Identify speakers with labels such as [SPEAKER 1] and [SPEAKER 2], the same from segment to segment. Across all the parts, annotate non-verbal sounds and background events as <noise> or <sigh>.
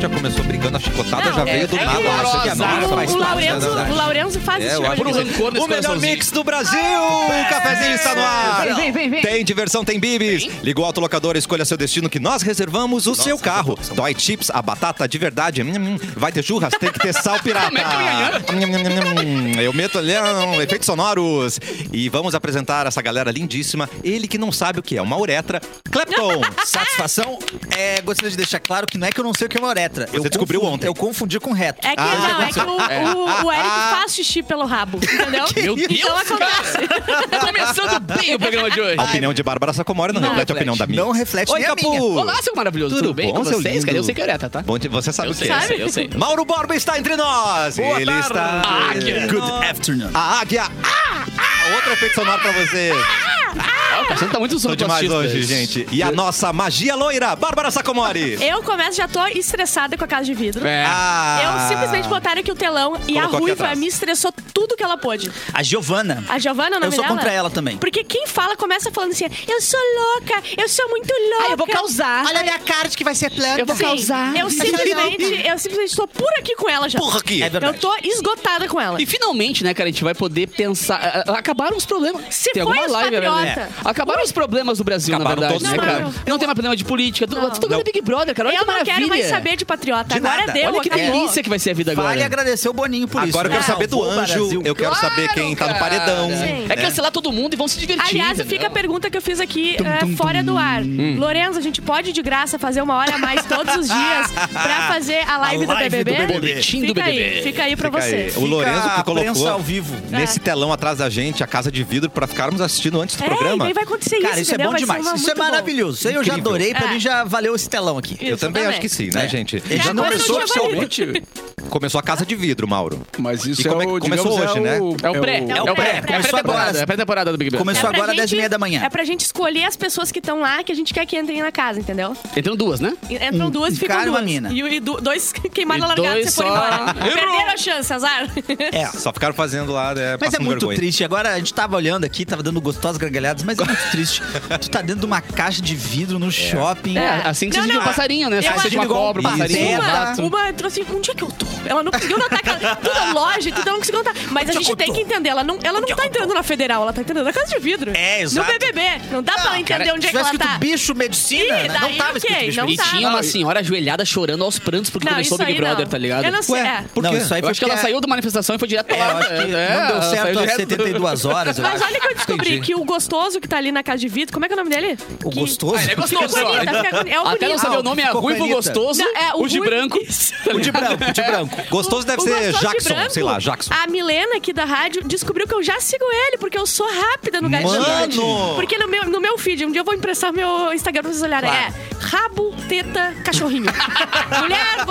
[SPEAKER 1] já começou brigando, a chicotada
[SPEAKER 2] Não,
[SPEAKER 1] já
[SPEAKER 2] é-
[SPEAKER 1] veio do
[SPEAKER 2] é
[SPEAKER 1] nada.
[SPEAKER 2] horrorosa.
[SPEAKER 1] Isso aqui é nova,
[SPEAKER 2] O-
[SPEAKER 1] faz
[SPEAKER 2] o
[SPEAKER 1] parte da
[SPEAKER 2] Laurenzo-
[SPEAKER 1] verdade.
[SPEAKER 2] o Laurenzo faz esse
[SPEAKER 1] É, eu
[SPEAKER 2] tipo
[SPEAKER 1] acho
[SPEAKER 2] de
[SPEAKER 1] que-
[SPEAKER 2] coisa.
[SPEAKER 3] rancor nesse
[SPEAKER 1] O melhor
[SPEAKER 3] coraçãozinho.
[SPEAKER 1] mix do Brasil! O cafezinho está no ar!
[SPEAKER 2] Vem, vem, vem.
[SPEAKER 1] é Tem diversão, tem bibis. Liga o autolocador, escolha seu destino que nós reservamos o seu carro. Dói chips, a batata de verdade. Hum, hum. Vai ter churras, tem que ter sal pirata. Hum, hum, hum. Eu meto ali, hum, efeitos sonoros. E vamos apresentar essa galera lindíssima. Ele que não sabe o que é uma uretra, Clapton.
[SPEAKER 4] Satisfação, é, gostaria de deixar claro que não é que eu não sei o que é uma uretra. Você eu
[SPEAKER 1] descobriu
[SPEAKER 4] confundi-
[SPEAKER 1] ontem.
[SPEAKER 4] Eu confundi com reto.
[SPEAKER 2] É que,
[SPEAKER 1] Ah,
[SPEAKER 2] não, é que
[SPEAKER 1] <laughs>
[SPEAKER 2] o, o- o Eric faz xixi pelo rabo, entendeu?
[SPEAKER 3] Meu Deus,
[SPEAKER 2] então acontece.
[SPEAKER 3] Tá
[SPEAKER 1] <laughs>
[SPEAKER 3] começando bem o programa de hoje.
[SPEAKER 1] A opinião de Bárbara Sacomori não,
[SPEAKER 2] Não
[SPEAKER 1] reflete a opinião da É minha.
[SPEAKER 4] Não reflete
[SPEAKER 1] Oi,
[SPEAKER 4] nem a
[SPEAKER 1] Capu.
[SPEAKER 4] minha.
[SPEAKER 3] Olá, seu maravilhoso. Tudo,
[SPEAKER 1] Tudo
[SPEAKER 3] bem
[SPEAKER 1] bom,
[SPEAKER 3] com
[SPEAKER 1] seu
[SPEAKER 3] vocês,
[SPEAKER 1] lindo?
[SPEAKER 3] cara? Eu sei que é oreta, tá?
[SPEAKER 1] Bom, dia- você sabe
[SPEAKER 3] eu
[SPEAKER 1] o que
[SPEAKER 3] sei,
[SPEAKER 1] é.
[SPEAKER 3] eu sei, eu sei.
[SPEAKER 1] Mauro Borba está entre nós.
[SPEAKER 4] Boa
[SPEAKER 1] Ele
[SPEAKER 4] tarde.
[SPEAKER 1] está.
[SPEAKER 3] Águia.
[SPEAKER 4] Good afternoon.
[SPEAKER 1] A águia. Ah! Ah! Outro efeito sonoro pra você.
[SPEAKER 3] Ah, o Cassiano tá muito
[SPEAKER 1] Tô demais
[SPEAKER 3] sonoplastista.
[SPEAKER 1] hoje, gente. E a nossa magia loira, Bárbara Sacomori.
[SPEAKER 2] Eu começo, já tô estressada com a casa de vidro.
[SPEAKER 3] É.
[SPEAKER 1] Ah.
[SPEAKER 2] Eu simplesmente botaram aqui o telão e
[SPEAKER 1] Colocou
[SPEAKER 2] a
[SPEAKER 1] aqui
[SPEAKER 2] Ruiva
[SPEAKER 1] atrás.
[SPEAKER 2] me estressou tudo que ela pôde.
[SPEAKER 4] A Giovana.
[SPEAKER 2] A Giovana, o nome
[SPEAKER 4] Eu sou
[SPEAKER 2] dela?
[SPEAKER 4] contra ela também.
[SPEAKER 2] Porque quem fala começa falando assim, eu sou louca, eu sou muito louca.
[SPEAKER 5] Ah, eu vou causar.
[SPEAKER 6] Olha a minha cara de que vai ser planta.
[SPEAKER 5] Eu vou causar.
[SPEAKER 2] Eu simplesmente, eu simplesmente tô por aqui com ela já.
[SPEAKER 1] Porra aqui.
[SPEAKER 4] É
[SPEAKER 2] Eu
[SPEAKER 4] verdade.
[SPEAKER 2] tô esgotada com ela.
[SPEAKER 3] E finalmente, né, cara, a gente vai poder pensar. a- a- Acabaram os problemas.
[SPEAKER 2] Se
[SPEAKER 3] tem
[SPEAKER 2] foi
[SPEAKER 3] alguma
[SPEAKER 2] os
[SPEAKER 3] live, né,
[SPEAKER 2] patriota.
[SPEAKER 3] velho? Acabaram os problemas do Brasil,
[SPEAKER 1] Acabaram
[SPEAKER 3] na verdade,
[SPEAKER 1] todos
[SPEAKER 3] né,
[SPEAKER 2] os
[SPEAKER 3] cara? Não,
[SPEAKER 2] problemas.
[SPEAKER 3] tem mais problema de política. Tu,
[SPEAKER 2] Não.
[SPEAKER 3] tu tá
[SPEAKER 1] Não.
[SPEAKER 3] vendo Big Brother, cara. Olha
[SPEAKER 2] eu
[SPEAKER 3] que
[SPEAKER 2] não
[SPEAKER 3] maravilha.
[SPEAKER 2] quero mais saber de patriota.
[SPEAKER 4] De
[SPEAKER 2] Agora
[SPEAKER 4] nada.
[SPEAKER 2] deu,
[SPEAKER 3] Olha que
[SPEAKER 2] acabou.
[SPEAKER 3] delícia
[SPEAKER 4] tá
[SPEAKER 3] que vai ser a vida agora.
[SPEAKER 4] Vale agradecer o Boninho por isso.
[SPEAKER 1] Agora eu quero
[SPEAKER 4] né?
[SPEAKER 1] saber do
[SPEAKER 4] Salvou o
[SPEAKER 1] anjo.
[SPEAKER 4] Brasil.
[SPEAKER 1] Eu quero
[SPEAKER 3] Claro,
[SPEAKER 1] saber quem tá no
[SPEAKER 3] cara.
[SPEAKER 1] paredão.
[SPEAKER 2] Sim.
[SPEAKER 3] É cancelar todo mundo e vão se divertir.
[SPEAKER 2] Aliás,
[SPEAKER 4] né?
[SPEAKER 3] entendeu?
[SPEAKER 2] fica a pergunta que eu fiz aqui eh, fora do ar.
[SPEAKER 4] Hum.
[SPEAKER 2] Lorenzo, a gente pode de graça fazer uma hora a mais todos os
[SPEAKER 4] <laughs>
[SPEAKER 2] dias pra fazer a live,
[SPEAKER 4] live
[SPEAKER 2] do BBB?
[SPEAKER 4] do BBB.
[SPEAKER 3] Boletim
[SPEAKER 2] Fica
[SPEAKER 3] do BBB.
[SPEAKER 2] Aí, fica aí pra
[SPEAKER 1] Fica
[SPEAKER 2] você.
[SPEAKER 1] aí. O Lorenzo
[SPEAKER 4] Fica
[SPEAKER 1] que
[SPEAKER 4] a prensa
[SPEAKER 1] colocou
[SPEAKER 4] ao vivo.
[SPEAKER 1] nesse telão atrás da gente a casa de vidro pra ficarmos assistindo antes do
[SPEAKER 2] É,
[SPEAKER 1] programa.
[SPEAKER 2] e daí vai acontecer
[SPEAKER 4] Cara, isso é
[SPEAKER 2] entendeu?
[SPEAKER 4] bom
[SPEAKER 2] Vai ser
[SPEAKER 4] demais.
[SPEAKER 2] uma-
[SPEAKER 4] Isso é
[SPEAKER 2] muito bom.
[SPEAKER 4] maravilhoso. Isso aí eu já
[SPEAKER 1] Incrível.
[SPEAKER 4] adorei. Pra
[SPEAKER 2] É.
[SPEAKER 4] mim já valeu esse telão aqui.
[SPEAKER 1] Eu
[SPEAKER 2] Isso
[SPEAKER 1] também, acho que sim, né,
[SPEAKER 4] É.
[SPEAKER 1] gente?
[SPEAKER 4] Ele já
[SPEAKER 2] Agora não
[SPEAKER 4] começou
[SPEAKER 2] tinha valido.
[SPEAKER 4] oficialmente.
[SPEAKER 1] Começou a casa de vidro, Mauro.
[SPEAKER 7] Mas isso
[SPEAKER 1] E como é
[SPEAKER 7] é
[SPEAKER 1] que
[SPEAKER 7] o,
[SPEAKER 1] começou
[SPEAKER 7] digamos,
[SPEAKER 1] hoje,
[SPEAKER 7] é
[SPEAKER 1] né?
[SPEAKER 7] O,
[SPEAKER 3] É o pré.
[SPEAKER 2] É o pré,
[SPEAKER 3] É a
[SPEAKER 2] começou
[SPEAKER 3] pré-temporada.
[SPEAKER 4] agora.
[SPEAKER 3] É a pré-temporada do Big Brother.
[SPEAKER 4] Começou
[SPEAKER 2] É pra
[SPEAKER 4] agora,
[SPEAKER 2] gente-
[SPEAKER 4] 10h30 da manhã.
[SPEAKER 2] É pra gente escolher as pessoas que estão lá que a gente quer que entrem na casa, entendeu?
[SPEAKER 3] Entram duas, né?
[SPEAKER 2] Entram duas e
[SPEAKER 4] um
[SPEAKER 2] ficam
[SPEAKER 4] cara e uma
[SPEAKER 2] duas.
[SPEAKER 4] mina.
[SPEAKER 2] E, e du- dois <laughs> queimaram
[SPEAKER 3] E
[SPEAKER 2] a largada
[SPEAKER 3] dois
[SPEAKER 2] você foi
[SPEAKER 3] só-
[SPEAKER 2] embora.
[SPEAKER 3] Errou.
[SPEAKER 2] Perderam a chance, azar.
[SPEAKER 4] É.
[SPEAKER 1] Só ficaram fazendo lá, né?
[SPEAKER 4] Mas é
[SPEAKER 1] passando
[SPEAKER 4] muito
[SPEAKER 1] vergonha.
[SPEAKER 4] triste. Agora a gente tava olhando aqui, tava dando gostosas gargalhadas, mas
[SPEAKER 1] <laughs>
[SPEAKER 4] é muito triste. tu tá dentro de uma caixa de vidro no shopping.
[SPEAKER 3] É, assim que
[SPEAKER 2] Não,
[SPEAKER 3] você viu
[SPEAKER 2] não,
[SPEAKER 3] um passarinho, né?
[SPEAKER 2] eu
[SPEAKER 3] Assim que você
[SPEAKER 2] acho-
[SPEAKER 3] de uma cobra, um
[SPEAKER 4] Isso.
[SPEAKER 3] passarinho, um
[SPEAKER 4] Uma-
[SPEAKER 3] gato.
[SPEAKER 2] Uma trouxe assim, onde é que eu tô? Ela não conseguiu notar que ela, tudo é loja, tudo ela não conseguiu notar. Mas a gente tem que entender, ela não, ela não tá entrando na federal, ela tá entrando na casa de vidro.
[SPEAKER 4] É, exato.
[SPEAKER 2] No BBB, não dá pra ela entender
[SPEAKER 4] Cara,
[SPEAKER 2] onde é que
[SPEAKER 4] tivesse
[SPEAKER 2] ela
[SPEAKER 4] escrito
[SPEAKER 2] tá.
[SPEAKER 4] bicho medicina,
[SPEAKER 2] Ih,
[SPEAKER 4] né? não
[SPEAKER 2] daí,
[SPEAKER 4] tava escrito
[SPEAKER 2] ok,
[SPEAKER 4] bicho
[SPEAKER 2] não
[SPEAKER 3] E
[SPEAKER 4] medicina.
[SPEAKER 2] tá.
[SPEAKER 3] tinha uma senhora ajoelhada chorando aos prantos porque
[SPEAKER 2] Não,
[SPEAKER 3] começou o
[SPEAKER 2] isso
[SPEAKER 3] Big
[SPEAKER 2] aí não.
[SPEAKER 3] Brother, tá ligado?
[SPEAKER 2] Eu não sei. é.
[SPEAKER 4] Por
[SPEAKER 1] quê?
[SPEAKER 4] Não, isso aí
[SPEAKER 3] Eu
[SPEAKER 4] foi
[SPEAKER 3] acho que ela
[SPEAKER 4] porque-
[SPEAKER 3] saiu de uma manifestação e foi direto pra
[SPEAKER 4] É, eu
[SPEAKER 3] lá.
[SPEAKER 4] acho que
[SPEAKER 3] É,
[SPEAKER 4] não deu
[SPEAKER 3] ela saiu
[SPEAKER 4] certo às
[SPEAKER 3] direto.
[SPEAKER 4] 72 horas, eu
[SPEAKER 2] Mas
[SPEAKER 4] acho.
[SPEAKER 2] olha que eu descobri
[SPEAKER 1] Entendi.
[SPEAKER 2] que o gostoso que tá ali na casa de vidro, como é que é o nome dele?
[SPEAKER 4] O
[SPEAKER 2] Que-
[SPEAKER 4] gostoso.
[SPEAKER 3] Ah, ele é
[SPEAKER 2] Fica
[SPEAKER 3] gostoso.
[SPEAKER 2] bonito,
[SPEAKER 3] ó.
[SPEAKER 2] fica bonito. É o
[SPEAKER 3] Até não
[SPEAKER 2] bonito.
[SPEAKER 3] saber o nome é
[SPEAKER 4] Ficou
[SPEAKER 3] Ruivo
[SPEAKER 4] bonito.
[SPEAKER 3] Gostoso,
[SPEAKER 2] Não, é, o
[SPEAKER 3] o de
[SPEAKER 2] ruivo-
[SPEAKER 3] branco.
[SPEAKER 4] O de branco, o de branco.
[SPEAKER 1] <laughs> Gostoso deve
[SPEAKER 2] O
[SPEAKER 1] ser
[SPEAKER 2] gostoso de
[SPEAKER 1] Jackson,
[SPEAKER 2] branco,
[SPEAKER 1] sei lá, Jackson.
[SPEAKER 2] A Milena aqui da rádio descobriu que eu já sigo ele, porque eu sou rápida no gatilho.
[SPEAKER 1] Mano!
[SPEAKER 2] Porque no meu, no meu feed, um dia eu vou impressar meu Instagram pra vocês olharem.
[SPEAKER 4] Claro.
[SPEAKER 2] É rabo, teta,
[SPEAKER 1] <laughs>
[SPEAKER 2] cachorrinho. Mulher,
[SPEAKER 3] Meme,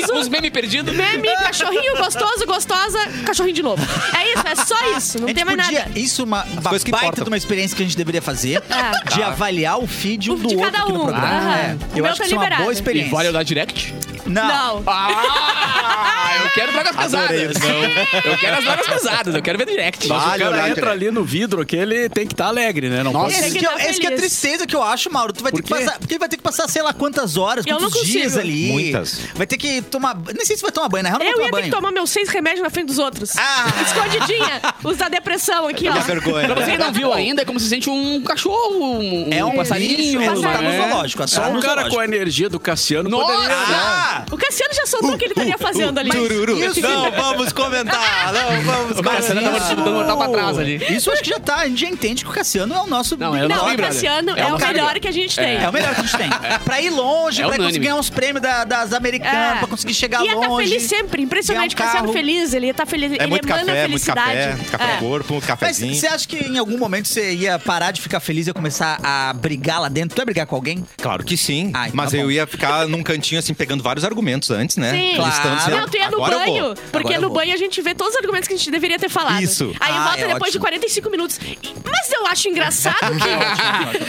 [SPEAKER 2] gostoso,
[SPEAKER 3] os memes perdidos.
[SPEAKER 2] meme, cachorrinho, gostoso, gostosa, cachorrinho de novo. É isso, é
[SPEAKER 1] Ah,
[SPEAKER 2] só isso. Não
[SPEAKER 4] A gente
[SPEAKER 2] tem mais
[SPEAKER 4] podia-
[SPEAKER 2] nada.
[SPEAKER 4] Isso é uma ba-
[SPEAKER 1] coisas que
[SPEAKER 4] baita
[SPEAKER 1] importam.
[SPEAKER 4] de uma experiência que a gente deveria fazer.
[SPEAKER 2] Ah.
[SPEAKER 4] De avaliar o feed um
[SPEAKER 2] O
[SPEAKER 4] do
[SPEAKER 2] de
[SPEAKER 4] outro
[SPEAKER 2] cada
[SPEAKER 4] aqui no
[SPEAKER 2] um.
[SPEAKER 4] programa.
[SPEAKER 2] Aham. O
[SPEAKER 4] É. Eu
[SPEAKER 2] meu
[SPEAKER 4] acho
[SPEAKER 2] tá
[SPEAKER 4] que isso é uma
[SPEAKER 2] liberado.
[SPEAKER 4] boa
[SPEAKER 3] E
[SPEAKER 4] experiência.
[SPEAKER 3] vale o da direct?
[SPEAKER 2] Não.
[SPEAKER 3] Ah, eu quero drogas pesadas. Eu quero as drogas pesadas, eu quero ver direct.
[SPEAKER 4] Ah,
[SPEAKER 7] Mas o
[SPEAKER 1] Vale olhar
[SPEAKER 7] cara entra
[SPEAKER 4] né?
[SPEAKER 1] direto.
[SPEAKER 7] ali no vidro que ele tem que estar alegre, né? Não
[SPEAKER 3] Nossa.
[SPEAKER 7] pode.
[SPEAKER 4] Esse
[SPEAKER 2] Tem que
[SPEAKER 4] que, é,
[SPEAKER 2] tá
[SPEAKER 4] esse que é a
[SPEAKER 2] feliz.
[SPEAKER 4] tristeza que eu acho, Mauro. Tu vai ter
[SPEAKER 7] Por
[SPEAKER 4] que
[SPEAKER 7] quê?
[SPEAKER 4] passar. Porque vai ter que passar, sei lá, quantas horas,
[SPEAKER 2] Eu não
[SPEAKER 4] quantos dias
[SPEAKER 2] consigo.
[SPEAKER 4] ali.
[SPEAKER 1] Muitas.
[SPEAKER 4] Vai ter que tomar. Nem sei se vai tomar banho, na real, não
[SPEAKER 2] Eu
[SPEAKER 4] vou
[SPEAKER 2] ia
[SPEAKER 4] tomar
[SPEAKER 2] ter que
[SPEAKER 4] banho.
[SPEAKER 2] tomar meus seis remédios na frente dos outros.
[SPEAKER 4] Ah.
[SPEAKER 2] Escondidinha. Os da depressão aqui, ó.
[SPEAKER 1] Que vergonha.
[SPEAKER 2] né?
[SPEAKER 3] Pra
[SPEAKER 2] Ah,
[SPEAKER 3] você que não viu ainda, é como se sente um cachorro, um,
[SPEAKER 4] É um
[SPEAKER 3] passarinho.
[SPEAKER 4] bicho,
[SPEAKER 3] uma-
[SPEAKER 4] tá no
[SPEAKER 3] é.
[SPEAKER 4] zoológico,
[SPEAKER 7] Só
[SPEAKER 4] tá
[SPEAKER 7] um
[SPEAKER 4] no
[SPEAKER 7] cara com
[SPEAKER 4] zoológico.
[SPEAKER 7] a energia do Cassiano
[SPEAKER 3] Nossa!
[SPEAKER 7] poderia.
[SPEAKER 4] Ah!
[SPEAKER 2] O Cassiano já soltou o que ele estaria fazendo tá ali.
[SPEAKER 1] Uh,
[SPEAKER 2] é
[SPEAKER 1] Tururu.
[SPEAKER 4] Isso.
[SPEAKER 1] Não vamos comentar, não vamos
[SPEAKER 3] O
[SPEAKER 1] comentar.
[SPEAKER 3] cara,
[SPEAKER 1] É
[SPEAKER 3] você tá
[SPEAKER 4] Isso-
[SPEAKER 3] dando mortal pra trás ali.
[SPEAKER 4] Isso acho que já tá. A gente já entende que o Cassiano é o nosso.
[SPEAKER 3] Não, é o
[SPEAKER 4] Big
[SPEAKER 3] nosso
[SPEAKER 2] Não,
[SPEAKER 3] Big
[SPEAKER 2] o
[SPEAKER 4] Brother.
[SPEAKER 3] Brother.
[SPEAKER 2] Cassiano
[SPEAKER 3] É
[SPEAKER 2] é,
[SPEAKER 3] uma
[SPEAKER 2] o melhor
[SPEAKER 3] maravilha.
[SPEAKER 2] que a gente tem.
[SPEAKER 4] É o melhor que a gente tem. Pra ir longe,
[SPEAKER 3] É
[SPEAKER 4] pra
[SPEAKER 3] unânime.
[SPEAKER 4] conseguir ganhar uns prêmios da- das americanas,
[SPEAKER 2] É.
[SPEAKER 4] pra conseguir chegar
[SPEAKER 2] E ia tá
[SPEAKER 4] longe.
[SPEAKER 2] feliz sempre. Impressionante.
[SPEAKER 4] ganhar um
[SPEAKER 2] Cassiano
[SPEAKER 4] carro.
[SPEAKER 2] feliz, ele ia tá feliz.
[SPEAKER 1] É
[SPEAKER 2] ele
[SPEAKER 1] muito
[SPEAKER 2] emana
[SPEAKER 1] café, muito
[SPEAKER 2] felicidade. É.
[SPEAKER 1] café, café no corpo,
[SPEAKER 4] Mas
[SPEAKER 1] cafezinho.
[SPEAKER 4] você acha que em algum momento você ia parar de ficar feliz e ia começar a brigar lá dentro? Tu ia brigar com alguém?
[SPEAKER 1] Claro que sim,
[SPEAKER 4] Ah, então
[SPEAKER 1] mas
[SPEAKER 4] tá bom.
[SPEAKER 1] eu ia ficar num cantinho assim, pegando vários argumentos antes, né?
[SPEAKER 2] Sim.
[SPEAKER 4] Claro.
[SPEAKER 1] Distância.
[SPEAKER 2] Ah, Não, tu ia no
[SPEAKER 1] Agora eu
[SPEAKER 2] banho,
[SPEAKER 1] vou.
[SPEAKER 2] porque
[SPEAKER 4] Agora eu
[SPEAKER 2] no
[SPEAKER 4] vou.
[SPEAKER 2] banho a gente vê todos os argumentos que a gente deveria ter falado.
[SPEAKER 1] Isso.
[SPEAKER 2] Aí
[SPEAKER 4] Ah,
[SPEAKER 2] volta
[SPEAKER 4] é
[SPEAKER 2] depois de
[SPEAKER 4] ótimo.
[SPEAKER 2] 45 minutos. Mas eu acho engraçado
[SPEAKER 3] É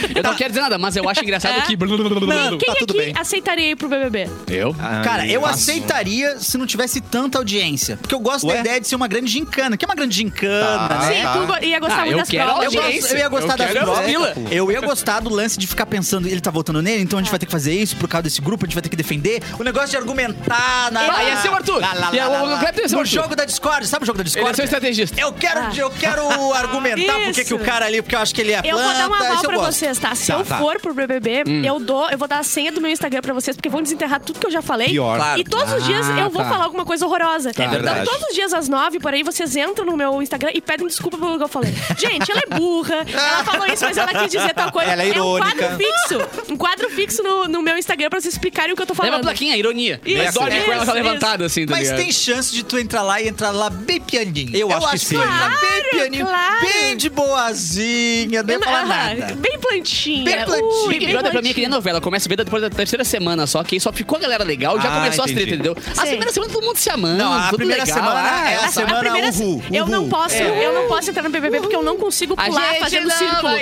[SPEAKER 2] que.
[SPEAKER 3] Eu não quero dizer nada, mas eu acho engraçado
[SPEAKER 2] É.
[SPEAKER 3] que.
[SPEAKER 1] Não,
[SPEAKER 2] Quem
[SPEAKER 1] tá tudo
[SPEAKER 2] aqui
[SPEAKER 1] bem.
[SPEAKER 2] aceitaria ir pro BBB?
[SPEAKER 3] Eu?
[SPEAKER 1] Ai,
[SPEAKER 4] Cara, eu
[SPEAKER 1] nossa.
[SPEAKER 4] aceitaria se não tivesse tanta audiência. Porque eu gosto
[SPEAKER 1] Ué?
[SPEAKER 4] da ideia de ser uma grande gincana. que é uma grande gincana,
[SPEAKER 1] Tá. Ah,
[SPEAKER 4] né?
[SPEAKER 2] Sim, tu go- ia gostar
[SPEAKER 3] Ah,
[SPEAKER 2] muito
[SPEAKER 3] eu
[SPEAKER 2] das
[SPEAKER 3] quero
[SPEAKER 4] Eu,
[SPEAKER 2] provas.
[SPEAKER 3] audiência.
[SPEAKER 4] gosto- eu ia gostar
[SPEAKER 3] Eu
[SPEAKER 4] das
[SPEAKER 3] quero as
[SPEAKER 4] provas.
[SPEAKER 3] pila.
[SPEAKER 4] Eu ia gostar do lance de ficar pensando, ele tá votando nele, então a gente vai ter que fazer isso por causa desse grupo, a gente vai ter que defender. O negócio gosta de argumentar na.
[SPEAKER 3] Ah,
[SPEAKER 2] é
[SPEAKER 3] ia ser o Arthur.
[SPEAKER 4] Lá, lá, lá,
[SPEAKER 3] Ia-
[SPEAKER 4] lá,
[SPEAKER 3] o- o
[SPEAKER 4] lá.
[SPEAKER 3] Clepton ia ser o
[SPEAKER 4] No
[SPEAKER 3] Arthur.
[SPEAKER 4] jogo da Discord, sabe o jogo da
[SPEAKER 3] Ele é seu
[SPEAKER 4] Discord?
[SPEAKER 3] estrategista.
[SPEAKER 4] Eu quero,
[SPEAKER 2] Ah.
[SPEAKER 4] eu
[SPEAKER 2] <laughs>
[SPEAKER 4] quero argumentar porque
[SPEAKER 2] Isso.
[SPEAKER 4] que o cara ali, porque eu acho que ele é
[SPEAKER 2] Eu
[SPEAKER 4] planta,
[SPEAKER 2] vou dar uma aval
[SPEAKER 4] isso eu
[SPEAKER 2] pra
[SPEAKER 4] gosto.
[SPEAKER 2] vocês, tá? Se
[SPEAKER 1] Tá,
[SPEAKER 2] eu
[SPEAKER 1] tá.
[SPEAKER 2] for pro BBB, eu dou, eu vou dar a senha do meu Instagram pra vocês, porque vão desenterrar tudo que eu já falei.
[SPEAKER 1] Pior. Claro.
[SPEAKER 2] E todos os dias eu vou
[SPEAKER 3] tá.
[SPEAKER 2] falar alguma coisa horrorosa.
[SPEAKER 1] É verdade.
[SPEAKER 2] Então, todos os dias às nove, por aí, vocês entram no meu Instagram e pedem desculpa pelo que eu falei. Gente, ela é burra, ela falou isso, mas ela quis dizer tal coisa.
[SPEAKER 1] Ela é irônica.
[SPEAKER 2] um quadro fixo. Um quadro fixo no, no meu Instagram pra vocês explicarem o que eu tô
[SPEAKER 3] Leva
[SPEAKER 2] falando.
[SPEAKER 3] a plaquinha, ironia.
[SPEAKER 2] Isso,
[SPEAKER 3] Mas dorme
[SPEAKER 2] isso,
[SPEAKER 3] com ela com a
[SPEAKER 2] isso.
[SPEAKER 3] levantada, assim, tá
[SPEAKER 4] Mas
[SPEAKER 3] ligado?
[SPEAKER 4] tem chance de tu entrar lá e entrar lá bem pianinho.
[SPEAKER 1] Eu acho que sim.
[SPEAKER 4] vai entrar bem
[SPEAKER 2] Claro,
[SPEAKER 4] pianinho,
[SPEAKER 2] claro.
[SPEAKER 4] bem de boazinha, nem
[SPEAKER 2] Eu não-
[SPEAKER 4] falar
[SPEAKER 2] Aham,
[SPEAKER 4] nada.
[SPEAKER 2] Bem plantinha.
[SPEAKER 4] Bem plantinha.
[SPEAKER 2] Ui,
[SPEAKER 3] Big Brother pra mim é que nem novela, começa bem depois da terceira semana só, que aí só ficou a galera legal e já
[SPEAKER 1] Ah,
[SPEAKER 3] começou as
[SPEAKER 1] entendi.
[SPEAKER 3] tretas, entendeu? A
[SPEAKER 2] Sim.
[SPEAKER 3] primeira semana todo mundo se amando,
[SPEAKER 4] Não, a
[SPEAKER 3] tudo
[SPEAKER 4] primeira
[SPEAKER 3] legal.
[SPEAKER 4] semana
[SPEAKER 3] né?
[SPEAKER 4] é a semana
[SPEAKER 2] primeira-
[SPEAKER 4] uhul,
[SPEAKER 2] Eu não
[SPEAKER 4] uhul.
[SPEAKER 2] posso, eu não posso entrar no BBB porque eu não consigo
[SPEAKER 3] É. A
[SPEAKER 2] pular
[SPEAKER 3] gente
[SPEAKER 2] fazendo
[SPEAKER 3] não
[SPEAKER 2] círculo.
[SPEAKER 3] vai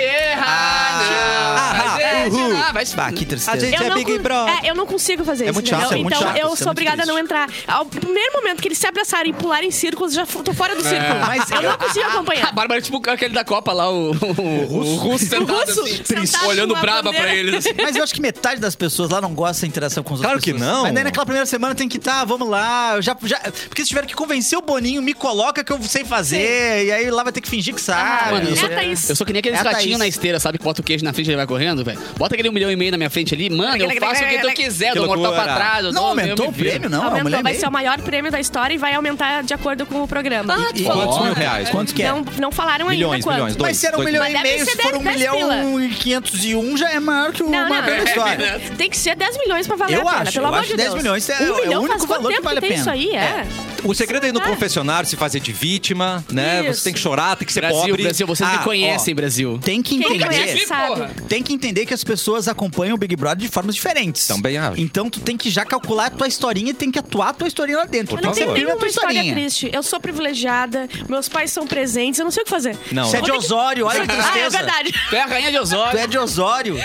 [SPEAKER 4] Ah,
[SPEAKER 3] errar, não. A gente
[SPEAKER 1] uhul.
[SPEAKER 3] não é, vai se-
[SPEAKER 4] Bah, que tristeza.
[SPEAKER 1] A gente- é
[SPEAKER 2] não
[SPEAKER 1] Big
[SPEAKER 2] con-
[SPEAKER 1] Brother.
[SPEAKER 2] é, eu não consigo fazer
[SPEAKER 1] É
[SPEAKER 2] isso.
[SPEAKER 1] muito
[SPEAKER 2] entendeu?
[SPEAKER 1] chato, é muito
[SPEAKER 2] então
[SPEAKER 1] chato,
[SPEAKER 2] eu
[SPEAKER 1] isso é
[SPEAKER 2] sou
[SPEAKER 1] muito
[SPEAKER 2] obrigada a não
[SPEAKER 1] triste.
[SPEAKER 2] entrar. Ao primeiro momento que eles se abraçarem e pularem em círculos, eu já f- tô fora do círculo.
[SPEAKER 4] Mas
[SPEAKER 2] eu não <laughs> consigo
[SPEAKER 3] A
[SPEAKER 2] acompanhar.
[SPEAKER 3] Bárbara é tipo aquele da Copa lá, o, o, o russo. sentado
[SPEAKER 2] russo
[SPEAKER 3] assim,
[SPEAKER 2] sentado
[SPEAKER 3] triste,
[SPEAKER 2] com
[SPEAKER 3] olhando
[SPEAKER 2] a
[SPEAKER 3] braba
[SPEAKER 2] bandeira.
[SPEAKER 3] pra eles. assim.
[SPEAKER 4] Mas eu acho que metade das pessoas lá não gosta da interação com os
[SPEAKER 1] Claro
[SPEAKER 4] outros.
[SPEAKER 1] que não.
[SPEAKER 4] Mas daí naquela primeira semana tem que tá, vamos lá. eu já, já- porque eles tiveram que convencer o Boninho, me coloca que eu sei fazer. E aí lá vai ter que fingir que sabe.
[SPEAKER 3] Mano, eu sou,
[SPEAKER 2] É a Thaís.
[SPEAKER 3] eu sou que nem aqueles
[SPEAKER 4] É a Thaís.
[SPEAKER 3] ratinhos na esteira, sabe? Que bota o queijo na frente e ele vai correndo, velho. Bota aquele um milhão e meio na minha frente ali. Mano, eu faço o que tu quiser. Eu
[SPEAKER 1] Que
[SPEAKER 3] dou mortal
[SPEAKER 1] loucura.
[SPEAKER 3] pra trás.
[SPEAKER 4] Não
[SPEAKER 3] eu dou-
[SPEAKER 4] aumentou
[SPEAKER 3] eu
[SPEAKER 4] o
[SPEAKER 3] me viro.
[SPEAKER 4] prêmio, não?
[SPEAKER 2] Aumentou,
[SPEAKER 4] uma mulher
[SPEAKER 2] vai
[SPEAKER 4] meio.
[SPEAKER 2] ser o maior prêmio da história e vai aumentar de acordo com o programa.
[SPEAKER 1] E quantos mil reais?
[SPEAKER 4] Quanto que é?
[SPEAKER 2] não, não falaram
[SPEAKER 1] Milhões,
[SPEAKER 2] ainda quanto.
[SPEAKER 1] milhões, dois.
[SPEAKER 4] Mas se era um milhão
[SPEAKER 2] Mas
[SPEAKER 4] e
[SPEAKER 2] deve
[SPEAKER 4] meio,
[SPEAKER 2] ser
[SPEAKER 4] se for
[SPEAKER 2] dez-
[SPEAKER 4] um
[SPEAKER 2] dez
[SPEAKER 4] milhão e quinhentos e um, já é maior que o
[SPEAKER 2] Não,
[SPEAKER 4] Marco
[SPEAKER 2] não.
[SPEAKER 4] da história.
[SPEAKER 2] <laughs> Tem que ser 10 milhões pra valer
[SPEAKER 4] Eu
[SPEAKER 2] a pena,
[SPEAKER 4] acho,
[SPEAKER 2] pelo
[SPEAKER 4] eu
[SPEAKER 2] amor
[SPEAKER 4] acho
[SPEAKER 2] de
[SPEAKER 4] 10
[SPEAKER 2] Deus.
[SPEAKER 4] milhões é- é
[SPEAKER 2] um
[SPEAKER 4] o
[SPEAKER 2] milhão
[SPEAKER 4] único
[SPEAKER 2] faz quanto
[SPEAKER 4] valor que
[SPEAKER 2] tempo
[SPEAKER 4] vale a
[SPEAKER 2] tem
[SPEAKER 4] pena.
[SPEAKER 2] Isso aí, é.
[SPEAKER 1] O segredo é ir no
[SPEAKER 2] Ah.
[SPEAKER 1] confessionário, se fazer de vítima, né?
[SPEAKER 2] Isso.
[SPEAKER 1] Você tem que chorar, tem que ser
[SPEAKER 3] Brasil,
[SPEAKER 1] pobre.
[SPEAKER 3] Brasil, vocês
[SPEAKER 4] Ah,
[SPEAKER 3] me conhecem, Brasil.
[SPEAKER 4] Tem que
[SPEAKER 2] Quem
[SPEAKER 4] entender.
[SPEAKER 2] conhece sabe.
[SPEAKER 3] Porra.
[SPEAKER 4] Tem que entender que as pessoas acompanham o Big Brother de formas diferentes.
[SPEAKER 1] Também acho.
[SPEAKER 4] Então tu tem que já calcular a tua historinha e tem que atuar a tua historinha lá dentro.
[SPEAKER 2] Eu
[SPEAKER 1] Por
[SPEAKER 2] não tenho
[SPEAKER 1] favor.
[SPEAKER 4] Sempre a
[SPEAKER 2] nenhuma
[SPEAKER 4] tua
[SPEAKER 2] história
[SPEAKER 4] historinha.
[SPEAKER 2] triste. Eu sou privilegiada, meus pais são presentes, eu não sei o que fazer.
[SPEAKER 1] Não,
[SPEAKER 4] Você é
[SPEAKER 1] não.
[SPEAKER 4] de Osório, olha que
[SPEAKER 2] Ah, é
[SPEAKER 4] tristeza.
[SPEAKER 2] verdade.
[SPEAKER 3] Tu é a rainha de
[SPEAKER 4] Tu
[SPEAKER 3] Osório.
[SPEAKER 4] é de Osório.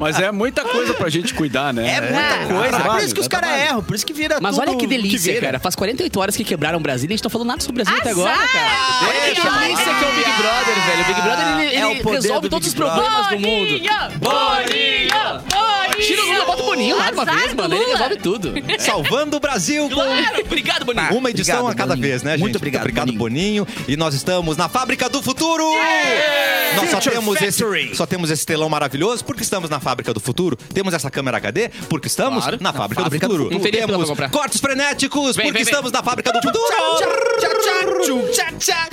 [SPEAKER 7] Mas é muita coisa pra gente cuidar, né?
[SPEAKER 4] É muita
[SPEAKER 5] Ah,
[SPEAKER 4] coisa. por
[SPEAKER 7] trabalho,
[SPEAKER 4] isso que os
[SPEAKER 7] é
[SPEAKER 4] caras
[SPEAKER 7] trabalho.
[SPEAKER 4] erram, por isso que vira
[SPEAKER 3] Mas
[SPEAKER 4] é tudo
[SPEAKER 3] olha que delícia,
[SPEAKER 4] vira.
[SPEAKER 3] cara. Faz 48 horas que quebraram o Brasil e a gente tá falando nada sobre o Brasil até agora,
[SPEAKER 2] Azar!
[SPEAKER 3] cara.
[SPEAKER 2] Olha
[SPEAKER 3] Olha que
[SPEAKER 2] que
[SPEAKER 3] delícia
[SPEAKER 2] ótimo.
[SPEAKER 3] que é o Big Brother, velho. O Big Brother, ele,
[SPEAKER 4] É o
[SPEAKER 3] ele
[SPEAKER 4] poder
[SPEAKER 3] resolve
[SPEAKER 4] do
[SPEAKER 3] todos os
[SPEAKER 4] Big Brother.
[SPEAKER 3] problemas do mundo.
[SPEAKER 2] Boninho! Boninho!
[SPEAKER 3] Tira o Lula, bota o Boninho lá de uma
[SPEAKER 2] Azar
[SPEAKER 3] vez,
[SPEAKER 2] do
[SPEAKER 3] mano. Ele
[SPEAKER 2] Lula.
[SPEAKER 3] resolve tudo.
[SPEAKER 1] Salvando o Brasil com
[SPEAKER 3] Claro, obrigado, Boninho.
[SPEAKER 1] Uma edição
[SPEAKER 4] Obrigado,
[SPEAKER 1] a cada
[SPEAKER 4] Boninho.
[SPEAKER 1] vez, né, gente?
[SPEAKER 4] Muito obrigado,
[SPEAKER 1] obrigado Boninho. E nós estamos na Fábrica do Futuro! Nós só
[SPEAKER 4] Future
[SPEAKER 1] temos, esse,
[SPEAKER 4] Factory.
[SPEAKER 1] só temos esse telão maravilhoso porque estamos na Fábrica do Futuro. Temos essa câmera HD porque estamos
[SPEAKER 3] Claro,
[SPEAKER 1] na, Fábrica, do Futuro.
[SPEAKER 3] Não tem nem pra
[SPEAKER 1] temos
[SPEAKER 3] comprar.
[SPEAKER 1] cortes frenéticos
[SPEAKER 3] Vem,
[SPEAKER 1] porque
[SPEAKER 3] vem, vem.
[SPEAKER 1] estamos na Fábrica do Futuro!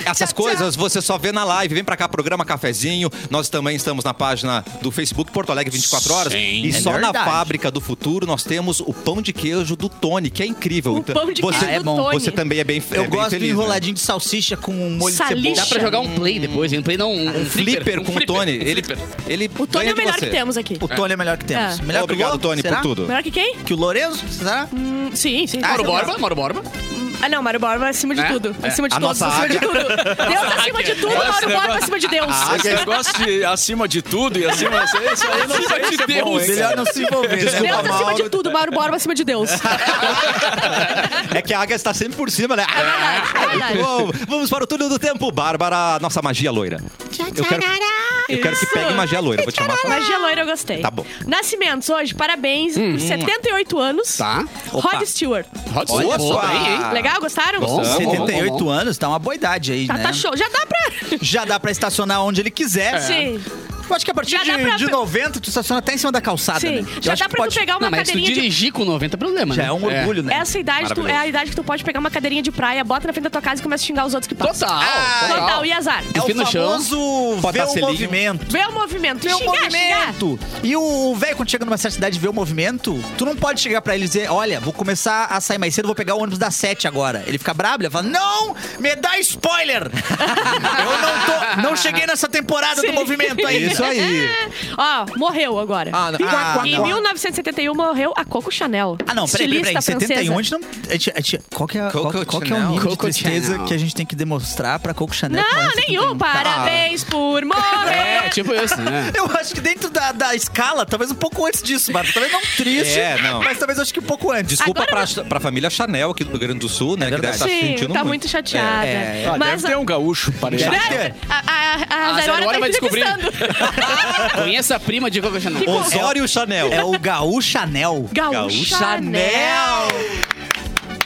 [SPEAKER 1] Essas coisas você só vê na live. Vem pra cá, programa Cafezinho. Nós também estamos na página do Facebook Porto Alegre 24 horas.
[SPEAKER 7] Sim.
[SPEAKER 1] E
[SPEAKER 4] É
[SPEAKER 1] só na
[SPEAKER 4] verdade.
[SPEAKER 1] Fábrica do Futuro nós temos o pão de queijo do Tony, que é incrível.
[SPEAKER 2] O
[SPEAKER 1] Então,
[SPEAKER 2] pão de
[SPEAKER 1] você,
[SPEAKER 2] queijo
[SPEAKER 4] Ah, é
[SPEAKER 2] do
[SPEAKER 4] bom.
[SPEAKER 2] Tony.
[SPEAKER 1] você também é bem é
[SPEAKER 4] Eu
[SPEAKER 1] bem
[SPEAKER 4] gosto
[SPEAKER 1] feliz,
[SPEAKER 4] do
[SPEAKER 1] né?
[SPEAKER 4] enroladinho de salsicha com molho de cebola.
[SPEAKER 2] Salixa.
[SPEAKER 3] Dá pra jogar um play depois, hein? um play não, um,
[SPEAKER 1] Um flipper com o Tony. Ele, ele
[SPEAKER 2] O Tony
[SPEAKER 1] ganha
[SPEAKER 2] é o
[SPEAKER 1] de
[SPEAKER 2] melhor
[SPEAKER 1] você.
[SPEAKER 2] que temos aqui.
[SPEAKER 4] O Tony é melhor que temos.
[SPEAKER 2] É.
[SPEAKER 4] Melhor que o
[SPEAKER 1] Obrigado,
[SPEAKER 4] Lolo,
[SPEAKER 1] Tony,
[SPEAKER 4] será?
[SPEAKER 1] por tudo.
[SPEAKER 2] Melhor que quem?
[SPEAKER 4] Que o Lourenço, será?
[SPEAKER 2] Hum, sim, sim.
[SPEAKER 4] Ah,
[SPEAKER 3] Mauro
[SPEAKER 4] eu gosto.
[SPEAKER 3] Borba, Mauro Borba.
[SPEAKER 2] Ah, não, Mário Borba acima de
[SPEAKER 3] É?
[SPEAKER 2] tudo.
[SPEAKER 3] É.
[SPEAKER 2] Acima de
[SPEAKER 1] A
[SPEAKER 2] todos,
[SPEAKER 1] nossa
[SPEAKER 2] acima de
[SPEAKER 1] águia.
[SPEAKER 3] <laughs>
[SPEAKER 2] tudo. Deus acima de tudo,
[SPEAKER 7] Nossa,
[SPEAKER 2] Mauro Borba
[SPEAKER 7] negócio-
[SPEAKER 2] acima de Deus.
[SPEAKER 4] é.
[SPEAKER 3] Ah, é-
[SPEAKER 7] Esse negócio de acima de tudo e acima... Isso aí não sei se é bom, hein,
[SPEAKER 4] Melhor
[SPEAKER 7] cara?
[SPEAKER 4] não se envolver.
[SPEAKER 2] Deus
[SPEAKER 4] Desculpa,
[SPEAKER 2] acima
[SPEAKER 4] Mauro.
[SPEAKER 2] de tudo, Mauro Borba acima de
[SPEAKER 3] <laughs>
[SPEAKER 2] Deus.
[SPEAKER 1] É que a águia está sempre por cima, né?
[SPEAKER 2] verdade, é verdade.
[SPEAKER 1] Bom, vamos para o túnel do tempo, Bárbara, nossa magia loira. Eu quero, eu quero que
[SPEAKER 2] Isso.
[SPEAKER 1] pegue magia loira, vou te chamar. pra-
[SPEAKER 2] Magia loira eu gostei.
[SPEAKER 1] Tá bom.
[SPEAKER 2] Nascimentos hoje, parabéns, por 78 anos.
[SPEAKER 3] Uhum. Tá.
[SPEAKER 2] Rod Stewart.
[SPEAKER 3] Rod
[SPEAKER 1] Olha
[SPEAKER 3] Stewart,
[SPEAKER 1] só.
[SPEAKER 3] aí, hein?
[SPEAKER 2] Legal? Gostaram?
[SPEAKER 3] Bom, É.
[SPEAKER 2] Tá,
[SPEAKER 4] 78 anos, tá uma boa idade aí, né?
[SPEAKER 2] tá show. Já dá pra.
[SPEAKER 4] Já dá pra estacionar onde ele quiser.
[SPEAKER 2] Sim.
[SPEAKER 4] Eu acho que a partir
[SPEAKER 2] É. Já dá
[SPEAKER 4] de,
[SPEAKER 2] pra-
[SPEAKER 4] de 90, tu estaciona até em cima da calçada,
[SPEAKER 2] Sim.
[SPEAKER 4] né? Eu
[SPEAKER 2] Já
[SPEAKER 4] acho
[SPEAKER 2] dá
[SPEAKER 4] que
[SPEAKER 2] pra
[SPEAKER 4] pode-
[SPEAKER 2] tu pegar uma
[SPEAKER 3] Não, mas se tu
[SPEAKER 2] cadeirinha de
[SPEAKER 3] dirigir com 90 é problema, né?
[SPEAKER 4] Já é um orgulho, né?
[SPEAKER 2] Essa idade tu,
[SPEAKER 1] Maravilhoso.
[SPEAKER 2] é a idade que tu pode pegar uma cadeirinha de praia, bota na frente da tua casa e começa a xingar os outros que
[SPEAKER 3] É. Total,
[SPEAKER 2] passam.
[SPEAKER 3] total.
[SPEAKER 2] Total, e azar.
[SPEAKER 4] É
[SPEAKER 3] Cuspir
[SPEAKER 4] o
[SPEAKER 3] no chão.
[SPEAKER 4] famoso ver
[SPEAKER 1] Botar
[SPEAKER 4] o
[SPEAKER 1] selinho.
[SPEAKER 4] movimento.
[SPEAKER 2] Vê o movimento.
[SPEAKER 4] Vê o
[SPEAKER 2] xingar, xingar.
[SPEAKER 4] movimento. E o velho, quando chega numa certa idade e vê o movimento, tu não pode chegar pra ele e dizer, olha, vou começar a sair mais cedo, vou pegar o ônibus das 7 agora. Ele fica brabo, ele fala, não, me
[SPEAKER 2] <laughs>
[SPEAKER 4] dá spoiler. Eu não, tô, não cheguei nessa temporada do
[SPEAKER 2] Sim.
[SPEAKER 4] movimento ainda.
[SPEAKER 1] Isso aí.
[SPEAKER 2] <laughs> Ó, morreu agora.
[SPEAKER 4] Ah, não. Ah,
[SPEAKER 2] em
[SPEAKER 4] não.
[SPEAKER 2] 1971 morreu a Coco Chanel.
[SPEAKER 4] Ah, não, peraí, peraí, um
[SPEAKER 2] estilista
[SPEAKER 4] peraí. Em 71
[SPEAKER 2] francesa.
[SPEAKER 4] a gente não. a gente- a gente- qual que é, a-
[SPEAKER 1] Coco
[SPEAKER 4] qual, qual que é o
[SPEAKER 1] Chanel.
[SPEAKER 4] nível de
[SPEAKER 3] Coco
[SPEAKER 4] tristeza
[SPEAKER 3] Chanel.
[SPEAKER 4] que a gente tem que demonstrar pra Coco Chanel? que
[SPEAKER 2] Não,
[SPEAKER 4] não é
[SPEAKER 2] nenhum.
[SPEAKER 4] 71?
[SPEAKER 2] Parabéns por
[SPEAKER 3] É,
[SPEAKER 2] morrer.
[SPEAKER 3] tipo isso, né?
[SPEAKER 4] <laughs>
[SPEAKER 3] <laughs>
[SPEAKER 4] Eu acho que dentro da, da escala, talvez um pouco antes disso, Marta. Talvez não triste,
[SPEAKER 1] É, não.
[SPEAKER 4] mas talvez eu acho que um pouco antes.
[SPEAKER 1] Desculpa
[SPEAKER 2] Agora-
[SPEAKER 1] pra, pra família Chanel aqui do Rio Grande do Sul, né? que deve
[SPEAKER 4] É verdade.
[SPEAKER 1] estar se
[SPEAKER 2] Sim,
[SPEAKER 1] sentindo
[SPEAKER 2] tá
[SPEAKER 1] muito.
[SPEAKER 2] muito chateada.
[SPEAKER 4] É,
[SPEAKER 7] Ah,
[SPEAKER 2] Mas
[SPEAKER 7] deve ter um gaúcho
[SPEAKER 4] Deve
[SPEAKER 7] parecido.
[SPEAKER 4] ter.
[SPEAKER 2] a, a, a, a
[SPEAKER 3] A
[SPEAKER 2] Zairora
[SPEAKER 3] Zairora
[SPEAKER 2] tá
[SPEAKER 3] vai descobrir.
[SPEAKER 2] entrevistando.
[SPEAKER 3] <laughs> Conheça a prima de Coco Chanel.
[SPEAKER 1] Osório Chanel.
[SPEAKER 4] É o Gaú Chanel.
[SPEAKER 1] Gaúcha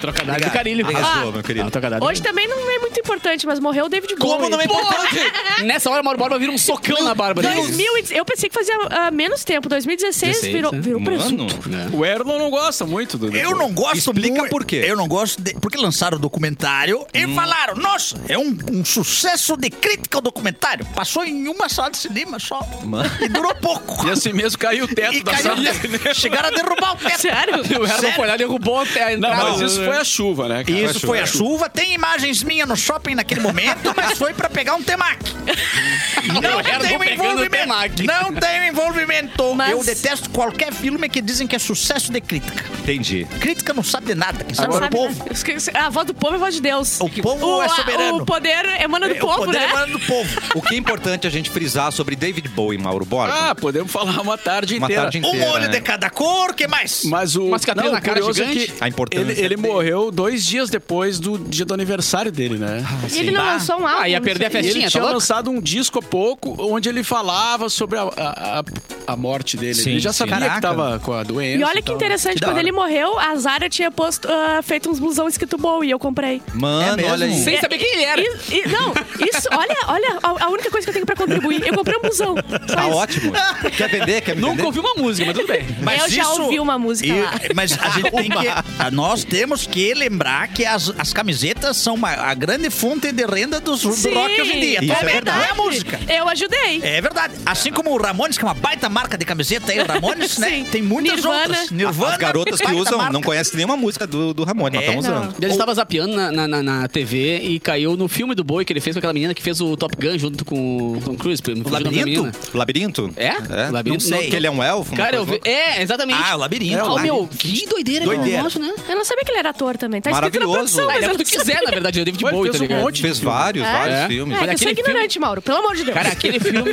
[SPEAKER 3] Trocadilho do carilho.
[SPEAKER 1] Arrasou,
[SPEAKER 2] Ah.
[SPEAKER 1] meu querido.
[SPEAKER 3] trocadilho.
[SPEAKER 2] Hoje também não é muito importante, mas morreu o David Bowie.
[SPEAKER 1] Como não é importante?
[SPEAKER 3] Nessa hora, Mauro Borba vira um socão na Bárbara.
[SPEAKER 2] 2000 e- eu pensei que fazia ah, menos tempo. 2016
[SPEAKER 3] 16,
[SPEAKER 2] virou,
[SPEAKER 3] né?
[SPEAKER 2] virou um presunto.
[SPEAKER 1] Mano,
[SPEAKER 7] O Erlon não gosta muito do.
[SPEAKER 4] Eu não gosto
[SPEAKER 1] Explica
[SPEAKER 4] mui-
[SPEAKER 1] por quê. Hum.
[SPEAKER 4] Eu não gosto de- porque lançaram o documentário e falaram, nossa, é um, um sucesso de crítica ao documentário. Passou em uma sala de cinema só.
[SPEAKER 1] Mano.
[SPEAKER 4] E durou pouco.
[SPEAKER 7] E assim mesmo caiu o teto
[SPEAKER 4] E
[SPEAKER 7] da
[SPEAKER 4] caiu-
[SPEAKER 7] sala.
[SPEAKER 4] Chegaram a derrubar o teto.
[SPEAKER 2] Sério?
[SPEAKER 3] <laughs> O Herman foi lá e derrubou até a
[SPEAKER 7] Não,
[SPEAKER 3] entrada.
[SPEAKER 7] mas isso foi a chuva, né? cara?
[SPEAKER 4] Isso foi a chuva. Tem imagens minhas no shopping naquele momento, mas foi pra pegar um temaki.
[SPEAKER 1] <laughs>
[SPEAKER 3] Eu
[SPEAKER 4] Não
[SPEAKER 3] era
[SPEAKER 4] tenho
[SPEAKER 3] do pegando
[SPEAKER 4] envolvimento.
[SPEAKER 3] temaki.
[SPEAKER 4] Não tenho envolvimento.
[SPEAKER 2] Mas-
[SPEAKER 4] Eu detesto qualquer filme que dizem que é sucesso de crítica.
[SPEAKER 1] Entendi.
[SPEAKER 4] Crítica não sabe de nada. Quem sabe é
[SPEAKER 2] Sabe,
[SPEAKER 4] o povo.
[SPEAKER 2] né? Esqueci- A voz do povo é a voz de Deus.
[SPEAKER 4] O povo é
[SPEAKER 2] a-
[SPEAKER 4] soberano.
[SPEAKER 2] O poder emana do povo,
[SPEAKER 4] o poder
[SPEAKER 2] né?
[SPEAKER 4] é do povo.
[SPEAKER 1] O que é importante a gente frisar sobre David Bowie, Mauro Borba?
[SPEAKER 7] Ah, podemos falar uma tarde
[SPEAKER 1] Uma
[SPEAKER 7] inteira.
[SPEAKER 1] tarde
[SPEAKER 4] Um
[SPEAKER 1] inteira,
[SPEAKER 4] olho
[SPEAKER 1] né?
[SPEAKER 4] de cada cor, que mais?
[SPEAKER 7] Mas o.
[SPEAKER 3] Uma cicatriz
[SPEAKER 7] não,
[SPEAKER 3] na
[SPEAKER 7] o
[SPEAKER 3] cara
[SPEAKER 7] curioso
[SPEAKER 3] gigante.
[SPEAKER 7] É que
[SPEAKER 1] A importância
[SPEAKER 7] ele, ele
[SPEAKER 1] tem.
[SPEAKER 7] morreu dois dias depois do dia do aniversário dele, né?
[SPEAKER 2] E ele não
[SPEAKER 4] Bah.
[SPEAKER 2] lançou um álbum.
[SPEAKER 3] Ah, ia
[SPEAKER 2] não
[SPEAKER 3] perder a
[SPEAKER 7] E
[SPEAKER 2] sei.
[SPEAKER 7] ele
[SPEAKER 3] Festinha, tá
[SPEAKER 7] tinha
[SPEAKER 3] louco?
[SPEAKER 7] lançado um disco há pouco onde ele falava sobre a, a, a- a morte dele.
[SPEAKER 1] Sim,
[SPEAKER 7] ele já
[SPEAKER 1] sim.
[SPEAKER 7] sabia
[SPEAKER 4] Caraca.
[SPEAKER 7] que tava com a doença.
[SPEAKER 2] E olha que
[SPEAKER 7] tal.
[SPEAKER 2] interessante,
[SPEAKER 4] Então, Que da
[SPEAKER 2] quando
[SPEAKER 4] hora.
[SPEAKER 2] ele morreu, a Zara tinha posto, ah, feito uns blusão escrito Bowie e eu comprei.
[SPEAKER 1] Mano,
[SPEAKER 4] É mesmo?
[SPEAKER 1] olha aí.
[SPEAKER 3] Sem
[SPEAKER 2] É,
[SPEAKER 3] saber quem ele era.
[SPEAKER 2] E- e- não, isso, olha, olha a, a única coisa que eu tenho pra contribuir. Eu comprei um blusão. só
[SPEAKER 1] Tá
[SPEAKER 2] isso.
[SPEAKER 1] ótimo. Quer vender? Quer me
[SPEAKER 3] Nunca
[SPEAKER 1] vender?
[SPEAKER 3] ouvi uma música, mas tudo bem.
[SPEAKER 2] eu já ouvi uma música
[SPEAKER 4] E-
[SPEAKER 2] lá.
[SPEAKER 4] <laughs> Mas a gente
[SPEAKER 1] <laughs>
[SPEAKER 4] tem que, a- nós temos que lembrar que as, as camisetas são uma- a grande fonte de renda dos, do
[SPEAKER 2] Sim,
[SPEAKER 4] rock hoje em dia.
[SPEAKER 1] Isso
[SPEAKER 4] Então,
[SPEAKER 1] é verdade.
[SPEAKER 4] Não é a música.
[SPEAKER 2] Eu ajudei.
[SPEAKER 4] É verdade. Assim como o Ramones, que é uma baita marca de camiseta aí, o Ramones, né?
[SPEAKER 2] Sim.
[SPEAKER 4] Tem muitas
[SPEAKER 2] Nirvana.
[SPEAKER 4] outras. Nirvana.
[SPEAKER 1] As garotas que
[SPEAKER 4] baita
[SPEAKER 1] usam
[SPEAKER 4] marca.
[SPEAKER 1] não conhecem nenhuma música do, do Ramones, mas
[SPEAKER 4] É,
[SPEAKER 1] estão
[SPEAKER 2] não.
[SPEAKER 1] usando.
[SPEAKER 3] <laughs> Ele estava zapeando na, na, na- na TV e caiu no filme do boi que ele fez com aquela menina que fez o Top Gun junto com o Tom Cruise. me fugiu O nome da
[SPEAKER 4] Labirinto?
[SPEAKER 3] menina.
[SPEAKER 1] Labirinto?
[SPEAKER 3] É?
[SPEAKER 1] é?
[SPEAKER 3] Labirinto,
[SPEAKER 1] Não sei.
[SPEAKER 3] não.
[SPEAKER 1] Que ele é um elfo? uma
[SPEAKER 3] Cara, eu
[SPEAKER 1] coisa
[SPEAKER 3] vi... É, exatamente.
[SPEAKER 4] Ah, o labirinto.
[SPEAKER 3] Ah,
[SPEAKER 4] o
[SPEAKER 3] meu,
[SPEAKER 4] labirinto.
[SPEAKER 3] que doideira,
[SPEAKER 4] Doideira.
[SPEAKER 3] doideira. né?
[SPEAKER 2] Eu não sabia que ele era ator também. Tá escrito na
[SPEAKER 1] Maravilhoso. Ah,
[SPEAKER 2] produção,
[SPEAKER 3] Ah,
[SPEAKER 2] mas
[SPEAKER 3] ele é
[SPEAKER 2] eu
[SPEAKER 3] o que
[SPEAKER 2] não
[SPEAKER 3] tu quiser, na verdade. É David
[SPEAKER 7] Mas
[SPEAKER 3] Bowie,
[SPEAKER 7] fez
[SPEAKER 3] tá
[SPEAKER 7] um
[SPEAKER 3] ligado?
[SPEAKER 7] monte
[SPEAKER 1] Fez
[SPEAKER 5] tipo,
[SPEAKER 1] vários, vários
[SPEAKER 3] É?
[SPEAKER 4] Hum,
[SPEAKER 1] filmes.
[SPEAKER 2] É,
[SPEAKER 3] Mas
[SPEAKER 2] que eu sou
[SPEAKER 3] aquele filme-
[SPEAKER 2] ignorante, Mauro. Pelo amor de Deus.
[SPEAKER 3] Cara, aquele filme,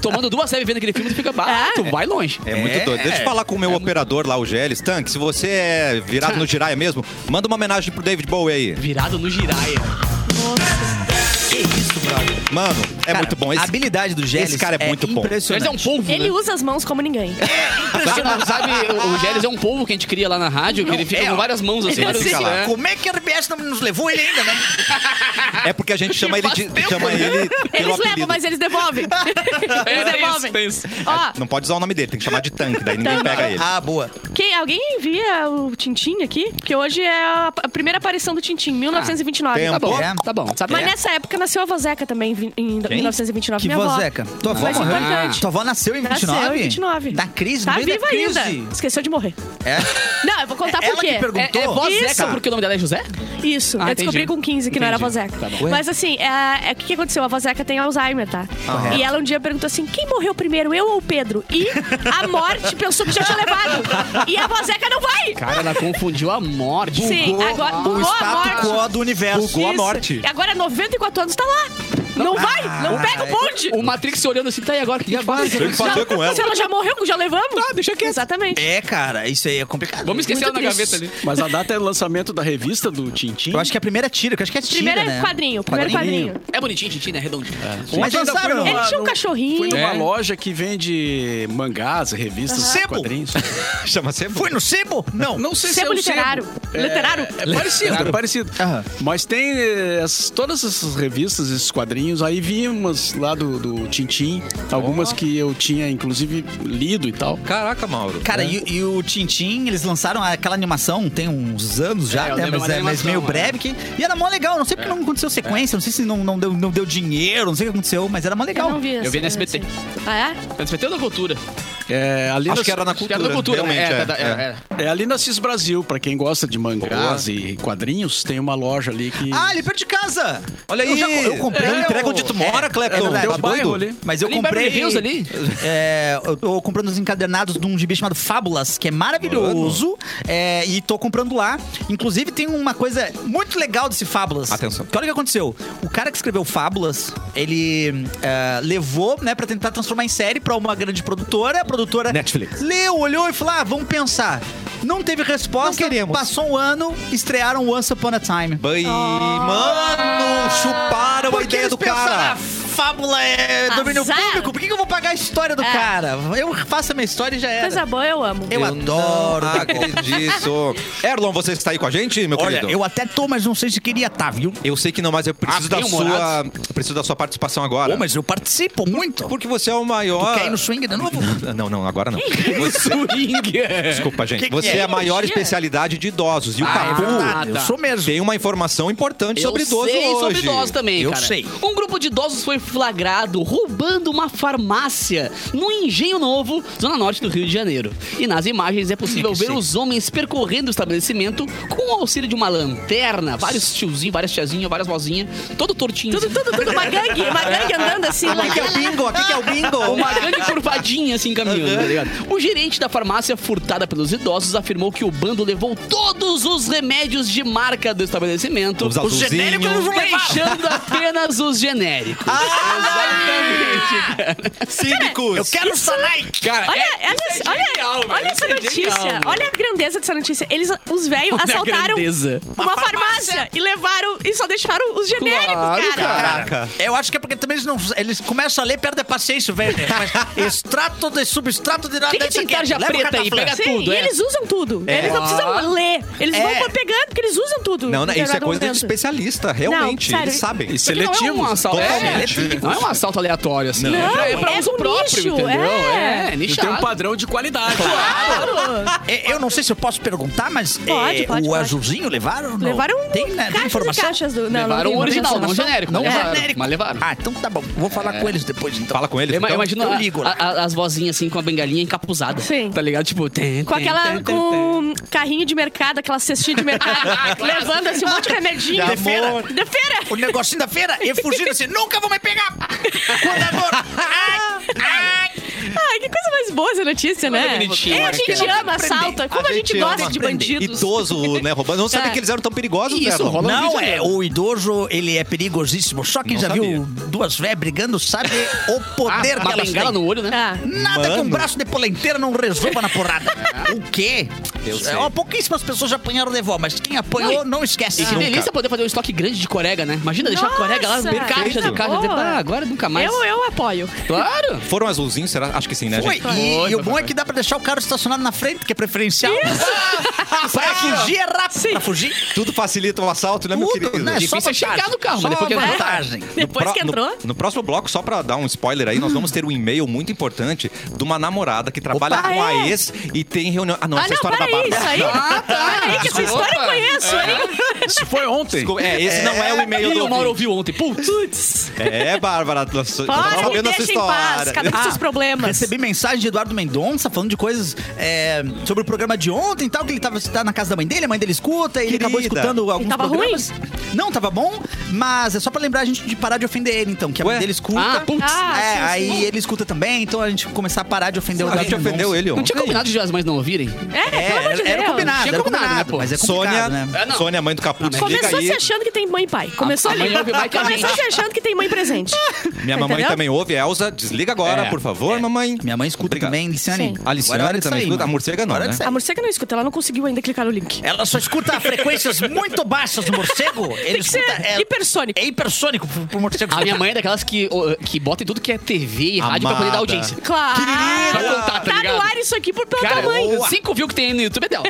[SPEAKER 3] tomando duas séries vendo aquele filme, tu fica barato, vai longe.
[SPEAKER 1] É muito
[SPEAKER 4] É.
[SPEAKER 1] doido. Deixa eu falar com o meu operador lá, o Geles. Tanque, se você é virado no Jiraya mesmo, manda uma homenagem pro David Bowie aí.
[SPEAKER 3] Virado no giraia.
[SPEAKER 1] Mano, é
[SPEAKER 4] Cara,
[SPEAKER 1] muito bom.
[SPEAKER 4] A
[SPEAKER 1] Esse,
[SPEAKER 4] habilidade do Gélis
[SPEAKER 1] esse cara é muito bom.
[SPEAKER 3] Ele é
[SPEAKER 4] impressionante.
[SPEAKER 3] um polvo,
[SPEAKER 2] Ele
[SPEAKER 3] né?
[SPEAKER 2] usa as mãos como
[SPEAKER 4] <laughs>
[SPEAKER 2] ninguém.
[SPEAKER 3] Pra quem não sabe, o o Gélis é um polvo que a gente cria lá na rádio, que ele fica
[SPEAKER 4] É, ó.
[SPEAKER 3] com várias mãos assim.
[SPEAKER 2] Ele
[SPEAKER 3] várias-
[SPEAKER 2] fica
[SPEAKER 3] É.
[SPEAKER 4] Como é que a RBS não nos levou ele ainda, né?
[SPEAKER 1] É porque a gente chama ele de. Chama ele pelo
[SPEAKER 2] Eles levam,
[SPEAKER 1] apelido.
[SPEAKER 2] mas eles
[SPEAKER 4] <laughs>
[SPEAKER 2] devolvem.
[SPEAKER 3] É,
[SPEAKER 2] Eles
[SPEAKER 3] tem isso,
[SPEAKER 2] devolvem.
[SPEAKER 3] tem isso.
[SPEAKER 2] Ó,
[SPEAKER 1] Não pode usar o nome dele, tem que chamar de tanque, daí ninguém pega ele.
[SPEAKER 4] Ah, boa.
[SPEAKER 2] quem, alguém envia o Tintim aqui? Porque hoje é a a primeira aparição do Tintim, 1929.
[SPEAKER 1] tem um
[SPEAKER 3] Tá bom,
[SPEAKER 4] Ah, É.
[SPEAKER 3] tá bom. Sabe?
[SPEAKER 2] Mas nessa época nasceu a Vozeca também, vi- em
[SPEAKER 1] Quem?
[SPEAKER 2] 1929.
[SPEAKER 4] Que
[SPEAKER 2] minha avó.
[SPEAKER 4] vozeca. Tua avó
[SPEAKER 2] Mas é
[SPEAKER 4] morreu?
[SPEAKER 2] importante.
[SPEAKER 4] Tua avó nasceu em 29?
[SPEAKER 2] Nasceu em 29.
[SPEAKER 4] Na crise,
[SPEAKER 2] Tá
[SPEAKER 4] no meio
[SPEAKER 2] viva
[SPEAKER 4] da crise.
[SPEAKER 2] ainda. Esqueceu de morrer.
[SPEAKER 4] É.
[SPEAKER 2] <laughs> Não, eu vou contar
[SPEAKER 4] É
[SPEAKER 2] por
[SPEAKER 4] ela
[SPEAKER 2] quê.
[SPEAKER 4] que perguntou.
[SPEAKER 3] É, é vozeca
[SPEAKER 2] Isso.
[SPEAKER 3] porque o nome dela é José?
[SPEAKER 2] Isso,
[SPEAKER 3] Ah,
[SPEAKER 2] eu descobri
[SPEAKER 3] entendi.
[SPEAKER 2] com 15 que não era a
[SPEAKER 3] Entendi.
[SPEAKER 2] vozeca.
[SPEAKER 3] Tá bom.
[SPEAKER 2] Mas assim, é, é, o que, que aconteceu? A vozeca tem Alzheimer, tá?
[SPEAKER 1] Correto.
[SPEAKER 2] E ela um dia perguntou assim: quem morreu primeiro, eu ou o Pedro? E a morte pensou que já tinha levado. E a vozeca não vai!
[SPEAKER 3] Cara, ela confundiu a morte.
[SPEAKER 2] Sim, agora
[SPEAKER 4] O
[SPEAKER 2] bugou a
[SPEAKER 4] status
[SPEAKER 2] morte.
[SPEAKER 4] quo do universo.
[SPEAKER 1] Bugou a
[SPEAKER 2] Isso.
[SPEAKER 1] morte.
[SPEAKER 2] E agora 94 anos tá lá. Não vai, não pega o bonde.
[SPEAKER 3] O Matrix se olhando assim, tá aí agora, o que a gente
[SPEAKER 1] Tem que
[SPEAKER 3] faz?
[SPEAKER 1] fazer com ela.
[SPEAKER 2] Se ela já morreu, já levamos.
[SPEAKER 3] Ah, deixa quieto.
[SPEAKER 2] Exatamente.
[SPEAKER 4] É, cara, isso aí é complicado.
[SPEAKER 3] Vamos esquecer ela
[SPEAKER 2] Muito
[SPEAKER 3] na
[SPEAKER 2] triste.
[SPEAKER 3] gaveta ali.
[SPEAKER 7] Mas a data é o lançamento da revista do Tintim.
[SPEAKER 4] Eu acho que é a primeira tira, que eu acho que é tira,
[SPEAKER 2] Primeiro é
[SPEAKER 4] né?
[SPEAKER 2] quadrinho, primeiro quadrinho.
[SPEAKER 3] É bonitinho, Tintin, né? Redondinho.
[SPEAKER 7] Ontem
[SPEAKER 4] Mas
[SPEAKER 7] ainda
[SPEAKER 4] lançaram,
[SPEAKER 7] fui numa-
[SPEAKER 2] Ele tinha um
[SPEAKER 7] num-
[SPEAKER 2] cachorrinho.
[SPEAKER 7] Fui numa
[SPEAKER 3] É.
[SPEAKER 7] loja que vende mangás, revistas,
[SPEAKER 4] Sebo.
[SPEAKER 7] quadrinhos.
[SPEAKER 1] Chama sempre.
[SPEAKER 4] Foi no Sebo? Não.
[SPEAKER 7] Não sei
[SPEAKER 2] Sebo
[SPEAKER 7] se é o sebo.
[SPEAKER 2] literário. Literário?
[SPEAKER 7] É parecido, é parecido.
[SPEAKER 4] Aham.
[SPEAKER 7] Mas tem eh, essas- todas essas revistas, esses quadrinhos, aí vi umas lá do, do Tintim, algumas que eu tinha, inclusive, lido e tal.
[SPEAKER 1] Caraca, Mauro.
[SPEAKER 3] Né?
[SPEAKER 4] Cara, e, e o Tintim, eles lançaram aquela animação, tem uns anos já,
[SPEAKER 3] É, eu
[SPEAKER 4] né?
[SPEAKER 3] lembro
[SPEAKER 4] Mas,
[SPEAKER 3] uma
[SPEAKER 4] é, mas
[SPEAKER 3] animação, É.
[SPEAKER 4] meio
[SPEAKER 3] né?
[SPEAKER 4] breve. Que, e era mó legal, não sei porque não aconteceu sequência, não sei se não, não, deu, não deu dinheiro, não sei o que aconteceu, mas era mó
[SPEAKER 2] Eu
[SPEAKER 4] legal.
[SPEAKER 2] não vi
[SPEAKER 3] Eu
[SPEAKER 2] essa-
[SPEAKER 3] vi no SBT.
[SPEAKER 2] essa. Ah, é?
[SPEAKER 3] Tá despertando a cultura.
[SPEAKER 7] É, ali
[SPEAKER 1] Acho
[SPEAKER 7] na-
[SPEAKER 1] que era na
[SPEAKER 3] Acho que
[SPEAKER 1] cultura.
[SPEAKER 3] era da cultura, né?
[SPEAKER 1] realmente,
[SPEAKER 3] É,
[SPEAKER 1] é,
[SPEAKER 3] da-
[SPEAKER 1] é.
[SPEAKER 3] é, é.
[SPEAKER 7] É ali na Cis Brasil, pra quem gosta de mangás e quadrinhos, tem uma loja ali que.
[SPEAKER 4] Ah, ele perto de casa!
[SPEAKER 1] Olha aí.
[SPEAKER 4] Eu, já, É, eu
[SPEAKER 3] É,
[SPEAKER 4] comprei.
[SPEAKER 1] Não entrega onde um tu mora, Clepton.
[SPEAKER 4] verdade.
[SPEAKER 1] Tá
[SPEAKER 4] Teu
[SPEAKER 7] bairro
[SPEAKER 1] doido?
[SPEAKER 7] ali.
[SPEAKER 4] Mas eu
[SPEAKER 3] Ali em
[SPEAKER 4] comprei.
[SPEAKER 3] Beverly Hills, ali?
[SPEAKER 4] <laughs> É, eu tô comprando os encadernados de um gibi chamado Fábulas, que é maravilhoso. é, e tô comprando lá. Inclusive, tem uma coisa muito legal desse Fábulas.
[SPEAKER 1] Atenção.
[SPEAKER 4] Que olha o que aconteceu. O cara que escreveu Fábulas, ele é, levou, né, pra tentar transformar em série pra uma grande produtora. A produtora.
[SPEAKER 1] Netflix.
[SPEAKER 4] Leu, olhou e falou: ah, vamos pensar. Não teve resposta.
[SPEAKER 1] Não queremos.
[SPEAKER 4] Passou um ano, estrearam Once Upon a Time.
[SPEAKER 1] Bai, mano, chuparam a
[SPEAKER 4] Ah, Porque
[SPEAKER 1] ideia
[SPEAKER 4] eles
[SPEAKER 1] do
[SPEAKER 4] pensaram,
[SPEAKER 1] cara.
[SPEAKER 4] "Ah, fábula é domínio
[SPEAKER 2] Azar.
[SPEAKER 4] público, por que, que eu vou pagar a história do
[SPEAKER 2] É.
[SPEAKER 4] cara? Eu faço a minha história e já era.
[SPEAKER 3] é.
[SPEAKER 2] Coisa boa, eu amo.
[SPEAKER 4] Eu, <laughs> adoro.
[SPEAKER 1] Não acredito. Erlon, você que está aí com a gente, meu
[SPEAKER 4] Olha,
[SPEAKER 1] querido?
[SPEAKER 4] eu Ah, até tô, mas não sei se queria tá, viu?
[SPEAKER 1] Eu sei que não, mas eu preciso, da
[SPEAKER 3] bem
[SPEAKER 1] sua, preciso da sua participação agora.
[SPEAKER 4] Pô, um mas eu participo muito.
[SPEAKER 1] Porque você é o maior.
[SPEAKER 4] Quer ir no swing de novo?
[SPEAKER 1] <laughs> Não, não, agora não. Você-
[SPEAKER 7] <laughs>
[SPEAKER 3] Swing.
[SPEAKER 1] Desculpa, gente.
[SPEAKER 4] Que que
[SPEAKER 1] você
[SPEAKER 4] é?
[SPEAKER 1] é a maior
[SPEAKER 2] Cirurgia?
[SPEAKER 1] especialidade de idosos. E o
[SPEAKER 3] Ah, é
[SPEAKER 1] Capu
[SPEAKER 3] verdade.
[SPEAKER 4] eu sou mesmo.
[SPEAKER 1] tem uma informação importante
[SPEAKER 3] Eu
[SPEAKER 1] sobre idoso
[SPEAKER 3] sei
[SPEAKER 1] hoje.
[SPEAKER 3] sobre idosos também,
[SPEAKER 4] Eu
[SPEAKER 3] cara.
[SPEAKER 4] sei.
[SPEAKER 3] Um grupo de idosos foi flagrado roubando uma farmácia no Engenho Novo, zona norte do Rio de Janeiro. E nas imagens é possível ver os homens percorrendo o estabelecimento com o auxílio de uma lanterna, vários tiozinhos, várias tiazinhas, várias vozinhas, todo tortinho.
[SPEAKER 2] Tudo, tudo, tudo. Uma gangue, uma gangue andando assim. lá.
[SPEAKER 4] Aqui é o bingo, aqui que é o bingo.
[SPEAKER 3] Uma grande curvadinha assim caminhando, tá ligado? O gerente da farmácia furtada pelos idosos afirmou que o bando levou todos os remédios de marca do estabelecimento,
[SPEAKER 1] Os azulzinhos.
[SPEAKER 3] deixando apenas os genéricos. Exatamente, cara.
[SPEAKER 1] Cínicos.
[SPEAKER 4] Eu quero Sanai.
[SPEAKER 3] Cara,
[SPEAKER 2] Olha,
[SPEAKER 3] é-
[SPEAKER 2] olha,
[SPEAKER 3] isso é
[SPEAKER 2] olha,
[SPEAKER 3] genial, velho.
[SPEAKER 2] olha essa
[SPEAKER 3] Isso é
[SPEAKER 2] notícia.
[SPEAKER 3] genial, mano.
[SPEAKER 2] olha a grandeza dessa notícia. Eles, os velhos
[SPEAKER 3] Olha a
[SPEAKER 2] assaltaram
[SPEAKER 3] grandeza.
[SPEAKER 2] uma farmácia e levaram e só deixaram os genéricos, cara.
[SPEAKER 1] Caraca.
[SPEAKER 4] Eu acho que é porque também eles não. Eles começam a ler, perdem a paciência, velho. Mas Extrato de substrato de nada.
[SPEAKER 3] Tem que
[SPEAKER 4] isso aqui.
[SPEAKER 3] tentar já
[SPEAKER 4] Leva o
[SPEAKER 3] preta aí,
[SPEAKER 4] cataflã.
[SPEAKER 3] pega- É
[SPEAKER 2] Sim,
[SPEAKER 3] tudo,
[SPEAKER 2] e
[SPEAKER 3] é.
[SPEAKER 2] eles usam tudo.
[SPEAKER 1] É.
[SPEAKER 2] Eles não precisam ler. Eles
[SPEAKER 4] É.
[SPEAKER 2] vão pegando porque eles usam tudo.
[SPEAKER 1] Não, não, isso é
[SPEAKER 2] Interrogador
[SPEAKER 1] coisa de
[SPEAKER 2] dentro.
[SPEAKER 1] especialista, realmente.
[SPEAKER 2] sério.
[SPEAKER 1] Eles sabem.
[SPEAKER 7] E
[SPEAKER 3] Porque não é um
[SPEAKER 7] seletivos.
[SPEAKER 3] assalto,
[SPEAKER 1] Totalmente.
[SPEAKER 3] é, não é um assalto aleatório, assim.
[SPEAKER 2] Não,
[SPEAKER 3] Já é pra
[SPEAKER 2] é
[SPEAKER 3] uso
[SPEAKER 2] um
[SPEAKER 3] próprio,
[SPEAKER 2] nicho,
[SPEAKER 3] entendeu?
[SPEAKER 2] é.
[SPEAKER 3] é
[SPEAKER 7] tem um
[SPEAKER 3] nichado.
[SPEAKER 7] padrão de qualidade.
[SPEAKER 2] Claro.
[SPEAKER 4] É, Eu não sei se eu posso perguntar, mas.
[SPEAKER 2] Pode,
[SPEAKER 4] é,
[SPEAKER 2] pode,
[SPEAKER 4] O
[SPEAKER 2] pode.
[SPEAKER 4] azulzinho levaram? ou não?
[SPEAKER 2] Levaram um
[SPEAKER 4] Tem, né, tem
[SPEAKER 2] caixas e
[SPEAKER 4] informação?
[SPEAKER 2] caixas do... Não, não
[SPEAKER 3] Levaram
[SPEAKER 2] tem
[SPEAKER 3] o original, não o
[SPEAKER 2] informação.
[SPEAKER 3] genérico. Não
[SPEAKER 4] Não é
[SPEAKER 3] levaram,
[SPEAKER 4] genérico.
[SPEAKER 3] mas levaram.
[SPEAKER 4] Ah, então tá bom. Vou falar com eles depois, então.
[SPEAKER 1] Fala com eles.
[SPEAKER 3] Eu ima-
[SPEAKER 1] então.
[SPEAKER 3] imagino
[SPEAKER 4] eu
[SPEAKER 3] a-
[SPEAKER 4] ligo, né?
[SPEAKER 3] a- a- as vozinhas assim com a bengalinha encapuzada.
[SPEAKER 2] Sim.
[SPEAKER 3] Tá ligado? Tipo, tem.
[SPEAKER 2] Com
[SPEAKER 3] tem,
[SPEAKER 2] aquela...
[SPEAKER 3] tem, tem, tem.
[SPEAKER 2] Com um carrinho de mercado, aquela cestinha de
[SPEAKER 3] <laughs>
[SPEAKER 2] mercado. levando assim um monte de remedinho.
[SPEAKER 1] De feira.
[SPEAKER 2] De feira.
[SPEAKER 4] O negocinho da feira, eu fugindo assim, nunca vou me pegar! Contador! Ai, ai.
[SPEAKER 2] Ai, que coisa mais boa essa notícia, né?
[SPEAKER 3] bonitinho,
[SPEAKER 2] É, a
[SPEAKER 3] né,
[SPEAKER 2] gente
[SPEAKER 4] cara?
[SPEAKER 2] ama,
[SPEAKER 4] Aprender.
[SPEAKER 2] assalta. Como a,
[SPEAKER 1] A
[SPEAKER 2] gente,
[SPEAKER 1] gente
[SPEAKER 2] gosta
[SPEAKER 1] ama
[SPEAKER 2] de
[SPEAKER 4] aprender.
[SPEAKER 2] bandidos.
[SPEAKER 1] Idoso, né, roubando. Não sabia
[SPEAKER 2] É.
[SPEAKER 1] que eles eram tão perigosos,
[SPEAKER 3] Isso,
[SPEAKER 1] né, Erlon?
[SPEAKER 3] rola-
[SPEAKER 4] Não,
[SPEAKER 3] Não
[SPEAKER 4] é,
[SPEAKER 3] sabia.
[SPEAKER 4] o idoso, ele é perigosíssimo. Só quem
[SPEAKER 1] Não
[SPEAKER 4] já
[SPEAKER 1] sabia.
[SPEAKER 4] viu duas velhas brigando sabe o poder
[SPEAKER 3] Ah,
[SPEAKER 4] que
[SPEAKER 3] uma
[SPEAKER 4] elas
[SPEAKER 3] bengala
[SPEAKER 4] têm.
[SPEAKER 3] no olho, né?
[SPEAKER 2] Ah.
[SPEAKER 4] Nada que um
[SPEAKER 1] Mano.
[SPEAKER 4] braço de polenteira não resolva na porrada. o quê?
[SPEAKER 1] Eu sei.
[SPEAKER 4] É, ó, pouquíssimas pessoas já apanharam de vó, mas quem apanhou não esquece.
[SPEAKER 3] E que
[SPEAKER 4] Nunca.
[SPEAKER 3] delícia poder fazer um estoque grande de corega, né? Imagina deixar
[SPEAKER 2] Nossa,
[SPEAKER 3] a corega lá,
[SPEAKER 2] perfeito.
[SPEAKER 3] caixa de caixa.
[SPEAKER 2] Boa.
[SPEAKER 3] Ah, agora nunca mais.
[SPEAKER 2] Eu, eu apoio.
[SPEAKER 3] Claro!
[SPEAKER 1] Foram azulzinhos, será? Acho que sim, né,
[SPEAKER 4] Foi.
[SPEAKER 1] gente?
[SPEAKER 4] E, e o bom é que dá pra deixar o carro estacionado na frente, que é preferencial. <laughs> pra fugir é rápido. Pra fugir,
[SPEAKER 1] Tudo facilita o assalto, né, meu
[SPEAKER 4] Tudo,
[SPEAKER 1] querido?
[SPEAKER 4] né? É só
[SPEAKER 3] Difícil é chegar
[SPEAKER 4] vantagem.
[SPEAKER 3] no carro,
[SPEAKER 4] Só
[SPEAKER 3] mas depois que
[SPEAKER 4] vantagem.
[SPEAKER 3] entrou.
[SPEAKER 2] <laughs>
[SPEAKER 4] vantagem.
[SPEAKER 2] Depois
[SPEAKER 1] pro-
[SPEAKER 2] que entrou...
[SPEAKER 1] No, no próximo bloco, só pra dar um spoiler aí, nós vamos ter um e-mail muito importante de uma namorada que trabalha
[SPEAKER 2] Opa.
[SPEAKER 1] com
[SPEAKER 2] Ah, é?
[SPEAKER 1] a ex e tem reunião. Ah, não,
[SPEAKER 2] Ah,
[SPEAKER 1] essa é a
[SPEAKER 2] não,
[SPEAKER 1] história
[SPEAKER 2] para
[SPEAKER 1] da
[SPEAKER 2] aí,
[SPEAKER 1] Bárbara.
[SPEAKER 2] isso aí.
[SPEAKER 1] <laughs>
[SPEAKER 2] Para aí, que essa história eu
[SPEAKER 3] Opa.
[SPEAKER 2] conheço, hein?
[SPEAKER 7] Isso foi ontem.
[SPEAKER 1] Desculpa, É, esse não é o e-mail
[SPEAKER 3] E
[SPEAKER 1] do
[SPEAKER 3] o Mauro
[SPEAKER 1] ouvinte.
[SPEAKER 3] ouviu ontem. Putz!
[SPEAKER 2] Putz.
[SPEAKER 1] É, Bárbara, nós nós
[SPEAKER 2] Para,
[SPEAKER 1] sabemos
[SPEAKER 2] me
[SPEAKER 1] a sua
[SPEAKER 2] deixa em paz.
[SPEAKER 1] história. Ah,
[SPEAKER 2] Cada um com
[SPEAKER 3] Ah.
[SPEAKER 2] seus problemas.
[SPEAKER 4] Recebi mensagem de Eduardo Mendonça falando de coisas é, sobre o programa de ontem e tal, que ele tava tá na casa da mãe dele, a mãe dele escuta, e ele
[SPEAKER 1] Querida.
[SPEAKER 4] acabou escutando alguns
[SPEAKER 2] tava
[SPEAKER 4] programas. Não, tava bom, mas é só pra lembrar a gente de parar de ofender ele, então, que a
[SPEAKER 1] Ué?
[SPEAKER 4] mãe dele escuta.
[SPEAKER 3] Ah, putz.
[SPEAKER 2] Ah,
[SPEAKER 4] é,
[SPEAKER 2] sim, sim.
[SPEAKER 4] aí ele escuta também, então a gente começar a parar de ofender o
[SPEAKER 1] A
[SPEAKER 4] Eduardo
[SPEAKER 1] gente ofendeu
[SPEAKER 4] Mendonça.
[SPEAKER 1] ele
[SPEAKER 3] Não
[SPEAKER 1] ontem.
[SPEAKER 3] tinha é combinado de as mães não ouvirem?
[SPEAKER 2] É,
[SPEAKER 4] É,
[SPEAKER 2] pelo amor de
[SPEAKER 4] era, era
[SPEAKER 2] Deus.
[SPEAKER 4] combinado,
[SPEAKER 3] Tinha
[SPEAKER 4] era
[SPEAKER 3] combinado,
[SPEAKER 4] combinado,
[SPEAKER 3] né, pô?
[SPEAKER 4] mas é
[SPEAKER 1] Sônia,
[SPEAKER 4] complicado, né?
[SPEAKER 3] É, não.
[SPEAKER 1] Sônia, mãe do Caputo, liga
[SPEAKER 2] Começou
[SPEAKER 1] aí.
[SPEAKER 2] se achando que tem mãe e pai. Começou
[SPEAKER 3] a-
[SPEAKER 2] ali.
[SPEAKER 3] amanhã vai que a
[SPEAKER 2] Começou
[SPEAKER 3] gente-
[SPEAKER 2] se achando que tem mãe <laughs> presente.
[SPEAKER 1] Minha mamãe
[SPEAKER 2] Entendeu?
[SPEAKER 1] também ouve, Elza. Desliga agora,
[SPEAKER 3] É.
[SPEAKER 1] por favor, mamãe.
[SPEAKER 4] Minha mãe escuta
[SPEAKER 1] Obrigado.
[SPEAKER 4] também, Liciane.
[SPEAKER 2] Sim.
[SPEAKER 1] A Liciane
[SPEAKER 4] Agora é hora de
[SPEAKER 1] também
[SPEAKER 4] sair,
[SPEAKER 1] escuta.
[SPEAKER 4] mano.
[SPEAKER 1] tá A morcega não,
[SPEAKER 4] Hora de
[SPEAKER 1] né?
[SPEAKER 4] sair.
[SPEAKER 2] A morcega não escuta, ela não conseguiu ainda clicar no link.
[SPEAKER 4] Ela só escuta frequências muito baixas do morcego. Ele
[SPEAKER 2] Tem que ser
[SPEAKER 4] escuta. é,
[SPEAKER 2] hipersônico.
[SPEAKER 4] é hipersônico pro, pro morcego.
[SPEAKER 3] A minha mãe é daquelas que, ó, que bota em tudo que é TV e rádio pra poder
[SPEAKER 1] Amada.
[SPEAKER 3] dar audiência.
[SPEAKER 2] Claro.
[SPEAKER 3] Pra contar, tá
[SPEAKER 2] Tá é
[SPEAKER 3] ligado?
[SPEAKER 2] no ar isso aqui por pela
[SPEAKER 3] Cara,
[SPEAKER 2] tua mãe.
[SPEAKER 3] cinco views que tem aí no YouTube é dela.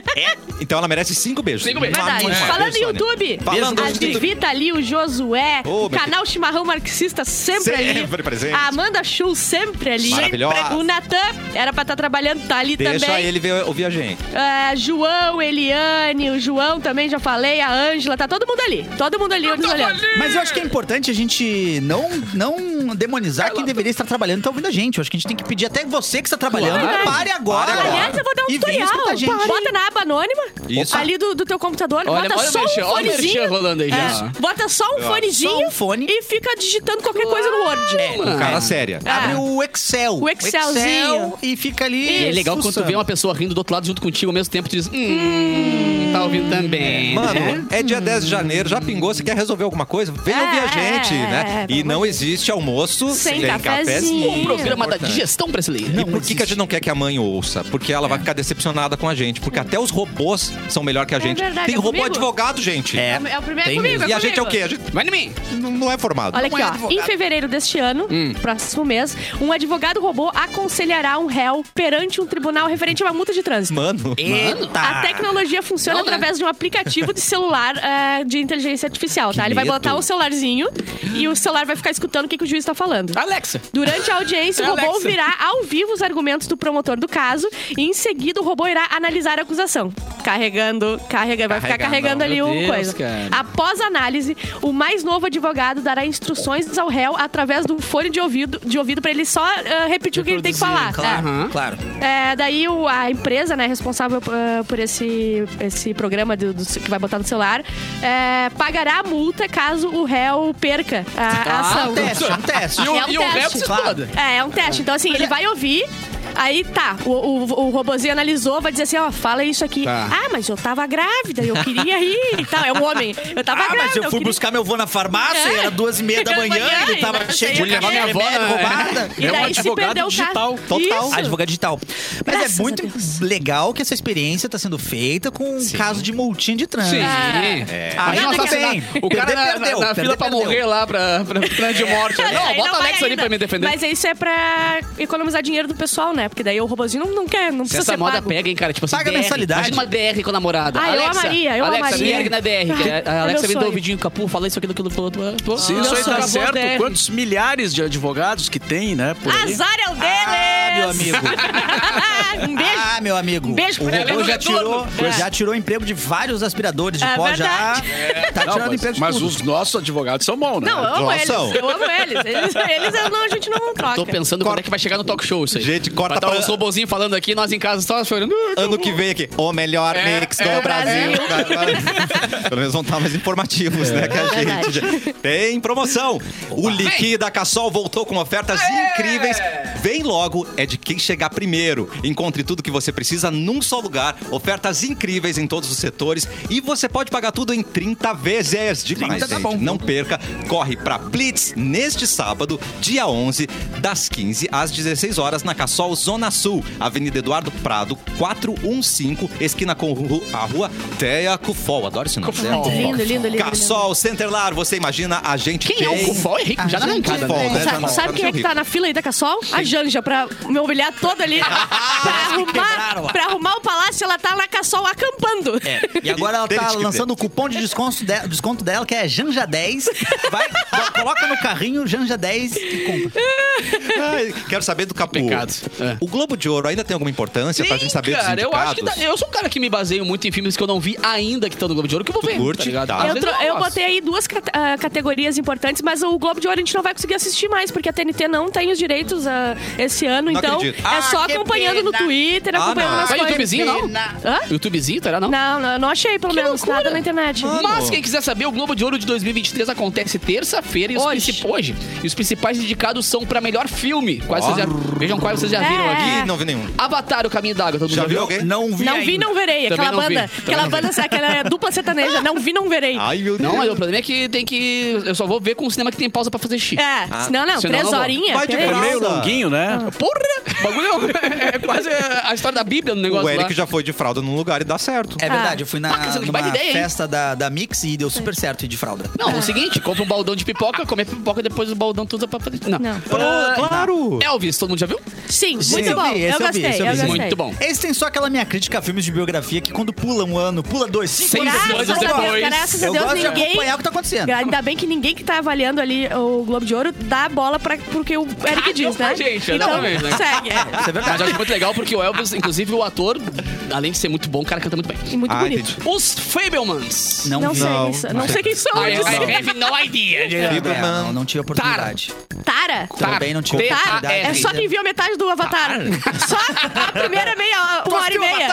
[SPEAKER 1] Então ela merece cinco beijos.
[SPEAKER 3] Cinco beijos.
[SPEAKER 1] Mamãe,
[SPEAKER 2] Verdade.
[SPEAKER 1] mamãe,
[SPEAKER 2] Falando em
[SPEAKER 1] Sônia.
[SPEAKER 2] YouTube,
[SPEAKER 1] Falando
[SPEAKER 2] a
[SPEAKER 1] em
[SPEAKER 2] Vivi tá ali, o Josué,
[SPEAKER 1] Ô,
[SPEAKER 2] o
[SPEAKER 1] meu
[SPEAKER 2] canal Chimarrão Marxista sempre,
[SPEAKER 1] Sempre
[SPEAKER 2] ali.
[SPEAKER 1] presente.
[SPEAKER 2] A Amanda Schul sempre ali.
[SPEAKER 1] Maravilhosa.
[SPEAKER 2] O Natan era pra estar trabalhando, tá ali
[SPEAKER 1] Deixa
[SPEAKER 2] também.
[SPEAKER 1] ele ver, ouvir a gente.
[SPEAKER 2] Ah, João, Eliane, o João também já falei, a Ângela, tá todo mundo ali. Todo mundo ali, nos olhando.
[SPEAKER 4] Mas eu acho que é importante a gente não, não demonizar quem deveria estar trabalhando e tá ouvindo a gente. Eu acho que a gente tem que pedir até você que está trabalhando.
[SPEAKER 2] Claro.
[SPEAKER 4] Pare agora.
[SPEAKER 1] Pare agora.
[SPEAKER 2] Aliás, eu vou dar um
[SPEAKER 4] e vem
[SPEAKER 2] tutorial.
[SPEAKER 4] escutar a gente.
[SPEAKER 2] Bota na aba anônima,
[SPEAKER 1] Isso.
[SPEAKER 2] ali do, do teu computador,
[SPEAKER 3] Olha,
[SPEAKER 2] bota
[SPEAKER 3] olha o
[SPEAKER 2] só
[SPEAKER 3] merchan,
[SPEAKER 2] um
[SPEAKER 3] olha o merchan
[SPEAKER 2] fonezinho.
[SPEAKER 3] rolando aí já.
[SPEAKER 2] É, Bota só um fonezinho
[SPEAKER 4] Só um fone.
[SPEAKER 2] e fica digitando qualquer coisa no Word.
[SPEAKER 1] Um
[SPEAKER 3] mano.
[SPEAKER 1] cara séria.
[SPEAKER 2] Ah.
[SPEAKER 4] Abre o Excel.
[SPEAKER 2] O Excelzinho.
[SPEAKER 4] e fica ali.
[SPEAKER 3] E é legal quando tu
[SPEAKER 4] fuçando.
[SPEAKER 3] vê uma pessoa rindo do outro lado junto contigo ao mesmo tempo, tu diz. Hum. tá ouvindo também. né?
[SPEAKER 1] Mano, é dia 10 de janeiro, já pingou, você quer resolver alguma coisa? Vem ouvir a
[SPEAKER 2] É,
[SPEAKER 1] gente,
[SPEAKER 2] é,
[SPEAKER 1] né?
[SPEAKER 2] é,
[SPEAKER 1] E
[SPEAKER 2] pelo
[SPEAKER 1] não
[SPEAKER 2] amor de
[SPEAKER 1] existe almoço
[SPEAKER 2] Sem
[SPEAKER 1] sem, cafezinho.
[SPEAKER 2] cafezinho.
[SPEAKER 3] o Um programa da
[SPEAKER 1] é Importante.
[SPEAKER 3] digestão brasileira.
[SPEAKER 1] E por que, que a gente não quer que a mãe ouça? Porque ela vai ficar decepcionada com a gente. Porque até os robôs são melhor que a gente.
[SPEAKER 2] verdade,
[SPEAKER 1] Tem
[SPEAKER 2] é
[SPEAKER 1] robô
[SPEAKER 2] comigo?
[SPEAKER 1] advogado, gente.
[SPEAKER 2] É o- é o primeiro
[SPEAKER 4] tem
[SPEAKER 2] comigo,
[SPEAKER 4] mesmo.
[SPEAKER 2] é
[SPEAKER 1] E a gente é o
[SPEAKER 2] comigo.
[SPEAKER 1] quê? A gente
[SPEAKER 3] Vai em mim.
[SPEAKER 1] não não é formado.
[SPEAKER 2] Olha
[SPEAKER 1] Não
[SPEAKER 2] aqui,
[SPEAKER 1] é
[SPEAKER 2] ó.
[SPEAKER 1] advogado.
[SPEAKER 2] Em fevereiro deste ano, próximo mês, um advogado robô aconselhará um réu perante um tribunal referente a uma multa de trânsito.
[SPEAKER 1] Mano,
[SPEAKER 4] Eita!
[SPEAKER 1] Tá.
[SPEAKER 2] A tecnologia funciona
[SPEAKER 3] Não, né?
[SPEAKER 2] através de um aplicativo de celular eh, de inteligência artificial, tá? Ele vai
[SPEAKER 1] medo.
[SPEAKER 2] botar o celularzinho e o celular vai ficar escutando o que, que o juiz tá falando.
[SPEAKER 3] Alexa.
[SPEAKER 2] Durante a audiência, o robô
[SPEAKER 3] É, Alexa.
[SPEAKER 2] ouvirá ao vivo os argumentos do promotor do caso e em seguida o robô irá analisar a acusação. Carregando, carrega, vai ficar
[SPEAKER 1] Carregando,
[SPEAKER 2] carregando ali
[SPEAKER 3] meu
[SPEAKER 2] o
[SPEAKER 3] Deus,
[SPEAKER 2] coisa.
[SPEAKER 3] cara.
[SPEAKER 2] Após a análise, o mais novo advogado dará instruções ao réu através do fone de ouvido, de ouvido para ele só ah, repetir o que ele tem que falar.
[SPEAKER 4] Claro,
[SPEAKER 3] Aham.
[SPEAKER 4] claro.
[SPEAKER 2] É, daí o- a empresa, né, responsável ah, por esse, esse programa do- do- que vai botar no celular, é, pagará a multa caso o réu perca a,
[SPEAKER 3] Ah,
[SPEAKER 2] a
[SPEAKER 4] É
[SPEAKER 2] ação.
[SPEAKER 4] um teste, é
[SPEAKER 2] <laughs>
[SPEAKER 4] um teste.
[SPEAKER 3] E o,
[SPEAKER 2] É um
[SPEAKER 3] e o
[SPEAKER 2] teste.
[SPEAKER 3] réu se
[SPEAKER 4] Claro.
[SPEAKER 3] exploda.
[SPEAKER 2] É, é um teste. Então, assim, ele vai ouvir. Aí tá, o, o, o robozinho analisou, vai dizer assim, ó, fala isso aqui.
[SPEAKER 7] Tá.
[SPEAKER 2] Ah, mas eu tava grávida, eu queria ir e tal. É um homem. Eu tava
[SPEAKER 4] Ah,
[SPEAKER 2] grávida.
[SPEAKER 4] mas eu fui
[SPEAKER 2] queria-
[SPEAKER 4] buscar meu avô na farmácia,
[SPEAKER 2] É.
[SPEAKER 4] era duas
[SPEAKER 2] <laughs>
[SPEAKER 4] e meia da manhã,
[SPEAKER 2] Manhã, né?
[SPEAKER 4] ele tava
[SPEAKER 2] ainda
[SPEAKER 4] cheio
[SPEAKER 2] sei
[SPEAKER 4] de
[SPEAKER 2] o que.
[SPEAKER 4] remédio,
[SPEAKER 7] Levar minha avó na-
[SPEAKER 4] roubada.
[SPEAKER 2] E
[SPEAKER 7] É um
[SPEAKER 2] daí se
[SPEAKER 7] advogado
[SPEAKER 2] perdeu o
[SPEAKER 7] digital,
[SPEAKER 2] caso.
[SPEAKER 7] total.
[SPEAKER 2] Isso.
[SPEAKER 4] Advogado digital. Mas
[SPEAKER 2] Graças
[SPEAKER 4] é
[SPEAKER 2] a
[SPEAKER 4] muito
[SPEAKER 2] Deus.
[SPEAKER 4] legal que essa experiência está sendo feita com um caso de multinha de trânsito.
[SPEAKER 3] É.
[SPEAKER 4] Ah,
[SPEAKER 3] Imagina
[SPEAKER 4] não,
[SPEAKER 3] só
[SPEAKER 4] tá
[SPEAKER 3] se dá-
[SPEAKER 4] bem.
[SPEAKER 3] O cara
[SPEAKER 4] Perder,
[SPEAKER 3] <laughs> na, na-
[SPEAKER 4] perdeu.
[SPEAKER 3] na
[SPEAKER 4] Perder,
[SPEAKER 3] fila pra
[SPEAKER 4] perdeu.
[SPEAKER 3] morrer lá, pra, pra pena de morte. né?
[SPEAKER 2] <laughs>
[SPEAKER 3] Não,
[SPEAKER 2] Aí
[SPEAKER 3] bota a
[SPEAKER 2] vai
[SPEAKER 3] Alexa ali
[SPEAKER 2] ainda.
[SPEAKER 3] pra me defender.
[SPEAKER 2] Mas isso é pra economizar dinheiro do pessoal, né? Porque daí o robozinho não, não quer, não
[SPEAKER 3] Se
[SPEAKER 2] precisa
[SPEAKER 3] essa
[SPEAKER 2] ser
[SPEAKER 3] moda
[SPEAKER 2] pago.
[SPEAKER 3] pega, hein, cara? Tipo assim,
[SPEAKER 4] Paga
[SPEAKER 3] DR.
[SPEAKER 4] mensalidade.
[SPEAKER 3] Imagina uma DR com a namorada.
[SPEAKER 2] Ah, eu
[SPEAKER 3] Alexa,
[SPEAKER 2] amaria, eu
[SPEAKER 3] Alexa,
[SPEAKER 2] amaria.
[SPEAKER 3] me ergue na DR. que é a-
[SPEAKER 2] Ah,
[SPEAKER 3] a Alexa
[SPEAKER 2] meu
[SPEAKER 3] me deu o
[SPEAKER 2] sonho.
[SPEAKER 3] vidinho capô, fala isso, aquilo, aquilo, falou. Pô,
[SPEAKER 7] Se
[SPEAKER 3] meu
[SPEAKER 7] isso aí
[SPEAKER 3] sonho,
[SPEAKER 7] tá
[SPEAKER 3] acabou a
[SPEAKER 7] certo,
[SPEAKER 3] DR.
[SPEAKER 7] quantos milhares de advogados que tem, né? Por aí.
[SPEAKER 2] Azar é o
[SPEAKER 4] Ah, meu
[SPEAKER 2] deles!
[SPEAKER 4] amigo.
[SPEAKER 2] <laughs> um beijo.
[SPEAKER 4] Ah, meu amigo.
[SPEAKER 2] Um beijo
[SPEAKER 4] o
[SPEAKER 2] pra
[SPEAKER 4] robô
[SPEAKER 2] ela,
[SPEAKER 4] já
[SPEAKER 2] no
[SPEAKER 4] tirou,
[SPEAKER 2] retorno.
[SPEAKER 4] já tirou emprego de vários aspiradores de
[SPEAKER 2] É
[SPEAKER 4] pó
[SPEAKER 2] verdade.
[SPEAKER 4] já. Tá
[SPEAKER 7] Não,
[SPEAKER 4] tirando emprego
[SPEAKER 7] mas,
[SPEAKER 4] de
[SPEAKER 7] mas
[SPEAKER 4] tudo.
[SPEAKER 7] os nossos advogados são bons, né?
[SPEAKER 2] Não, é eu amo
[SPEAKER 1] Nossa,
[SPEAKER 2] eles.
[SPEAKER 1] não.
[SPEAKER 2] Eu amo eles. Eles, eles eu não, a gente não troca.
[SPEAKER 3] Tô pensando quando é que vai chegar no talk show isso aí.
[SPEAKER 1] Gente, corta
[SPEAKER 3] Vai tá
[SPEAKER 1] pra-
[SPEAKER 3] os robozinhos falando aqui, nós em casa só chorando.
[SPEAKER 1] ano que vem aqui. O melhor
[SPEAKER 3] É,
[SPEAKER 1] mix do
[SPEAKER 3] é,
[SPEAKER 1] Brasil. <laughs> Pelo menos vão estar mais informativos,
[SPEAKER 4] É.
[SPEAKER 1] né? Que a gente. já- Tem promoção. O Liquida Cassol voltou com ofertas incríveis. Vem logo, é de quem chegar primeiro. Encontre tudo que você precisa num só lugar. Ofertas incríveis em todos os setores. E você pode pagar tudo em 30 vezes. Demais,
[SPEAKER 4] 30 tá
[SPEAKER 1] gente.
[SPEAKER 4] bom.
[SPEAKER 1] Não perca. Corre pra Blitz neste sábado, dia 11, das 15 às 16 horas, na Cassol Zona Sul, Avenida Eduardo Prado, 415, esquina com ru- a rua Teia Cufol. Adoro esse nome. Teia Cufol.
[SPEAKER 2] Lindo, lindo, lindo.
[SPEAKER 1] Cassol, Centerlar, você imagina, a gente
[SPEAKER 3] Quem
[SPEAKER 1] tem...
[SPEAKER 3] é o Cufó e Rico? Já na arrancada, né?
[SPEAKER 1] Cufol, né?
[SPEAKER 2] Ah, Sabe,
[SPEAKER 1] Não,
[SPEAKER 2] sabe
[SPEAKER 1] não,
[SPEAKER 2] quem é
[SPEAKER 1] não,
[SPEAKER 2] que tá
[SPEAKER 1] não,
[SPEAKER 2] na fila aí da Cassol? A Janja, pra me humilhar toda
[SPEAKER 3] <laughs> Ah,
[SPEAKER 2] ali. pra,
[SPEAKER 4] quebraram lá.
[SPEAKER 2] arrumar, pra arrumar o palácio, ela tá na Cassol acampando.
[SPEAKER 3] É.
[SPEAKER 4] E
[SPEAKER 7] <laughs>
[SPEAKER 4] agora ela
[SPEAKER 1] Desde
[SPEAKER 4] tá
[SPEAKER 1] que dê.
[SPEAKER 4] lançando o cupom de desconto, de- desconto dela, que é Janja10. Vai, co- coloca no carrinho Janja10 e compra.
[SPEAKER 1] Ai, Quero saber do Capu.
[SPEAKER 3] Pecado. É.
[SPEAKER 1] O Globo de Ouro ainda tem alguma importância pra
[SPEAKER 3] Sim,
[SPEAKER 1] gente saber
[SPEAKER 3] cara,
[SPEAKER 1] dos
[SPEAKER 3] eu
[SPEAKER 1] indicados?
[SPEAKER 3] acho que dá- eu sou um cara que me baseio muito em filmes que eu não vi ainda que estão no Globo de Ouro, que eu vou
[SPEAKER 1] Tu
[SPEAKER 3] ver.
[SPEAKER 1] curte?
[SPEAKER 3] tá ligado?
[SPEAKER 1] Tá.
[SPEAKER 3] Às
[SPEAKER 2] Eu,
[SPEAKER 3] vezes
[SPEAKER 2] tro- eu
[SPEAKER 3] gosto.
[SPEAKER 2] botei aí duas cate- ah, categorias importantes, mas o Globo de Ouro a gente não vai conseguir assistir mais, porque a TNT não tem os direitos ah, esse ano,
[SPEAKER 1] Não
[SPEAKER 2] então
[SPEAKER 1] acredito.
[SPEAKER 2] é só
[SPEAKER 4] Ah, que
[SPEAKER 2] acompanhando no
[SPEAKER 4] pena.
[SPEAKER 2] Twitter,
[SPEAKER 1] Ah,
[SPEAKER 2] acompanhando
[SPEAKER 1] não.
[SPEAKER 2] nas
[SPEAKER 3] Tá no
[SPEAKER 2] coisas.
[SPEAKER 3] YouTubezinho, não?
[SPEAKER 2] Hã?
[SPEAKER 3] YouTubezinho, terá não?
[SPEAKER 2] Não, não, não achei, pelo
[SPEAKER 3] Que
[SPEAKER 2] menos,
[SPEAKER 3] loucura.
[SPEAKER 2] nada na internet.
[SPEAKER 1] Mano.
[SPEAKER 3] Mas quem quiser saber, o Globo de Ouro de 2023 acontece terça-feira e os,
[SPEAKER 2] Hoje.
[SPEAKER 3] princip- hoje. E os principais indicados são pra melhor filme. Quais
[SPEAKER 1] Ó.
[SPEAKER 3] vocês já- vejam quais vocês já viram
[SPEAKER 2] É.
[SPEAKER 3] aqui.
[SPEAKER 1] Ih, não vi nenhum.
[SPEAKER 3] Avatar, o caminho d'água, todo mundo
[SPEAKER 1] Já viu alguém?
[SPEAKER 4] Não vi
[SPEAKER 2] Não
[SPEAKER 4] ainda.
[SPEAKER 2] vi, não verei.
[SPEAKER 3] Também
[SPEAKER 2] Aquela
[SPEAKER 3] não vi.
[SPEAKER 2] banda,
[SPEAKER 3] Também
[SPEAKER 2] aquela
[SPEAKER 3] não vi. Ah,
[SPEAKER 2] banda, aquela dupla sertaneja. Não vi, não verei.
[SPEAKER 1] Ai, meu Deus.
[SPEAKER 3] Não, mas o problema é que tem que. Eu só vou ver com o cinema que tem pausa pra fazer xixi.
[SPEAKER 2] É, senão não,
[SPEAKER 3] Ah, senão não
[SPEAKER 2] três
[SPEAKER 3] vou.
[SPEAKER 2] horinhas.
[SPEAKER 1] Vai de
[SPEAKER 2] três.
[SPEAKER 7] É meio
[SPEAKER 1] Nossa.
[SPEAKER 7] longuinho, né?
[SPEAKER 3] Porra! O bagulho é, um- é quase a história da Bíblia no negócio.
[SPEAKER 1] O Eric
[SPEAKER 3] lá.
[SPEAKER 1] já foi de fralda num lugar e dá certo.
[SPEAKER 4] É verdade, eu fui na,
[SPEAKER 3] Ah, que
[SPEAKER 4] numa
[SPEAKER 3] baita ideia, hein?
[SPEAKER 4] festa da, da Mix e deu super certo ir de fralda.
[SPEAKER 3] Não, é o seguinte, compra um baldão de pipoca, come a pipoca e depois o baldão tu usa pra fazer. Não.
[SPEAKER 2] Não.
[SPEAKER 3] Ah, tá.
[SPEAKER 1] Pô, claro!
[SPEAKER 3] Elvis, todo mundo já viu?
[SPEAKER 2] Sim,
[SPEAKER 4] Sim,
[SPEAKER 2] muito
[SPEAKER 4] eu
[SPEAKER 2] bom.
[SPEAKER 4] vi,
[SPEAKER 2] eu
[SPEAKER 4] esse eu vi,
[SPEAKER 2] gostei,
[SPEAKER 4] esse eu
[SPEAKER 2] eu
[SPEAKER 4] vi.
[SPEAKER 2] gostei.
[SPEAKER 3] Muito bom.
[SPEAKER 4] Esse tem só aquela minha crítica a filmes de biografia que quando pula um ano, pula dois, cinco
[SPEAKER 3] Seis
[SPEAKER 4] anos
[SPEAKER 3] anos
[SPEAKER 4] eu
[SPEAKER 3] depois.
[SPEAKER 4] gosto.
[SPEAKER 2] Graças a
[SPEAKER 4] Eu
[SPEAKER 2] Deus,
[SPEAKER 4] gosto de
[SPEAKER 2] ninguém-
[SPEAKER 4] acompanhar o que tá acontecendo.
[SPEAKER 2] Ainda bem que ninguém que tá avaliando ali o Globo de Ouro dá bola pra, porque o Eric
[SPEAKER 3] Cagam
[SPEAKER 2] diz,
[SPEAKER 3] Ah, pra
[SPEAKER 2] né?
[SPEAKER 3] gente,
[SPEAKER 2] então,
[SPEAKER 3] exatamente, né?
[SPEAKER 2] segue. é.
[SPEAKER 4] Isso é
[SPEAKER 3] Mas eu
[SPEAKER 4] verdade.
[SPEAKER 3] acho muito legal porque o Elvis, inclusive o ator, além de ser muito bom, o cara canta muito bem.
[SPEAKER 2] E muito
[SPEAKER 1] Ah,
[SPEAKER 2] bonito.
[SPEAKER 1] entendi.
[SPEAKER 3] Os Fabelmans.
[SPEAKER 4] Não,
[SPEAKER 2] Não
[SPEAKER 4] vi.
[SPEAKER 2] sei,
[SPEAKER 1] Não,
[SPEAKER 2] quem são- não sei quem são.
[SPEAKER 3] I,
[SPEAKER 2] eu disse.
[SPEAKER 3] I have no idea.
[SPEAKER 4] É, não, não tive oportunidade.
[SPEAKER 2] Tara.
[SPEAKER 4] Também não tive
[SPEAKER 3] Tara.
[SPEAKER 4] oportunidade.
[SPEAKER 2] É só quem viu metade do Avatar. Só a primeira meia, uma hora e meia.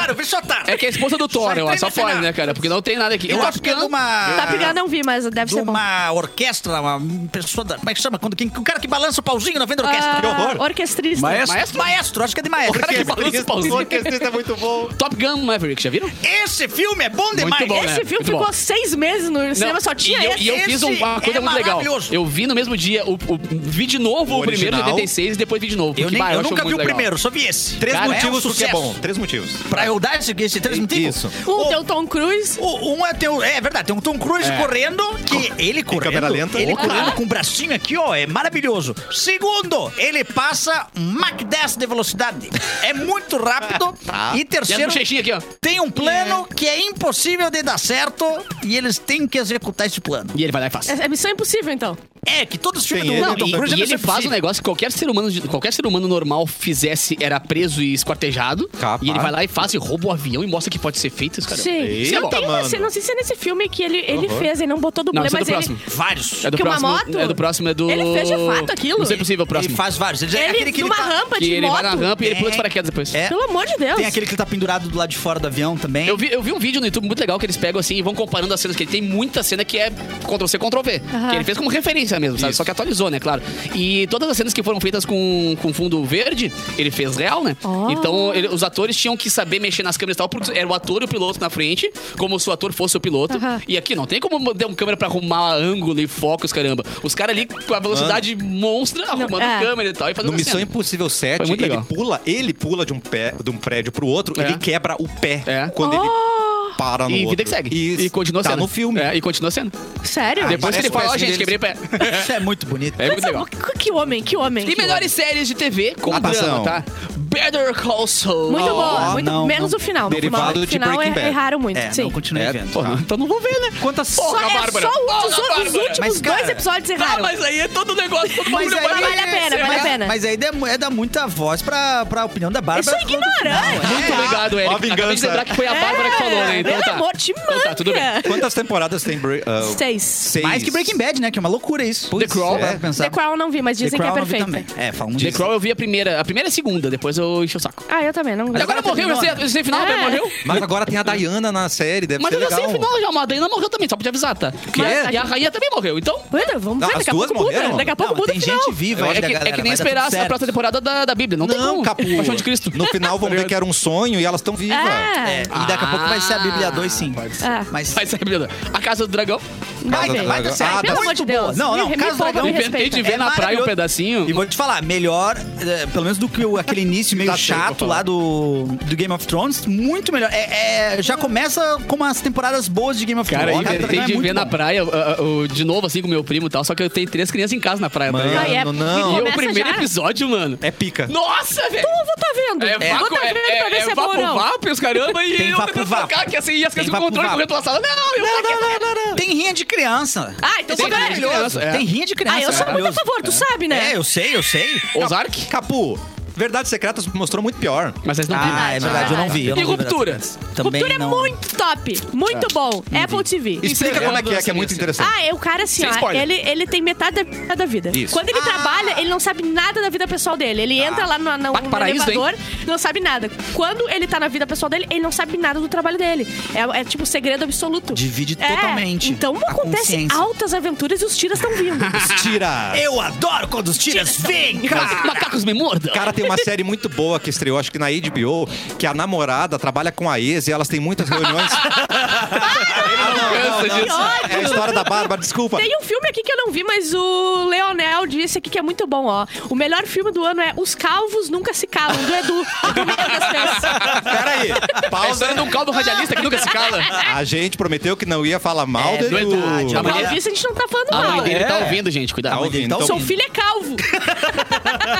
[SPEAKER 3] É que é a esposa do Thor, eu acho. Só pode, né, cara? Porque não tem nada aqui.
[SPEAKER 4] Eu
[SPEAKER 3] E
[SPEAKER 4] acho que é de uma...
[SPEAKER 3] Tá
[SPEAKER 2] Top Gun Tá não vi, mas deve
[SPEAKER 4] de
[SPEAKER 2] ser bom.
[SPEAKER 4] uma orquestra, uma pessoa da, Como é que chama? Quando, quem, o cara que balança o pauzinho na venda da orquestra.
[SPEAKER 1] horror.
[SPEAKER 2] Ah, orquestrista.
[SPEAKER 7] Maestro.
[SPEAKER 3] Maestro?
[SPEAKER 1] <laughs>
[SPEAKER 4] Maestro, acho que é de maestro.
[SPEAKER 3] cara que balança o pauzinho.
[SPEAKER 1] é muito bom.
[SPEAKER 3] Top Gun Maverick, já viram?
[SPEAKER 4] Esse filme é bom demais.
[SPEAKER 3] bom, né?
[SPEAKER 4] Esse
[SPEAKER 2] Esse filme
[SPEAKER 3] Muito bom.
[SPEAKER 2] ficou seis meses no cinema, só tinha
[SPEAKER 3] e eu,
[SPEAKER 2] esse.
[SPEAKER 3] e eu fiz um- uma
[SPEAKER 4] Esse
[SPEAKER 3] coisa
[SPEAKER 4] é
[SPEAKER 3] muito legal.
[SPEAKER 4] maravilhoso.
[SPEAKER 3] Eu vi no mesmo dia, o, o- vi de novo o,
[SPEAKER 1] O
[SPEAKER 3] primeiro de
[SPEAKER 1] original.
[SPEAKER 3] 86 e depois vi de novo.
[SPEAKER 4] Eu,
[SPEAKER 3] porque,
[SPEAKER 4] nem,
[SPEAKER 3] bah,
[SPEAKER 4] eu
[SPEAKER 3] acho
[SPEAKER 4] nunca vi
[SPEAKER 3] é muito
[SPEAKER 4] o
[SPEAKER 3] legal.
[SPEAKER 4] primeiro, só vi esse.
[SPEAKER 1] Três
[SPEAKER 3] Cara, é um
[SPEAKER 1] motivos porque é
[SPEAKER 4] sucesso.
[SPEAKER 1] bom. Três motivos.
[SPEAKER 4] Pra eu dar esse, esse três motivos?
[SPEAKER 1] Isso.
[SPEAKER 2] Um
[SPEAKER 4] O-
[SPEAKER 2] tem o Tom Cruise.
[SPEAKER 4] O- um é, tem, o- é verdade, tem um Tom Cruise correndo, que ele correndo,
[SPEAKER 1] câmera lenta.
[SPEAKER 4] ele
[SPEAKER 1] Ô,
[SPEAKER 4] correndo com o bracinho aqui, ó, é maravilhoso. Segundo, ele passa um Mach 10 de velocidade. É muito <laughs> rápido. E
[SPEAKER 3] E as
[SPEAKER 4] terceiro,
[SPEAKER 3] bochechinhas aqui, ó.
[SPEAKER 4] tem um plano que é impossível de dar certo e eles têm que executar esse plano.
[SPEAKER 3] E ele vai lá e faz.
[SPEAKER 2] É, é Missão Impossível, então.
[SPEAKER 4] É que todos os filmes
[SPEAKER 1] Tem
[SPEAKER 4] do
[SPEAKER 1] ele,
[SPEAKER 3] Não,
[SPEAKER 4] do Tom
[SPEAKER 3] e,
[SPEAKER 4] Cruise
[SPEAKER 3] e
[SPEAKER 4] é
[SPEAKER 3] ele
[SPEAKER 4] Missão
[SPEAKER 3] faz um
[SPEAKER 4] Impossível.
[SPEAKER 3] negócio que qualquer ser humano, de- qualquer ser humano normal fizesse, era preso e esquartejado.
[SPEAKER 1] Capaz.
[SPEAKER 3] E ele vai lá e faz e rouba o avião e mostra que pode ser feito. Cara.
[SPEAKER 2] Sim.
[SPEAKER 1] Eita,
[SPEAKER 2] não, tem uma
[SPEAKER 1] mano.
[SPEAKER 2] cena- não sei se é nesse filme que ele, ele fez, ele não botou
[SPEAKER 3] Não,
[SPEAKER 2] dublê,
[SPEAKER 3] esse é do
[SPEAKER 2] mas ele...
[SPEAKER 3] próximo.
[SPEAKER 4] Vários.
[SPEAKER 3] É do
[SPEAKER 2] Que uma
[SPEAKER 3] próximo.
[SPEAKER 2] moto?
[SPEAKER 3] É do próximo, é do.
[SPEAKER 2] Ele fez de fato aquilo?
[SPEAKER 3] Não sei é possível, o
[SPEAKER 4] Ele
[SPEAKER 3] próximo.
[SPEAKER 4] faz vários. Ele, é
[SPEAKER 2] Ele
[SPEAKER 4] aquele que ele
[SPEAKER 2] numa
[SPEAKER 4] tá-
[SPEAKER 2] rampa
[SPEAKER 3] que
[SPEAKER 2] de
[SPEAKER 3] ele
[SPEAKER 2] moto.
[SPEAKER 3] vai na rampa e ele pula de
[SPEAKER 4] É.
[SPEAKER 3] paraquedas depois.
[SPEAKER 4] É.
[SPEAKER 2] Pelo amor de Deus.
[SPEAKER 4] Tem aquele que ele tá pendurado do lado de fora do avião também.
[SPEAKER 3] Eu vi, eu vi um vídeo no YouTube muito legal que eles pegam assim e vão comparando as cenas, que ele tem muita cena que é Ctrl-C, Ctrl-V.
[SPEAKER 2] Aham.
[SPEAKER 3] Que ele fez como referência mesmo, sabe? Só que atualizou, né, claro. E todas as cenas que foram feitas com, com fundo verde, ele fez real, né?
[SPEAKER 2] Oh.
[SPEAKER 3] Então ele- os atores tinham que saber mexer nas câmeras e tal, porque era o ator e o piloto na frente, como se o ator fosse o piloto.
[SPEAKER 2] Aham.
[SPEAKER 3] E aqui não tem como ter uma câmera pra arrumar ângulo e focos, caramba. Os caras ali com a velocidade monstra arrumando
[SPEAKER 2] é.
[SPEAKER 3] câmera e tal e fazendo
[SPEAKER 1] No Missão
[SPEAKER 3] cena.
[SPEAKER 1] Impossível 7,
[SPEAKER 3] Foi muito
[SPEAKER 1] ele
[SPEAKER 3] legal.
[SPEAKER 1] pula, ele pula de um, pé, de um prédio pro outro,
[SPEAKER 3] É.
[SPEAKER 1] ele quebra o pé
[SPEAKER 3] É.
[SPEAKER 1] quando
[SPEAKER 2] Oh!
[SPEAKER 1] ele para no
[SPEAKER 3] E
[SPEAKER 1] outro.
[SPEAKER 3] vida que segue.
[SPEAKER 1] E,
[SPEAKER 3] continua
[SPEAKER 1] tá
[SPEAKER 3] sendo.
[SPEAKER 1] no filme. Ah,
[SPEAKER 3] É, e continua sendo.
[SPEAKER 2] Sério?
[SPEAKER 3] Depois
[SPEAKER 4] parece
[SPEAKER 3] que ele fala,
[SPEAKER 4] o
[SPEAKER 3] ó,
[SPEAKER 4] pezinho
[SPEAKER 3] gente, quebrei o pé.
[SPEAKER 1] <laughs>
[SPEAKER 4] Isso é muito bonito.
[SPEAKER 3] É muito
[SPEAKER 2] Mas,
[SPEAKER 3] legal.
[SPEAKER 2] que- que homem, que homem.
[SPEAKER 3] E
[SPEAKER 2] que
[SPEAKER 3] melhores séries de TV com
[SPEAKER 1] Natação.
[SPEAKER 3] drama, tá? Better Call Saul.
[SPEAKER 2] homem. Muito boa,
[SPEAKER 4] Oh,
[SPEAKER 2] muito,
[SPEAKER 4] não,
[SPEAKER 2] menos
[SPEAKER 4] não.
[SPEAKER 2] o final.
[SPEAKER 1] Derivado
[SPEAKER 2] o final,
[SPEAKER 1] de
[SPEAKER 2] final
[SPEAKER 1] Breaking
[SPEAKER 2] é-
[SPEAKER 1] Bad.
[SPEAKER 2] erraram muito,
[SPEAKER 4] É,
[SPEAKER 2] sim.
[SPEAKER 4] não continua
[SPEAKER 1] É,
[SPEAKER 4] vendo.
[SPEAKER 3] Pô, então não vou ver, né?
[SPEAKER 4] Quantas
[SPEAKER 2] Só,
[SPEAKER 3] Porra,
[SPEAKER 2] é só
[SPEAKER 3] Bárbara.
[SPEAKER 2] os,
[SPEAKER 3] Porra,
[SPEAKER 2] os
[SPEAKER 3] Bárbara.
[SPEAKER 2] últimos
[SPEAKER 4] Mas, cara,
[SPEAKER 2] dois episódios
[SPEAKER 3] Tá,
[SPEAKER 2] erraram.
[SPEAKER 3] mas aí é todo negócio, todo mundo
[SPEAKER 2] aí-
[SPEAKER 3] vai...
[SPEAKER 2] Vale a pena, vale a
[SPEAKER 4] mas-
[SPEAKER 2] pena.
[SPEAKER 4] Mas aí demo- é dar muita voz pra, pra opinião da Bárbara.
[SPEAKER 2] Isso é ignorante.
[SPEAKER 3] Muito obrigado, Eric.
[SPEAKER 1] Ó a
[SPEAKER 3] Acabei de
[SPEAKER 1] vingança.
[SPEAKER 3] lembrar que foi a Bárbara que falou, né? Então
[SPEAKER 2] Pelo
[SPEAKER 3] tá.
[SPEAKER 2] amor, te
[SPEAKER 3] Então tá, tudo bem.
[SPEAKER 2] manca.
[SPEAKER 1] Quantas temporadas tem? Bre- ah,
[SPEAKER 2] Seis.
[SPEAKER 1] seis.
[SPEAKER 4] Mais que Breaking Bad, né? Que é uma loucura isso.
[SPEAKER 3] The Crow,
[SPEAKER 4] é,
[SPEAKER 1] é.
[SPEAKER 4] pensar.
[SPEAKER 2] The Crown não vi, mas dizem que é
[SPEAKER 4] Crown eu vi
[SPEAKER 2] perfeita.
[SPEAKER 4] também. É, falam
[SPEAKER 3] The
[SPEAKER 4] disso.
[SPEAKER 3] Crow eu vi a primeira, a primeira e a segunda, depois eu enchi o saco.
[SPEAKER 2] Ah, eu também, não
[SPEAKER 3] Mas
[SPEAKER 2] gosto.
[SPEAKER 3] agora morreu,
[SPEAKER 4] terminou,
[SPEAKER 3] esse, esse final
[SPEAKER 2] É.
[SPEAKER 3] mas morreu.
[SPEAKER 1] Mas agora tem a Diana na série, deve
[SPEAKER 3] Mas
[SPEAKER 1] ser
[SPEAKER 3] eu já
[SPEAKER 1] legal.
[SPEAKER 3] sei o final já, mas a Dana morreu também, só pra te avisar, tá? Mas- E a Rainha também morreu, então...
[SPEAKER 2] Ué, vamos ver,
[SPEAKER 1] As
[SPEAKER 2] daqui a
[SPEAKER 1] duas
[SPEAKER 2] pouco muda.
[SPEAKER 1] morreram?
[SPEAKER 2] Daqui a pouco
[SPEAKER 4] Não,
[SPEAKER 2] muda
[SPEAKER 4] tem
[SPEAKER 2] o final.
[SPEAKER 4] gente viva
[SPEAKER 3] É
[SPEAKER 4] ainda,
[SPEAKER 3] que, é
[SPEAKER 4] galera.
[SPEAKER 3] que
[SPEAKER 4] vai dar
[SPEAKER 3] nem
[SPEAKER 4] tudo
[SPEAKER 3] esperar a
[SPEAKER 4] certo.
[SPEAKER 3] próxima temporada da, da Bíblia. Não, tem
[SPEAKER 1] Não,
[SPEAKER 3] como.
[SPEAKER 1] Capu.
[SPEAKER 3] Paixão de Cristo. Tá
[SPEAKER 1] No final
[SPEAKER 3] <laughs>
[SPEAKER 1] vão ver que era um sonho e elas estão vivas.
[SPEAKER 4] É,
[SPEAKER 2] É,
[SPEAKER 4] e daqui a pouco vai ser a Bíblia 2, sim.
[SPEAKER 2] Ah.
[SPEAKER 4] Mas...
[SPEAKER 3] Vai ser, Bíblia. A Casa do Dragão.
[SPEAKER 2] vai
[SPEAKER 1] Casa
[SPEAKER 2] ver.
[SPEAKER 1] do
[SPEAKER 2] Vai
[SPEAKER 1] Dragão.
[SPEAKER 2] ser.
[SPEAKER 1] Ah,
[SPEAKER 2] Pelo
[SPEAKER 1] tá.
[SPEAKER 2] amor de
[SPEAKER 4] Muito
[SPEAKER 2] Deus.
[SPEAKER 4] boa. Não, não,
[SPEAKER 2] Me,
[SPEAKER 4] Casa
[SPEAKER 2] me
[SPEAKER 4] do
[SPEAKER 2] poupa,
[SPEAKER 4] Dragão,
[SPEAKER 2] me
[SPEAKER 4] eu
[SPEAKER 3] Inventei
[SPEAKER 2] respeita.
[SPEAKER 3] de ver na praia um
[SPEAKER 4] é maravilhoso. E
[SPEAKER 3] pedacinho.
[SPEAKER 4] vou te falar, melhor, eh, pelo menos do que o- aquele início meio
[SPEAKER 7] Tá certo,
[SPEAKER 4] chato
[SPEAKER 7] vou falar.
[SPEAKER 4] lá do, do Game of Thrones, muito melhor. É, é, já começa com umas temporadas boas de Game of
[SPEAKER 3] Cara, eu
[SPEAKER 4] Thrones.
[SPEAKER 3] inventei
[SPEAKER 4] é
[SPEAKER 3] de
[SPEAKER 4] muito
[SPEAKER 3] ver na
[SPEAKER 4] bom.
[SPEAKER 3] praia, ah, ah, oh, de novo, assim, com meu primo e tal, só que eu tenho três crianças em casa na praia, tá
[SPEAKER 1] Mano,
[SPEAKER 3] ligado?
[SPEAKER 2] Ai, é-
[SPEAKER 1] não.
[SPEAKER 3] E
[SPEAKER 2] Começa
[SPEAKER 3] o primeiro
[SPEAKER 2] já.
[SPEAKER 3] episódio, mano.
[SPEAKER 1] É pica.
[SPEAKER 3] Nossa, velho!
[SPEAKER 2] Eu vou tá vendo.
[SPEAKER 3] É
[SPEAKER 2] Vou
[SPEAKER 3] vácuo,
[SPEAKER 2] tá
[SPEAKER 3] é,
[SPEAKER 2] vendo pra
[SPEAKER 3] é,
[SPEAKER 2] ver
[SPEAKER 3] é
[SPEAKER 2] se é bom ou
[SPEAKER 3] vapo,
[SPEAKER 2] não.
[SPEAKER 3] vapo, os caramba, e
[SPEAKER 4] Tem
[SPEAKER 3] eu
[SPEAKER 4] vapo,
[SPEAKER 3] tentando
[SPEAKER 4] vapo.
[SPEAKER 3] tocar, que assim, e as crianças
[SPEAKER 4] Tem
[SPEAKER 3] com o
[SPEAKER 4] vapo,
[SPEAKER 3] controle
[SPEAKER 4] vapo.
[SPEAKER 3] correndo pela sala. Não, eu vou aqui.
[SPEAKER 4] Tem rinha de criança.
[SPEAKER 2] Ah, então
[SPEAKER 4] Tem
[SPEAKER 2] vou
[SPEAKER 4] rinha de
[SPEAKER 2] ver.
[SPEAKER 4] criança.
[SPEAKER 3] É.
[SPEAKER 4] Tem rinha de criança.
[SPEAKER 2] Ah, eu sou muito a
[SPEAKER 4] maravilhoso.
[SPEAKER 2] favor, tu sabe, né?
[SPEAKER 4] É, eu sei, eu sei.
[SPEAKER 3] Ozark?
[SPEAKER 1] Capu, Verdades Secretas mostrou muito pior.
[SPEAKER 3] Mas vocês não
[SPEAKER 4] Ah,
[SPEAKER 3] viram.
[SPEAKER 4] é verdade, eu não vi. eu
[SPEAKER 3] E
[SPEAKER 4] não vi
[SPEAKER 3] Ruptura?
[SPEAKER 4] Verdades Secretas. Também
[SPEAKER 2] Cultura é
[SPEAKER 4] não- Tá.
[SPEAKER 2] muito top. Muito bom. Apple TV.
[SPEAKER 1] Explica
[SPEAKER 3] Encerrando
[SPEAKER 1] como é que é, que é muito
[SPEAKER 3] assim,
[SPEAKER 1] interessante.
[SPEAKER 2] Ah, é, o cara assim,
[SPEAKER 3] Sem
[SPEAKER 2] ó,
[SPEAKER 3] spoiler.
[SPEAKER 2] ele, ele tem metade da, da vida.
[SPEAKER 1] Isso.
[SPEAKER 2] Quando ele trabalha, ele não sabe nada da vida pessoal dele. Ele entra lá no, no,
[SPEAKER 3] Bah, que
[SPEAKER 2] no
[SPEAKER 3] paraíso,
[SPEAKER 2] elevador, não sabe nada. Quando ele tá na vida pessoal dele, ele não sabe nada do trabalho dele. É, é tipo segredo absoluto.
[SPEAKER 4] Divide
[SPEAKER 2] É,
[SPEAKER 4] totalmente
[SPEAKER 2] Então
[SPEAKER 4] a
[SPEAKER 2] acontece
[SPEAKER 4] consciência.
[SPEAKER 2] altas aventuras e os tiras estão vindo.
[SPEAKER 1] Tira!
[SPEAKER 4] Eu adoro quando os tiras vêm,
[SPEAKER 3] Mas
[SPEAKER 4] cara.
[SPEAKER 3] Macacos me mordam.
[SPEAKER 1] Cara, tem uma série muito boa que estreou, acho que na HBO, que a namorada trabalha com a ex e elas têm muitas
[SPEAKER 2] <laughs>
[SPEAKER 1] reuniões.
[SPEAKER 3] Cansa
[SPEAKER 2] que
[SPEAKER 3] disso.
[SPEAKER 1] é a
[SPEAKER 2] ódio!
[SPEAKER 1] história da Bárbara, desculpa.
[SPEAKER 2] Tem um filme aqui que eu não vi, mas o Leonel disse aqui que é muito bom, ó. O melhor filme do ano é Os Calvos Nunca Se Calam, do Edu. Do Lucas Fez.
[SPEAKER 1] Peraí,
[SPEAKER 3] A
[SPEAKER 1] pausa.
[SPEAKER 3] história de um calvo radialista que nunca se cala.
[SPEAKER 1] A gente prometeu que não ia falar mal
[SPEAKER 4] É,
[SPEAKER 1] do Edu.
[SPEAKER 4] verdade,
[SPEAKER 3] A
[SPEAKER 2] Pelo
[SPEAKER 3] mãe dele-
[SPEAKER 2] visto, a gente não tá falando
[SPEAKER 3] a mãe
[SPEAKER 2] mal.
[SPEAKER 3] dele tá
[SPEAKER 7] É.
[SPEAKER 3] ouvindo, gente.
[SPEAKER 1] Tá
[SPEAKER 3] Cuidado.
[SPEAKER 1] ouvindo,
[SPEAKER 4] Então,
[SPEAKER 1] então,
[SPEAKER 2] Seu filho é calvo.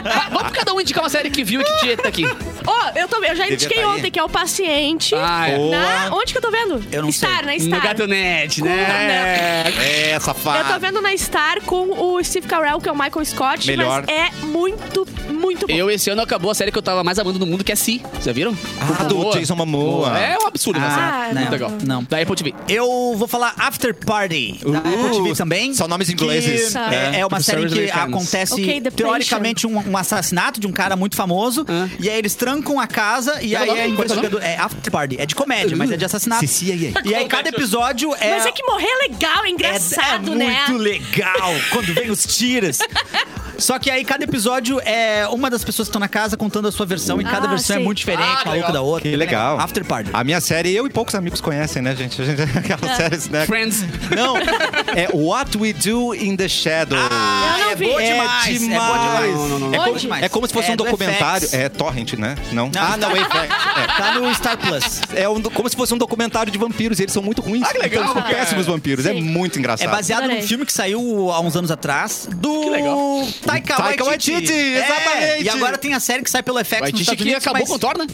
[SPEAKER 3] Va- Vamos cada um indicar uma série que viu e que tá aqui.
[SPEAKER 2] Ó, eu, tô- eu já
[SPEAKER 1] Devia
[SPEAKER 2] indiquei
[SPEAKER 1] tá aí.
[SPEAKER 2] ontem, que é o paciente.
[SPEAKER 3] Ah, é.
[SPEAKER 2] na, onde que eu tô vendo?
[SPEAKER 4] Eu não sei.
[SPEAKER 2] Star, na
[SPEAKER 3] No
[SPEAKER 2] Star.
[SPEAKER 3] Gatonete,
[SPEAKER 2] né?
[SPEAKER 3] né?
[SPEAKER 1] É,
[SPEAKER 2] Eu tô
[SPEAKER 4] Ah.
[SPEAKER 1] safado.
[SPEAKER 2] vendo na Star com o Steve Carell, que é o Michael Scott,
[SPEAKER 1] Melhor.
[SPEAKER 2] mas é muito, muito bom.
[SPEAKER 3] Eu, esse ano, acabou a série que eu tava mais amando no mundo, que é Si. Vocês viram?
[SPEAKER 1] Ah, do Jason Momoa.
[SPEAKER 3] É um absurdo,
[SPEAKER 4] Ah,
[SPEAKER 3] né? Muito
[SPEAKER 4] não,
[SPEAKER 3] legal.
[SPEAKER 4] não.
[SPEAKER 3] Da Apple TV.
[SPEAKER 4] Eu vou falar After Party da Apple TV também.
[SPEAKER 1] só nomes ingleses.
[SPEAKER 4] que
[SPEAKER 2] Tá.
[SPEAKER 4] É, é uma série
[SPEAKER 3] Tipo, séries
[SPEAKER 4] que
[SPEAKER 3] americanas.
[SPEAKER 4] acontece,
[SPEAKER 2] Ok, The
[SPEAKER 4] teoricamente, um, um assassinato de um cara muito famoso.
[SPEAKER 3] Ah.
[SPEAKER 4] E aí eles trancam a casa e
[SPEAKER 3] Qual é o
[SPEAKER 4] aí
[SPEAKER 3] nome?
[SPEAKER 4] é
[SPEAKER 3] Qual é o
[SPEAKER 4] investigador. É After Party. É de comédia, mas é de assassinato.
[SPEAKER 2] Tá
[SPEAKER 1] CCIA.
[SPEAKER 4] E aí cada episódio é.
[SPEAKER 2] Mas é que morrer é legal, é
[SPEAKER 4] é-
[SPEAKER 2] engraçado,
[SPEAKER 4] é
[SPEAKER 2] né? <laughs>
[SPEAKER 4] muito legal quando vem os tiras. Só que aí cada episódio é uma das pessoas que estão na casa contando a sua versão e cada
[SPEAKER 2] Ah,
[SPEAKER 4] versão
[SPEAKER 2] sim.
[SPEAKER 4] é muito diferente,
[SPEAKER 3] Ah, que
[SPEAKER 4] uma
[SPEAKER 3] legal.
[SPEAKER 4] louca da outra.
[SPEAKER 1] Que legal. Ah,
[SPEAKER 4] After Party.
[SPEAKER 1] A minha série, eu e poucos amigos conhecem, né, gente? <laughs> A gente aquela série, né?
[SPEAKER 3] Friends.
[SPEAKER 1] Não, é What We Do in the Shadows.
[SPEAKER 2] Eu não
[SPEAKER 4] é
[SPEAKER 2] vi.
[SPEAKER 4] boa
[SPEAKER 1] É
[SPEAKER 4] demais, é
[SPEAKER 1] demais.
[SPEAKER 4] boa demais.
[SPEAKER 1] Não, não,
[SPEAKER 4] É
[SPEAKER 2] não.
[SPEAKER 4] boa
[SPEAKER 2] Onde?
[SPEAKER 4] demais.
[SPEAKER 1] É como se fosse
[SPEAKER 4] É
[SPEAKER 1] um
[SPEAKER 4] do
[SPEAKER 1] documentário.
[SPEAKER 4] FX.
[SPEAKER 1] É Torrent, né? Não.
[SPEAKER 4] Não.
[SPEAKER 1] ah,
[SPEAKER 4] <laughs>
[SPEAKER 1] não, é FX.
[SPEAKER 4] Tá no Star Plus.
[SPEAKER 1] É, é um do- como se fosse um documentário de vampiros. E eles são muito ruins. Ah,
[SPEAKER 7] legal,
[SPEAKER 1] Eles são
[SPEAKER 7] cara.
[SPEAKER 1] péssimos vampiros. É
[SPEAKER 2] Sim.
[SPEAKER 1] muito engraçado.
[SPEAKER 4] É baseado
[SPEAKER 2] Adorei.
[SPEAKER 4] num filme que saiu há uns anos atrás do
[SPEAKER 7] legal.
[SPEAKER 4] Taika,
[SPEAKER 1] Taika
[SPEAKER 4] Waititi.
[SPEAKER 1] Waititi,
[SPEAKER 4] É,
[SPEAKER 1] exatamente.
[SPEAKER 4] E agora tem a série que sai pelo FX
[SPEAKER 7] Vai,
[SPEAKER 4] nos
[SPEAKER 7] Titi, que
[SPEAKER 4] Estados Unidos.
[SPEAKER 7] acabou
[SPEAKER 4] mas-
[SPEAKER 7] com o Thor, né?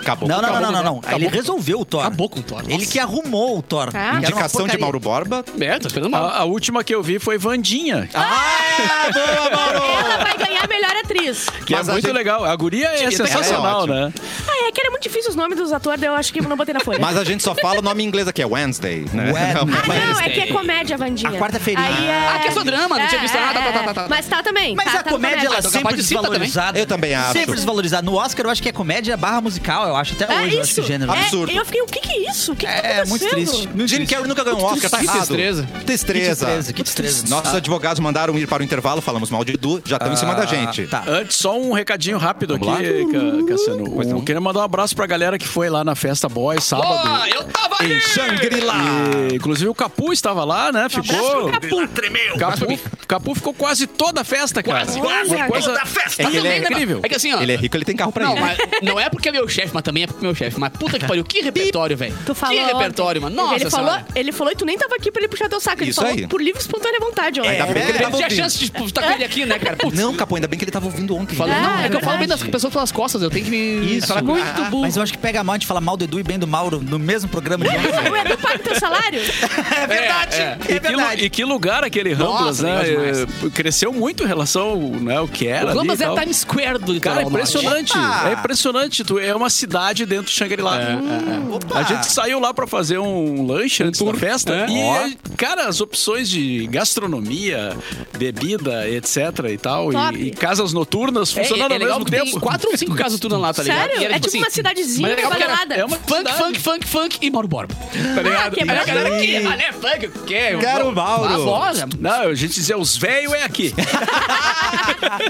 [SPEAKER 1] Acabou.
[SPEAKER 4] Não, não, não, não, não, não.
[SPEAKER 7] Acabou
[SPEAKER 4] Ele
[SPEAKER 7] com-
[SPEAKER 4] resolveu o Thor.
[SPEAKER 7] Acabou com o Thor.
[SPEAKER 4] Ele
[SPEAKER 7] Nossa.
[SPEAKER 4] que arrumou o Thor.
[SPEAKER 2] Ah.
[SPEAKER 4] Que era uma
[SPEAKER 1] Indicação de
[SPEAKER 4] porcaria.
[SPEAKER 1] Mauro Borba.
[SPEAKER 7] É, tô esperando mal.
[SPEAKER 5] A, a última que eu vi foi Vandinha.
[SPEAKER 1] Ah, boa, Mauro!
[SPEAKER 2] Ela vai ganhar a melhor atriz.
[SPEAKER 5] Que
[SPEAKER 1] Mas
[SPEAKER 5] é
[SPEAKER 1] a
[SPEAKER 5] muito
[SPEAKER 1] gente-
[SPEAKER 5] legal. A guria é sensacional,
[SPEAKER 1] ótima.
[SPEAKER 5] né?
[SPEAKER 2] Ah, é que era muito difícil os nomes dos atores, daí eu acho que eu não botei na folha.
[SPEAKER 1] Mas a gente só fala o nome em inglês aqui. É Wednesday, né?
[SPEAKER 4] Wednesday.
[SPEAKER 2] Ah, não, é que é comédia, Vandinha.
[SPEAKER 4] A quarta-feira.
[SPEAKER 2] Aí é-
[SPEAKER 3] Ah, que é só drama, não tinha visto nada, tá, tá, tá, tá.
[SPEAKER 2] Mas tá também.
[SPEAKER 4] Mas
[SPEAKER 2] tá,
[SPEAKER 4] a
[SPEAKER 2] tá
[SPEAKER 4] comédia, ela
[SPEAKER 3] Ah, tô
[SPEAKER 4] sempre
[SPEAKER 3] capaz de citar também.
[SPEAKER 4] desvalorizada.
[SPEAKER 1] Eu também acho.
[SPEAKER 4] Sempre desvalorizada. No Oscar, eu acho que é comédia barra musical, eu acho. Até
[SPEAKER 2] É
[SPEAKER 4] hoje, eu acho
[SPEAKER 2] isso.
[SPEAKER 4] esse gênero.
[SPEAKER 2] É,
[SPEAKER 1] Absurdo.
[SPEAKER 2] eu fiquei, o que que é isso? O que que tá
[SPEAKER 4] É, muito
[SPEAKER 2] acontecendo?
[SPEAKER 4] triste.
[SPEAKER 1] Jim Carrey nunca ganhou um Oscar, tá
[SPEAKER 7] Que
[SPEAKER 1] errado.
[SPEAKER 7] destreza.
[SPEAKER 1] Destreza.
[SPEAKER 4] Que destreza.
[SPEAKER 1] Nossos advogados mandaram ir para o intervalo, falamos mal de Edu, já estão em cima da gente.
[SPEAKER 4] Tá.
[SPEAKER 5] Antes, só um recadinho rápido
[SPEAKER 1] Vamos
[SPEAKER 5] aqui, eh, Ca- Cassiano. Eu queria mandar um abraço pra galera que foi lá na festa Boy sábado.
[SPEAKER 3] Ah, eu tava ali!
[SPEAKER 1] é Shangri-La!
[SPEAKER 5] E, inclusive o Capu estava lá, né? Ficou.
[SPEAKER 3] Capu tremeu.
[SPEAKER 5] Capu, Capu ficou quase toda a festa, cara.
[SPEAKER 2] quase
[SPEAKER 5] Uma coisa
[SPEAKER 1] É que ele é,
[SPEAKER 5] incrível.
[SPEAKER 3] É que assim, ó.
[SPEAKER 1] ele é rico, ele tem carro pra
[SPEAKER 3] Não,
[SPEAKER 1] ir.
[SPEAKER 3] mas não é porque é meu chefe, mas também é porque é meu chefe. Mas puta que pariu, que repertório, velho.
[SPEAKER 2] Tu falou.
[SPEAKER 3] Que repertório,
[SPEAKER 2] ontem.
[SPEAKER 3] mano. Nossa
[SPEAKER 2] ele falou,
[SPEAKER 3] senhora.
[SPEAKER 2] ele falou e tu nem tava aqui pra ele puxar teu saco. Ele
[SPEAKER 1] Isso
[SPEAKER 2] falou
[SPEAKER 1] aí. É.
[SPEAKER 2] por livre e espontânea vontade, ó. É.
[SPEAKER 1] Ainda bem que ele
[SPEAKER 3] Ele
[SPEAKER 1] tava
[SPEAKER 3] tinha
[SPEAKER 1] ouvindo.
[SPEAKER 3] chance de tipo, estar com ele aqui, né, cara? Putz.
[SPEAKER 1] Não, Capô, ainda bem que ele tava ouvindo ontem.
[SPEAKER 3] Falou,
[SPEAKER 2] É,
[SPEAKER 3] não, é que eu
[SPEAKER 2] verdade.
[SPEAKER 3] falo bem das pessoas pelas costas, eu tenho que me.
[SPEAKER 1] Isso. é
[SPEAKER 3] falar com-
[SPEAKER 2] Muito burro.
[SPEAKER 4] Mas eu acho que pega mal de falar mal do Edu e bem do Mauro no mesmo programa de ontem.
[SPEAKER 2] O Edu paga o teu
[SPEAKER 3] <laughs>
[SPEAKER 2] salário?
[SPEAKER 3] Tá
[SPEAKER 4] É verdade. É,
[SPEAKER 5] E que, lu-
[SPEAKER 4] verdade.
[SPEAKER 5] e que lugar aquele Ramblas,
[SPEAKER 3] Nossa,
[SPEAKER 5] né?
[SPEAKER 3] legal
[SPEAKER 5] Eh, Cresceu muito em relação ao né, ao que era.
[SPEAKER 3] O Lamas
[SPEAKER 5] ali e
[SPEAKER 3] é a
[SPEAKER 5] tal.
[SPEAKER 3] Times Square do litoral
[SPEAKER 5] Cara, é impressionante.
[SPEAKER 4] Opa!
[SPEAKER 5] É impressionante. Tu é uma cidade dentro de Shangri-La.
[SPEAKER 4] Opa.
[SPEAKER 5] Hum. A gente saiu lá pra fazer é, um né? lanche antes da festa. E, cara, as opções de gastronomia, bebida, etc e tal.
[SPEAKER 2] Top.
[SPEAKER 5] E, e casas noturnas
[SPEAKER 3] É,
[SPEAKER 5] funcionando
[SPEAKER 3] é
[SPEAKER 5] ao
[SPEAKER 3] legal
[SPEAKER 5] mesmo
[SPEAKER 3] que tem
[SPEAKER 5] tempo. <laughs>
[SPEAKER 3] quatro ou cinco casas tudo lá, tá ligado?
[SPEAKER 2] Sério?
[SPEAKER 3] E
[SPEAKER 2] É
[SPEAKER 3] era,
[SPEAKER 2] tipo uma cidadezinha
[SPEAKER 3] mas é legal porque era-
[SPEAKER 2] badalada.
[SPEAKER 5] é uma
[SPEAKER 3] Funk,
[SPEAKER 5] cidade.
[SPEAKER 3] funk, funk, funk e Mauro Borba. Tá
[SPEAKER 2] ligado? Ah, que
[SPEAKER 5] É.
[SPEAKER 3] a galera
[SPEAKER 2] maravilha.
[SPEAKER 3] que né? Funk, o quê?
[SPEAKER 1] Quero o Mauro.
[SPEAKER 3] Famosa.
[SPEAKER 5] Não, a gente dizia, os velhos é aqui.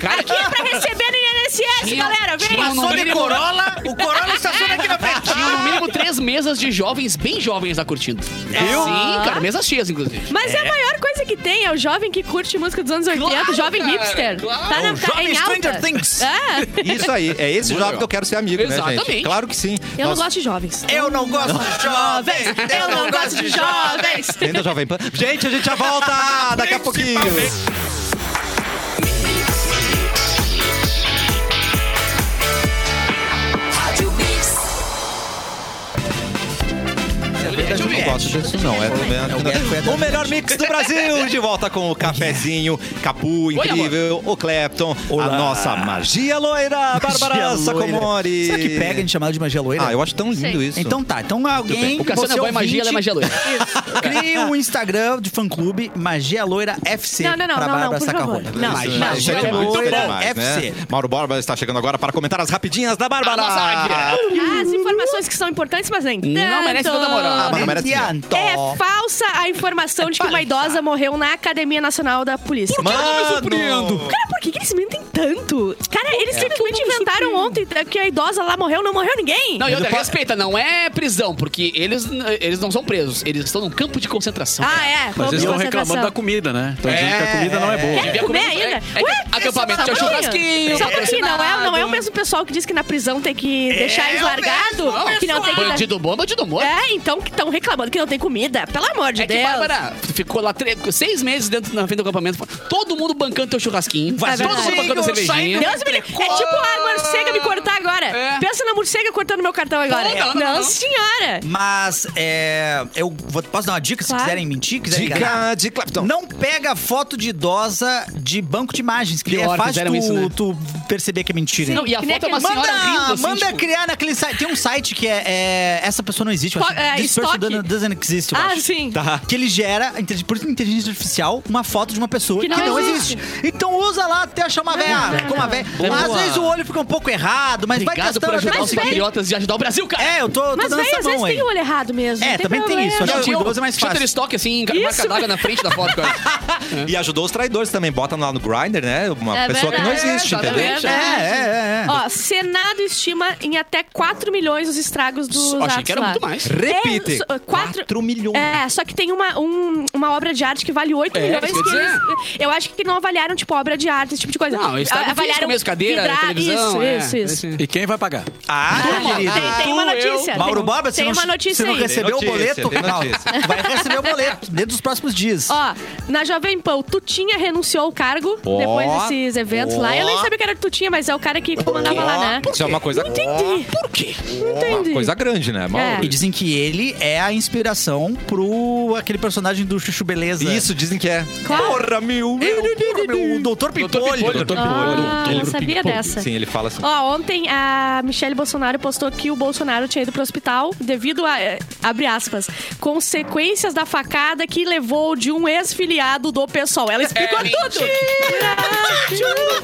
[SPEAKER 3] Cara,
[SPEAKER 2] Aqui é pra receber no INSS,
[SPEAKER 3] <laughs> Tinha-
[SPEAKER 2] galera.
[SPEAKER 3] tinha um
[SPEAKER 2] Vem.
[SPEAKER 3] nome-
[SPEAKER 4] Passou de
[SPEAKER 3] mínimo-
[SPEAKER 4] Corolla, o Corolla estaciona aqui na frente.
[SPEAKER 3] tinha no mínimo três mesas de jovens, bem jovens, lá curtindo.
[SPEAKER 2] Viu?
[SPEAKER 3] Sim, cara, mesas cheias, inclusive.
[SPEAKER 2] Mas é. a maior coisa que tem, é o jovem que curte música dos anos 80,
[SPEAKER 3] Claro,
[SPEAKER 2] jovem
[SPEAKER 3] cara,
[SPEAKER 2] hipster.
[SPEAKER 3] claro.
[SPEAKER 2] Tá, na,
[SPEAKER 4] O
[SPEAKER 2] tá
[SPEAKER 4] jovem
[SPEAKER 2] em alta.
[SPEAKER 4] Stranger Things.
[SPEAKER 2] É.
[SPEAKER 1] Isso aí, é esse jovem
[SPEAKER 7] legal.
[SPEAKER 1] que eu quero ser amigo, né, gente?
[SPEAKER 3] Exatamente.
[SPEAKER 1] Claro que sim.
[SPEAKER 2] Eu
[SPEAKER 1] Nós-
[SPEAKER 2] não gosto de jovens.
[SPEAKER 4] Eu não gosto de jovens.
[SPEAKER 2] Eu não gosto de jovens.
[SPEAKER 1] Tem da Jovem Pan. Gente, a gente já volta daqui a pouquinho. Eu não gosto disso, não. É, é- é- o melhor mix do Brasil. De volta com o cafezinho, Capu, incrível, o Clapton, a nossa magia loira, Bárbara Sacomori.
[SPEAKER 4] Será que pega em chamada de magia loira?
[SPEAKER 1] Ah, eu acho tão lindo
[SPEAKER 2] Sei.
[SPEAKER 1] isso.
[SPEAKER 4] Então tá, então alguém.
[SPEAKER 3] O Cassiano
[SPEAKER 4] você
[SPEAKER 3] é boa em magia,
[SPEAKER 4] ouvinte,
[SPEAKER 3] ela é magia loira.
[SPEAKER 4] Cria um Instagram de fã clube Magia Loira FC.
[SPEAKER 2] Não, não, não,
[SPEAKER 4] pra
[SPEAKER 2] não, não,
[SPEAKER 4] Bárbara
[SPEAKER 2] por
[SPEAKER 4] Sacarone.
[SPEAKER 2] favor. Não,
[SPEAKER 1] Isso,
[SPEAKER 2] não,
[SPEAKER 1] isso é
[SPEAKER 4] não,
[SPEAKER 1] demais,
[SPEAKER 4] não.
[SPEAKER 1] isso é
[SPEAKER 4] Loira
[SPEAKER 1] demais, né?
[SPEAKER 4] FC.
[SPEAKER 1] Mauro Borba está chegando agora para comentar as rapidinhas da Bárbara.
[SPEAKER 3] nossa águia.
[SPEAKER 2] As informações que são importantes, mas nem
[SPEAKER 3] Não merece
[SPEAKER 2] tanto.
[SPEAKER 3] tanta moral.
[SPEAKER 1] Ah, mas não merece dinheiro.
[SPEAKER 4] Adianto.
[SPEAKER 2] É falsa a
[SPEAKER 3] É
[SPEAKER 2] informação de que uma idosa morreu na Academia Nacional da Polícia.
[SPEAKER 1] Mano,
[SPEAKER 2] Cara, por que, que eles mentem tanto? Cara, eles
[SPEAKER 3] É.
[SPEAKER 2] simplesmente inventaram ontem que a idosa lá morreu, não morreu ninguém.
[SPEAKER 3] assim? Não, e outra, respeita, não é prisão, porque eles, eles não são presos, eles estão num campo de concentração.
[SPEAKER 2] Ah, é.
[SPEAKER 5] Mas
[SPEAKER 2] campo de
[SPEAKER 5] eles estão
[SPEAKER 2] concentração.
[SPEAKER 5] reclamando da comida, né? Estão dizendo que a comida não é boa.
[SPEAKER 2] Quer comer
[SPEAKER 3] É,
[SPEAKER 2] ainda?
[SPEAKER 3] é,
[SPEAKER 2] Ué,
[SPEAKER 3] acampamento, tinha
[SPEAKER 2] só um pouquinho.
[SPEAKER 3] churrasquinho,
[SPEAKER 2] Só um pouquinho, não é, não é o
[SPEAKER 3] patrocinado.
[SPEAKER 2] mesmo pessoal que diz que na prisão tem que
[SPEAKER 3] É,
[SPEAKER 2] deixar eles largado, que não tem que... dar-
[SPEAKER 3] Bandido bom, bandido morto.
[SPEAKER 2] É, então que estão reclamando que não tem comida. Pelo amor de
[SPEAKER 3] É que,
[SPEAKER 2] Deus.
[SPEAKER 3] Bárbara, tu ficou lá tre- seis meses dentro na frente do acampamento, todo mundo bancando teu churrasquinho,
[SPEAKER 4] Vai,
[SPEAKER 3] todo
[SPEAKER 2] vai.
[SPEAKER 3] mundo bancando a cervejinha.
[SPEAKER 2] Deus me livre. É tipo a morcega me cortar agora.
[SPEAKER 3] É.
[SPEAKER 2] Pensa na morcega cortando meu cartão agora.
[SPEAKER 3] Não, não, não, não.
[SPEAKER 2] senhora.
[SPEAKER 4] Mas é, eu vou- posso dar uma dica se
[SPEAKER 2] Claro.
[SPEAKER 4] quiserem mentir, quiserem
[SPEAKER 1] dica
[SPEAKER 4] enganar?
[SPEAKER 1] de Clapton.
[SPEAKER 4] Não pega foto de idosa de banco de imagens, que
[SPEAKER 3] Pior,
[SPEAKER 4] é fácil
[SPEAKER 3] fizeram
[SPEAKER 4] tu,
[SPEAKER 3] isso, né?
[SPEAKER 4] tu perceber que é mentira.
[SPEAKER 3] Não, e a
[SPEAKER 2] tipo Que nem
[SPEAKER 3] foto é uma
[SPEAKER 2] aquele-
[SPEAKER 3] senhora rindo,
[SPEAKER 4] Manda,
[SPEAKER 3] assim,
[SPEAKER 4] manda
[SPEAKER 3] tipo,
[SPEAKER 4] criar naquele site. Tem um site que é, é, Essa pessoa não existe. eu acho.
[SPEAKER 2] Fo- é,
[SPEAKER 4] This person
[SPEAKER 2] estoque.
[SPEAKER 4] doesn't, doesn't exist. eu
[SPEAKER 2] Ah,
[SPEAKER 4] acho.
[SPEAKER 2] sim.
[SPEAKER 4] Tá. Que ele gera, inte- por inteligência artificial, uma foto de uma pessoa que não, existe. Então usa lá até achar uma véia. Como uma véia. Às vezes o olho fica um pouco errado, mas vai
[SPEAKER 3] Obrigado por
[SPEAKER 4] testando até
[SPEAKER 3] ajudar os
[SPEAKER 2] Mas, velho-
[SPEAKER 3] patriotas e ajudar o Brasil, cara.
[SPEAKER 4] É, eu tô, tô
[SPEAKER 2] Mas
[SPEAKER 4] dando
[SPEAKER 2] velho,
[SPEAKER 4] essa
[SPEAKER 2] às vezes
[SPEAKER 4] mão aí.
[SPEAKER 2] tem um- o olho errado mesmo.
[SPEAKER 4] É,
[SPEAKER 2] não
[SPEAKER 4] também tem
[SPEAKER 2] problema.
[SPEAKER 4] isso, acho que
[SPEAKER 2] Não,
[SPEAKER 4] o idoso é mais
[SPEAKER 3] Chuta
[SPEAKER 4] fácil.
[SPEAKER 3] um estoque assim,
[SPEAKER 2] Isso. <laughs>
[SPEAKER 3] marca d'água na frente da foto, cara.
[SPEAKER 1] E ajudou os traidores também. Bota lá no Grindr, né? Uma
[SPEAKER 2] É
[SPEAKER 1] pessoa que não
[SPEAKER 2] verdade,
[SPEAKER 1] existe, entendeu?
[SPEAKER 2] exatamente.
[SPEAKER 4] É, é, é.
[SPEAKER 2] Ó, Senado estima em até 4 milhões os estragos dos
[SPEAKER 3] Eu achei
[SPEAKER 2] atos
[SPEAKER 3] que era
[SPEAKER 2] lá.
[SPEAKER 3] muito mais.
[SPEAKER 2] É,
[SPEAKER 1] Repite.
[SPEAKER 2] so- quatro-
[SPEAKER 1] 4 milhões.
[SPEAKER 2] É, só que tem uma, um- uma obra de arte que vale 8
[SPEAKER 3] É,
[SPEAKER 2] milhões.
[SPEAKER 3] isso que
[SPEAKER 2] Que
[SPEAKER 3] eu ia
[SPEAKER 2] eles, eu acho que não avaliaram, tipo, obra de arte, esse tipo de coisa.
[SPEAKER 3] Não, eles estavam
[SPEAKER 2] A-
[SPEAKER 3] avaliaram mesmo cadeira,
[SPEAKER 2] vidra-
[SPEAKER 3] televisão.
[SPEAKER 2] Isso,
[SPEAKER 3] é,
[SPEAKER 2] isso, isso.
[SPEAKER 3] esse-
[SPEAKER 5] E quem vai pagar?
[SPEAKER 1] Ah,
[SPEAKER 2] Tem,
[SPEAKER 1] querido.
[SPEAKER 2] tem uma notícia.
[SPEAKER 4] Mauro
[SPEAKER 2] tem,
[SPEAKER 4] Borba, você
[SPEAKER 2] tem
[SPEAKER 4] não,
[SPEAKER 2] uma notícia
[SPEAKER 4] você não
[SPEAKER 2] aí.
[SPEAKER 4] recebeu
[SPEAKER 1] Tem notícia,
[SPEAKER 4] o boleto?
[SPEAKER 1] tem
[SPEAKER 4] Não,
[SPEAKER 1] notícia.
[SPEAKER 4] vai receber o boleto dentro dos próximos dias.
[SPEAKER 2] Ó, na Jovem Pan, o Tutinha renunciou ao cargo
[SPEAKER 1] Ó.
[SPEAKER 2] depois desses eventos lá. Eu nem sabia que era o Tutinha, mas é o cara que comandava lá, né?
[SPEAKER 1] Isso é uma coisa,
[SPEAKER 2] Não entendi. Por quê? Não entendi.
[SPEAKER 1] uma coisa grande, né, Mauro?
[SPEAKER 2] É.
[SPEAKER 4] E dizem que ele é a inspiração pro aquele personagem do Chuchu Beleza.
[SPEAKER 1] Isso, dizem que é.
[SPEAKER 2] Claro.
[SPEAKER 1] Porra, meu.
[SPEAKER 4] É, o, porra, meu,
[SPEAKER 1] <laughs>
[SPEAKER 4] o Doutor Pimpolho.
[SPEAKER 2] Ah, não sabia dessa.
[SPEAKER 1] Sim, ele fala assim.
[SPEAKER 2] Ó, ontem a Michelle Bolsonaro postou que o Bolsonaro tinha ido pro hospital devido a, eh, abre aspas, consequências da facada que levou de um ex-filiado do pessoal. Ela explicou tudo!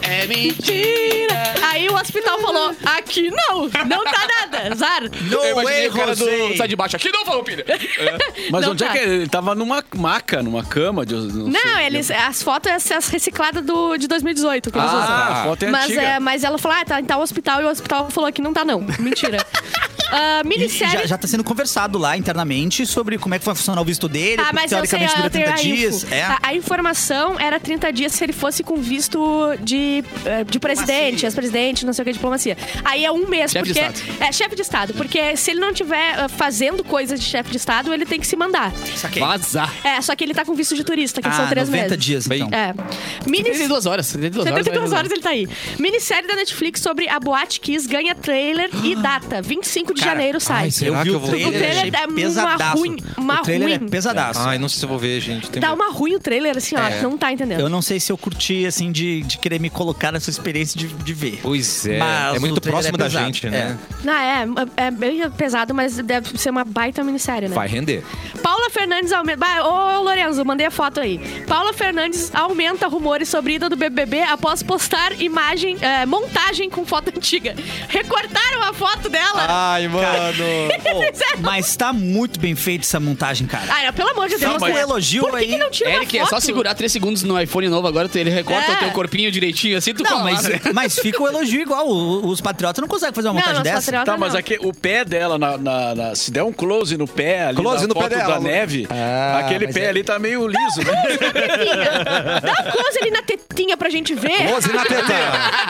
[SPEAKER 3] É mentira.
[SPEAKER 2] Mentira! Aí o hospital falou, aqui não, não tá nada, Zar.
[SPEAKER 1] é
[SPEAKER 4] No
[SPEAKER 3] Eu imaginei
[SPEAKER 4] way,
[SPEAKER 3] o cara do,
[SPEAKER 4] Rosé.
[SPEAKER 3] sai de baixo aqui, não, Farroupilha.
[SPEAKER 5] Mas
[SPEAKER 2] Não
[SPEAKER 5] onde
[SPEAKER 2] tá.
[SPEAKER 5] é que ele? Ele tava numa maca, numa cama. De, não,
[SPEAKER 2] Não,
[SPEAKER 5] sei.
[SPEAKER 2] eles, as fotos, essas recicladas do, de 2018. que eles usam.
[SPEAKER 5] Ah, a foto é
[SPEAKER 2] Mas,
[SPEAKER 5] antiga.
[SPEAKER 2] é, mas ela falou, ah, tá em tal hospital, e o hospital falou que não tá, não. Mentira. Ah,
[SPEAKER 4] E
[SPEAKER 2] minissérie...
[SPEAKER 4] já, já tá sendo conversado lá internamente sobre como é que vai funcionar o visto dele,
[SPEAKER 2] Ah,
[SPEAKER 4] porque
[SPEAKER 2] mas eu sei,
[SPEAKER 4] teoricamente
[SPEAKER 2] eu
[SPEAKER 4] dura
[SPEAKER 2] tenho
[SPEAKER 4] 30
[SPEAKER 2] a
[SPEAKER 4] dias.
[SPEAKER 2] info. Tá.
[SPEAKER 4] É.
[SPEAKER 2] A, a informação era 30 dias se ele fosse com visto de, eh, de presidente, ex-presidente, não sei o que, diplomacia. Aí é um mês,
[SPEAKER 3] Chefe de
[SPEAKER 2] porque... é, chefe de Estado. Porque se ele não tiver eh, fazendo coisas de chefe de Estado, ele tem que se mandar.
[SPEAKER 4] Saquei.
[SPEAKER 3] Vazar.
[SPEAKER 2] É, só que ele tá com visto de turista, que são
[SPEAKER 4] Ah,
[SPEAKER 2] três
[SPEAKER 4] 90
[SPEAKER 2] meses.
[SPEAKER 4] dias, então.
[SPEAKER 2] É. Minis...
[SPEAKER 3] 72 horas. 72 horas.
[SPEAKER 2] 72 horas ele tá aí. Minissérie da Netflix sobre a Boate Kiss ganha trailer e data. 25 de
[SPEAKER 4] Cara,
[SPEAKER 2] janeiro sai.
[SPEAKER 1] será que eu vou
[SPEAKER 2] O
[SPEAKER 1] ver? Ah,
[SPEAKER 2] trailer
[SPEAKER 4] achei
[SPEAKER 2] é uma
[SPEAKER 4] pesadaço.
[SPEAKER 2] ruim, uma
[SPEAKER 4] o trailer
[SPEAKER 2] ruim.
[SPEAKER 4] é pesadaço.
[SPEAKER 1] Ai, não sei se eu vou ver, gente. Tem
[SPEAKER 2] Tá uma ruim o trailer, assim, ó.
[SPEAKER 1] É.
[SPEAKER 2] Não tá entendendo.
[SPEAKER 4] Eu não sei se eu curti, assim, de, de querer me colocar nessa experiência de, de ver.
[SPEAKER 1] Pois é.
[SPEAKER 4] Mas
[SPEAKER 1] é
[SPEAKER 4] o
[SPEAKER 1] muito
[SPEAKER 4] trailer
[SPEAKER 1] próximo
[SPEAKER 4] é
[SPEAKER 1] da
[SPEAKER 4] pesado.
[SPEAKER 1] gente, né?
[SPEAKER 2] Não, é, é bem pesado, mas deve ser uma baita minissérie, né?
[SPEAKER 1] Vai render.
[SPEAKER 2] Paula Fernandes aumenta. Bah, Ô, Lorenzo, mandei a foto aí. Paula Fernandes aumenta rumores sobre ida do BBB após postar imagem, é, montagem com foto antiga. Recortaram a foto dela.
[SPEAKER 1] Ai, mano.
[SPEAKER 4] Pô, mas tá muito bem feito essa montagem, cara.
[SPEAKER 2] Ah, pelo amor de Deus.
[SPEAKER 4] Dá um
[SPEAKER 2] né?
[SPEAKER 4] elogio
[SPEAKER 2] Por que
[SPEAKER 4] aí.
[SPEAKER 2] que não tira
[SPEAKER 3] Eric, é
[SPEAKER 2] uma foto?
[SPEAKER 3] só segurar 3 segundos no iPhone novo agora, tu- ele recorta
[SPEAKER 2] É.
[SPEAKER 3] o teu corpinho direitinho assim, tu
[SPEAKER 4] Não,
[SPEAKER 3] cola lá,
[SPEAKER 4] mas,
[SPEAKER 3] né?
[SPEAKER 4] <laughs> mas fica o elogio igual. O- Os patriotas não conseguem fazer uma
[SPEAKER 2] Não,
[SPEAKER 4] montagem
[SPEAKER 2] não,
[SPEAKER 4] dessa.
[SPEAKER 2] patriota,
[SPEAKER 5] Tá, mas
[SPEAKER 2] não.
[SPEAKER 5] aqui, o pé dela, na, na- na- se der um close no pé ali,
[SPEAKER 1] Close
[SPEAKER 5] na
[SPEAKER 1] no pé
[SPEAKER 5] foto
[SPEAKER 1] dela,
[SPEAKER 5] da
[SPEAKER 1] né?
[SPEAKER 5] neve,
[SPEAKER 4] Ah,
[SPEAKER 5] aquele
[SPEAKER 4] mas
[SPEAKER 5] pé
[SPEAKER 4] é-
[SPEAKER 5] ali tá meio liso, né?
[SPEAKER 2] Dá um close ali na tetinha pra gente ver.
[SPEAKER 1] Rose na teta.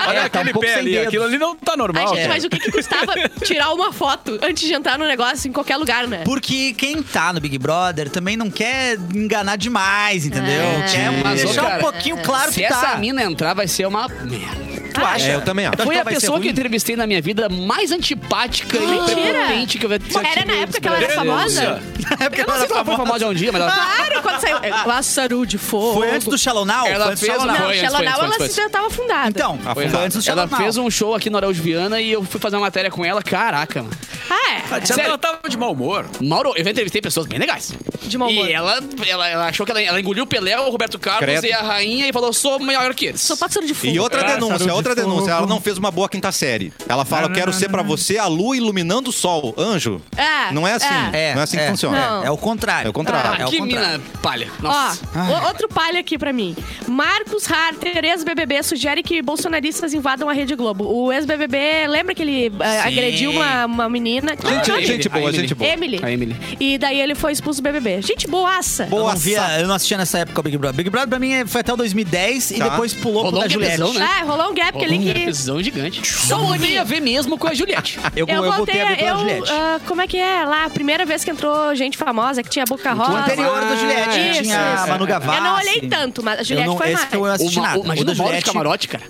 [SPEAKER 5] Olha
[SPEAKER 4] É, tá um
[SPEAKER 5] aquele
[SPEAKER 4] pouco
[SPEAKER 5] pé
[SPEAKER 4] sem
[SPEAKER 5] ali,
[SPEAKER 4] dedo.
[SPEAKER 5] aquilo ali não tá
[SPEAKER 2] Ai,
[SPEAKER 5] normal.
[SPEAKER 2] gente,
[SPEAKER 5] cara.
[SPEAKER 2] mas o que, que custava tirar uma foto antes de entrar no negócio em qualquer lugar, né?
[SPEAKER 4] Porque quem tá no Big Brother também não quer enganar demais, entendeu?
[SPEAKER 2] É.
[SPEAKER 4] quer
[SPEAKER 3] Mas, ô,
[SPEAKER 4] deixar
[SPEAKER 3] cara,
[SPEAKER 4] um pouquinho claro
[SPEAKER 3] Se
[SPEAKER 4] que tá.
[SPEAKER 3] essa é mina entrar, vai ser uma merda.
[SPEAKER 4] Tu acha?
[SPEAKER 1] É, eu também acho.
[SPEAKER 3] Foi
[SPEAKER 4] que
[SPEAKER 3] a
[SPEAKER 4] Então vai ser
[SPEAKER 3] pessoa que eu
[SPEAKER 4] ruim.
[SPEAKER 3] entrevistei na minha vida mais antipática e
[SPEAKER 2] Mentira!
[SPEAKER 3] prepotente que eu já
[SPEAKER 2] Era
[SPEAKER 3] tive
[SPEAKER 2] na época que ela era
[SPEAKER 5] Deus
[SPEAKER 2] famosa?
[SPEAKER 4] É
[SPEAKER 2] Ah!
[SPEAKER 4] Porque tá
[SPEAKER 3] Eu não sei se ela foi famosa um dia, mas ela...
[SPEAKER 2] Claro, quando saiu. Laçaru de fogo.
[SPEAKER 4] Foi antes do Shalonau?
[SPEAKER 3] Ela
[SPEAKER 4] Foi antes do
[SPEAKER 3] fez
[SPEAKER 4] Shalonau.
[SPEAKER 2] Não,
[SPEAKER 3] Foi antes, foi antes,
[SPEAKER 2] Xelanau,
[SPEAKER 3] foi
[SPEAKER 2] ela
[SPEAKER 3] antes.
[SPEAKER 2] já tava fundada.
[SPEAKER 4] Então,
[SPEAKER 1] Foi
[SPEAKER 4] foi
[SPEAKER 1] errado.
[SPEAKER 4] antes do
[SPEAKER 3] Ela
[SPEAKER 4] Shalonau.
[SPEAKER 3] fez um show aqui no Araújo Viana e eu fui fazer uma matéria com ela. Caraca, mano.
[SPEAKER 2] Ah,
[SPEAKER 5] Ela
[SPEAKER 3] Sério.
[SPEAKER 5] tava de mau humor.
[SPEAKER 3] Mauro, eu já entrevistei pessoas bem legais.
[SPEAKER 2] De mau humor.
[SPEAKER 3] E ela, ela, ela achou que ela, ela engoliu o Pelé, o Roberto Carlos
[SPEAKER 1] Credo.
[SPEAKER 3] e a rainha e falou: sou maior que eles.
[SPEAKER 2] é. Sou pássaro de fogo.
[SPEAKER 1] E outra
[SPEAKER 3] Ah,
[SPEAKER 5] Cara,
[SPEAKER 1] denúncia,
[SPEAKER 5] sarou de
[SPEAKER 1] outra
[SPEAKER 5] fogo.
[SPEAKER 1] denúncia. Ela não fez uma boa quinta série. Ela fala: quero ser pra você a lua iluminando o sol. Anjo.
[SPEAKER 2] É,
[SPEAKER 1] Não é assim.
[SPEAKER 2] é.
[SPEAKER 1] Não é assim que
[SPEAKER 4] é,
[SPEAKER 1] funciona.
[SPEAKER 2] Não.
[SPEAKER 4] É o contrário.
[SPEAKER 1] É o contrário.
[SPEAKER 4] Ah,
[SPEAKER 3] Ah,
[SPEAKER 4] é o
[SPEAKER 3] que
[SPEAKER 4] contrário.
[SPEAKER 3] mina palha.
[SPEAKER 2] Ó,
[SPEAKER 3] Nossa.
[SPEAKER 2] o- outro palha aqui pra mim. Marcos Harter, ex-BBB, sugere que bolsonaristas invadam a Rede Globo. O ex-BBB, lembra que ele eh,
[SPEAKER 4] Sim.
[SPEAKER 2] agrediu uma, uma menina? Como é o
[SPEAKER 1] Gente,
[SPEAKER 2] nome?
[SPEAKER 1] gente
[SPEAKER 3] a
[SPEAKER 1] boa,
[SPEAKER 3] Emily.
[SPEAKER 1] gente boa.
[SPEAKER 2] Emily.
[SPEAKER 3] A Emily.
[SPEAKER 2] E daí ele foi expulso do BBB. Gente boaça.
[SPEAKER 4] Eu
[SPEAKER 1] Boa
[SPEAKER 4] não, via, eu não assistia nessa época o Big Brother. Big Brother pra mim é- foi até o 2010 e
[SPEAKER 1] Tá.
[SPEAKER 4] depois pulou pro
[SPEAKER 3] Rolou
[SPEAKER 4] da
[SPEAKER 3] um
[SPEAKER 4] Juliette.
[SPEAKER 3] quebezão, né?
[SPEAKER 2] Ah, rolou um gap
[SPEAKER 3] Rolou
[SPEAKER 2] ali
[SPEAKER 3] uma
[SPEAKER 2] que...
[SPEAKER 3] decisão gigante. Só voltei a ver mesmo com a Juliette.
[SPEAKER 4] Eu, eu, voltei a ver pela Juliette.
[SPEAKER 2] ah, como é que é lá? A primeira vez que entrou gente famosa, que tinha boca rosa.
[SPEAKER 4] o anterior da Juliette
[SPEAKER 2] Isso,
[SPEAKER 4] tinha
[SPEAKER 2] isso.
[SPEAKER 4] a Manu Gavassi.
[SPEAKER 2] Eu não olhei tanto, mas a Juliette
[SPEAKER 4] eu não,
[SPEAKER 2] foi
[SPEAKER 4] esse
[SPEAKER 2] mais.
[SPEAKER 4] que eu não
[SPEAKER 3] O
[SPEAKER 4] assisti
[SPEAKER 3] Ma-
[SPEAKER 4] nada.
[SPEAKER 3] o- imagina
[SPEAKER 4] da
[SPEAKER 3] o Mauro de
[SPEAKER 4] Juliette-
[SPEAKER 3] camarote, cara.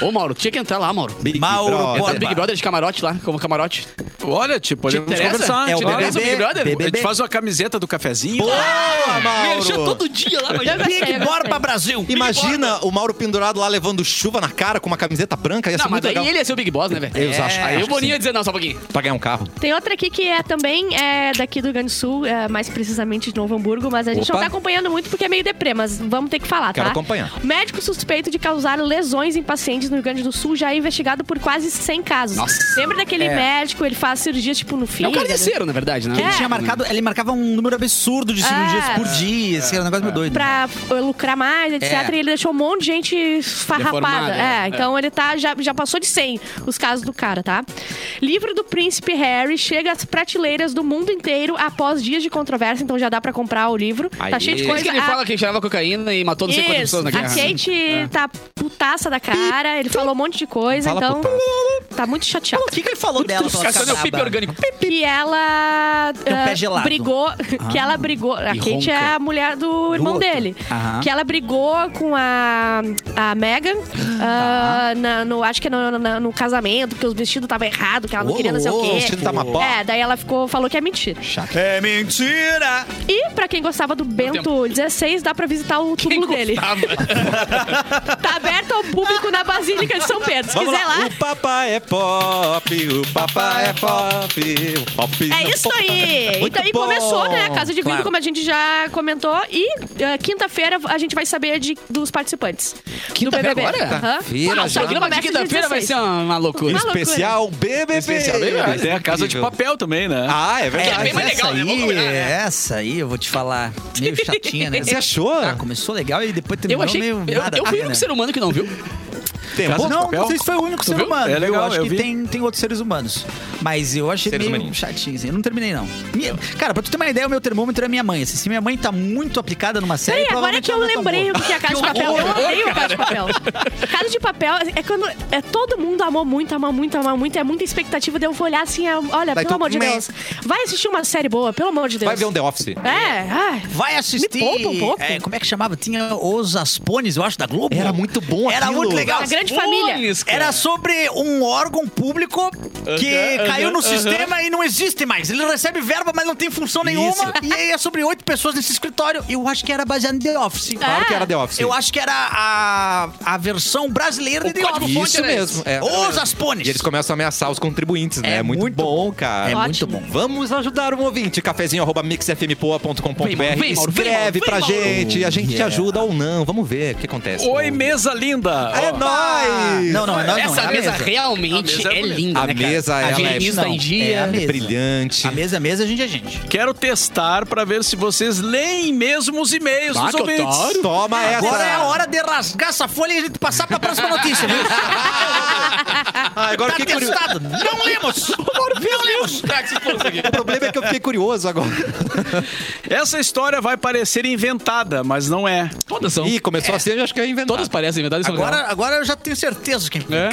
[SPEAKER 3] Ô, Mauro, tinha que entrar lá, Mauro.
[SPEAKER 1] Big
[SPEAKER 4] Mauro
[SPEAKER 1] Brother.
[SPEAKER 4] Borba.
[SPEAKER 3] Big Brother de camarote lá, como camarote.
[SPEAKER 5] Olha, tipo, podemos
[SPEAKER 3] interessa?
[SPEAKER 5] conversar.
[SPEAKER 4] É
[SPEAKER 5] te
[SPEAKER 4] o
[SPEAKER 5] interessa
[SPEAKER 4] BBB,
[SPEAKER 5] Big Brother? A
[SPEAKER 4] BBB.
[SPEAKER 5] gente faz uma camiseta do cafezinho.
[SPEAKER 1] Boa,
[SPEAKER 2] Ah,
[SPEAKER 3] Mexia
[SPEAKER 1] Mauro!
[SPEAKER 3] É. todo dia lá,
[SPEAKER 2] Eu
[SPEAKER 3] mas...
[SPEAKER 2] gostei, eu
[SPEAKER 4] Big
[SPEAKER 2] gostei.
[SPEAKER 4] Borba Brasil.
[SPEAKER 1] Imagina o Mauro pendurado lá levando chuva na cara com uma camiseta branca, ia ser
[SPEAKER 3] Não, mas
[SPEAKER 1] muito
[SPEAKER 3] daí
[SPEAKER 1] legal.
[SPEAKER 3] ele ia ser o Big Boss, né, velho?
[SPEAKER 1] Eu acho- acho
[SPEAKER 3] Aí o
[SPEAKER 1] que
[SPEAKER 3] Boninho ia dizer, não, só um pouquinho.
[SPEAKER 1] Pra ganhar um carro.
[SPEAKER 2] Tem outra aqui que é também é daqui do Rio Grande do Sul, é, mais precisamente de Novo Hamburgo, mas a gente não
[SPEAKER 1] Opa.
[SPEAKER 2] tá acompanhando muito porque é meio deprê, mas vamos ter que falar,
[SPEAKER 1] Quero
[SPEAKER 2] tá?
[SPEAKER 1] acompanhar.
[SPEAKER 2] Médico suspeito de causar lesões em pacientes no Rio Grande do Sul já é investigado por quase 100 casos.
[SPEAKER 3] Nossa.
[SPEAKER 2] Lembra daquele
[SPEAKER 4] é.
[SPEAKER 2] médico, ele faz cirurgias tipo no
[SPEAKER 3] É um
[SPEAKER 2] fígado?
[SPEAKER 3] carniceiro, na verdade, né?
[SPEAKER 2] É.
[SPEAKER 4] Ele tinha marcado, ele marcava um número absurdo de cirurgias
[SPEAKER 2] É.
[SPEAKER 4] por dia, assim, era um negócio meio doido.
[SPEAKER 2] Pra eh, lucrar mais, etc.
[SPEAKER 4] É.
[SPEAKER 2] E ele deixou um monte de gente farrapada.
[SPEAKER 3] Deformada,
[SPEAKER 2] É,
[SPEAKER 3] é.
[SPEAKER 2] então ele tá, já, já passou de 100 os casos do cara, tá? Livro do Príncipe Harry chega às prateleiras do mundo inteiro após dias de controvérsia, então já dá pra comprar o livro. Tá
[SPEAKER 1] Aí.
[SPEAKER 2] cheio de
[SPEAKER 3] Por isso
[SPEAKER 2] coisa.
[SPEAKER 3] que ele
[SPEAKER 2] A-
[SPEAKER 3] fala que ele cheirava cocaína e matou não sei quantas
[SPEAKER 2] Isso,
[SPEAKER 3] pessoas na
[SPEAKER 2] a
[SPEAKER 3] guerra. É.
[SPEAKER 2] Kate tá putaça da cara, ele falou um monte de coisa,
[SPEAKER 1] Fala
[SPEAKER 2] então
[SPEAKER 1] putaça.
[SPEAKER 2] tá muito chateado.
[SPEAKER 4] O que, que ele falou dela? pra ela
[SPEAKER 3] Caçando
[SPEAKER 4] ficar
[SPEAKER 3] o pipi
[SPEAKER 4] braba?
[SPEAKER 3] orgânico.
[SPEAKER 2] Que ela
[SPEAKER 4] Tem um
[SPEAKER 2] ah,
[SPEAKER 4] pé gelado.
[SPEAKER 2] brigou, que ela brigou, a
[SPEAKER 3] E
[SPEAKER 2] Kate é
[SPEAKER 3] ronca.
[SPEAKER 2] a mulher do irmão
[SPEAKER 4] outro.
[SPEAKER 2] dele,
[SPEAKER 4] Aham.
[SPEAKER 2] que ela brigou com a, a Megan, ah, na- no, acho que no, no- no casamento, porque os vestidos estavam errados, que ela não
[SPEAKER 1] Ô,
[SPEAKER 2] queria não sei o
[SPEAKER 1] louco,
[SPEAKER 2] quê.
[SPEAKER 1] o vestido tá uma bosta.
[SPEAKER 2] é, daí ela ficou, falou que é mentira.
[SPEAKER 4] É mentira!
[SPEAKER 2] E pra quem gostava do Bento 16, dá pra visitar o túmulo dele. Tá aberto ao público na Basílica de São Pedro. Se
[SPEAKER 1] Vamos
[SPEAKER 2] quiser lá,
[SPEAKER 1] O papai é pop, o papai é pop, o pop.
[SPEAKER 2] É isso aí!
[SPEAKER 1] Muito
[SPEAKER 2] Então, e
[SPEAKER 1] bom.
[SPEAKER 2] começou, né? A Casa de Vidro,
[SPEAKER 4] Claro.
[SPEAKER 2] como a gente já comentou. E eh, quinta-feira a gente vai saber de- dos participantes.
[SPEAKER 3] <laughs> Quinta-feira
[SPEAKER 2] do BBB.
[SPEAKER 3] agora?
[SPEAKER 2] Aham.
[SPEAKER 1] Quinta-feira
[SPEAKER 2] Ah, o
[SPEAKER 1] já.
[SPEAKER 2] programa
[SPEAKER 3] Programa de
[SPEAKER 2] começa dia
[SPEAKER 3] quinta-feira vai
[SPEAKER 2] 16.
[SPEAKER 3] ser uma uma loucura.
[SPEAKER 2] Uma loucura.
[SPEAKER 1] Especial BBB.
[SPEAKER 5] Especial bem,
[SPEAKER 1] Vai
[SPEAKER 5] mas
[SPEAKER 1] ser
[SPEAKER 5] tem a casa de
[SPEAKER 1] é incrível.
[SPEAKER 5] papel também, né?
[SPEAKER 1] Ah, é
[SPEAKER 4] É,
[SPEAKER 1] verdade.
[SPEAKER 3] bem
[SPEAKER 4] mas
[SPEAKER 3] mais legal,
[SPEAKER 4] essa
[SPEAKER 3] né? Vamos
[SPEAKER 4] aí,
[SPEAKER 3] combinar, né?
[SPEAKER 4] essa aí, eu vou te falar, meio chatinha, né?
[SPEAKER 1] Você achou?
[SPEAKER 4] Ah, começou legal e depois
[SPEAKER 3] Eu
[SPEAKER 4] terminou
[SPEAKER 3] achei.
[SPEAKER 4] meio
[SPEAKER 3] Eu,
[SPEAKER 4] nada
[SPEAKER 3] eu
[SPEAKER 4] a
[SPEAKER 3] fui o
[SPEAKER 4] ver, né?
[SPEAKER 3] único ser humano que não viu.
[SPEAKER 1] Tem
[SPEAKER 5] Casa de
[SPEAKER 4] Não,
[SPEAKER 5] papel?
[SPEAKER 4] não sei se foi o único ser
[SPEAKER 5] viu?
[SPEAKER 4] humano.
[SPEAKER 5] É legal,
[SPEAKER 4] eu acho
[SPEAKER 5] eu
[SPEAKER 4] que
[SPEAKER 5] vi.
[SPEAKER 4] tem, tem outros seres humanos. Mas eu achei
[SPEAKER 1] Seres
[SPEAKER 4] meio
[SPEAKER 1] humaninhos.
[SPEAKER 4] chatinho, assim. Eu não terminei, não. Minha- Cara, pra tu ter uma ideia, o meu termômetro é minha mãe. assim. se minha mãe tá muito aplicada numa série,
[SPEAKER 2] Ei, agora
[SPEAKER 4] provavelmente
[SPEAKER 2] que eu
[SPEAKER 4] ela não é tão
[SPEAKER 2] lembrei
[SPEAKER 4] boa.
[SPEAKER 2] o que é a Casa de Papel. Eu
[SPEAKER 3] horror,
[SPEAKER 2] odeio a Casa de Papel. Casa de Papel é quando é, todo mundo amou muito, amou muito, amou muito. É muita expectativa. Daí eu vou olhar assim, é, olha,
[SPEAKER 1] Vai
[SPEAKER 2] pelo
[SPEAKER 1] tu-
[SPEAKER 2] amor de
[SPEAKER 1] Meh.
[SPEAKER 2] Deus. Vai assistir uma série boa, pelo amor de Deus.
[SPEAKER 1] Vai ver um The Office.
[SPEAKER 2] É, ai.
[SPEAKER 4] <laughs> Vai assistir.
[SPEAKER 2] Me poupa um pouco.
[SPEAKER 4] É, como é que chamava? Tinha Os Aspones, eu acho, da Globo.
[SPEAKER 1] Era muito bom
[SPEAKER 4] Era
[SPEAKER 1] aquilo.
[SPEAKER 4] muito legal.
[SPEAKER 2] A grande família.
[SPEAKER 3] Bones, cara.
[SPEAKER 4] Era sobre um órgão público que caiu no sistema e não existe mais. Ele recebe verba, mas não tem função nenhuma. E aí é sobre oito pessoas nesse escritório. Eu acho que era baseado em The Office.
[SPEAKER 2] É?
[SPEAKER 1] Claro que era The Office.
[SPEAKER 4] Eu acho que era a, a versão brasileira de The
[SPEAKER 3] código
[SPEAKER 4] Office.
[SPEAKER 3] fonte
[SPEAKER 1] Isso
[SPEAKER 3] era
[SPEAKER 1] mesmo. é.
[SPEAKER 4] Os Aspones.
[SPEAKER 1] E eles começam a ameaçar os contribuintes, né?
[SPEAKER 4] É
[SPEAKER 1] É muito,
[SPEAKER 4] muito
[SPEAKER 1] bom, cara.
[SPEAKER 4] É muito
[SPEAKER 2] Ótimo.
[SPEAKER 4] bom.
[SPEAKER 1] Vamos ajudar um ouvinte. Cafezinho arroba
[SPEAKER 3] Vem, Mauro,
[SPEAKER 1] mixfmpoa.com.br.
[SPEAKER 3] vem, Mauro, vem,
[SPEAKER 1] Escreve
[SPEAKER 3] Mauro,
[SPEAKER 1] pra
[SPEAKER 3] vem, Mauro.
[SPEAKER 1] gente. A gente te
[SPEAKER 4] Yeah.
[SPEAKER 1] ajuda ou não. Vamos ver o que acontece.
[SPEAKER 5] Oi, mesa linda!
[SPEAKER 1] É
[SPEAKER 5] Ó,
[SPEAKER 1] nóis!
[SPEAKER 4] Não, não, é nós não.
[SPEAKER 3] Essa
[SPEAKER 4] é a
[SPEAKER 3] mesa, realmente
[SPEAKER 5] A mesa é
[SPEAKER 3] é
[SPEAKER 5] bonita.
[SPEAKER 3] linda.
[SPEAKER 1] A
[SPEAKER 3] né, cara?
[SPEAKER 1] mesa,
[SPEAKER 3] a
[SPEAKER 1] ela é-
[SPEAKER 3] violinista
[SPEAKER 4] não,
[SPEAKER 3] em dia.
[SPEAKER 4] é a mesa.
[SPEAKER 1] Brilhante.
[SPEAKER 4] A mesa é mesa, a gente é gente.
[SPEAKER 5] Quero testar pra ver se vocês leem mesmo os e-mails
[SPEAKER 3] Ah,
[SPEAKER 5] dos
[SPEAKER 3] que
[SPEAKER 5] ouvintes.
[SPEAKER 3] otário.
[SPEAKER 1] Toma essa.
[SPEAKER 4] Agora é a hora de rasgar essa folha e a gente passar pra próxima notícia,
[SPEAKER 1] <laughs>
[SPEAKER 4] viu?
[SPEAKER 1] Ah, agora eu
[SPEAKER 4] tá
[SPEAKER 1] fiquei curioso.
[SPEAKER 4] testado. Não lemos. Não lemos.
[SPEAKER 1] O problema é que eu fiquei curioso agora.
[SPEAKER 5] Essa história vai parecer inventada, mas não é.
[SPEAKER 3] Todas são.
[SPEAKER 1] Ih, começou assim, eu acho que é inventado.
[SPEAKER 3] Todas parecem verdade. são real.
[SPEAKER 4] Agora, agora eu já tenho certeza que
[SPEAKER 5] É.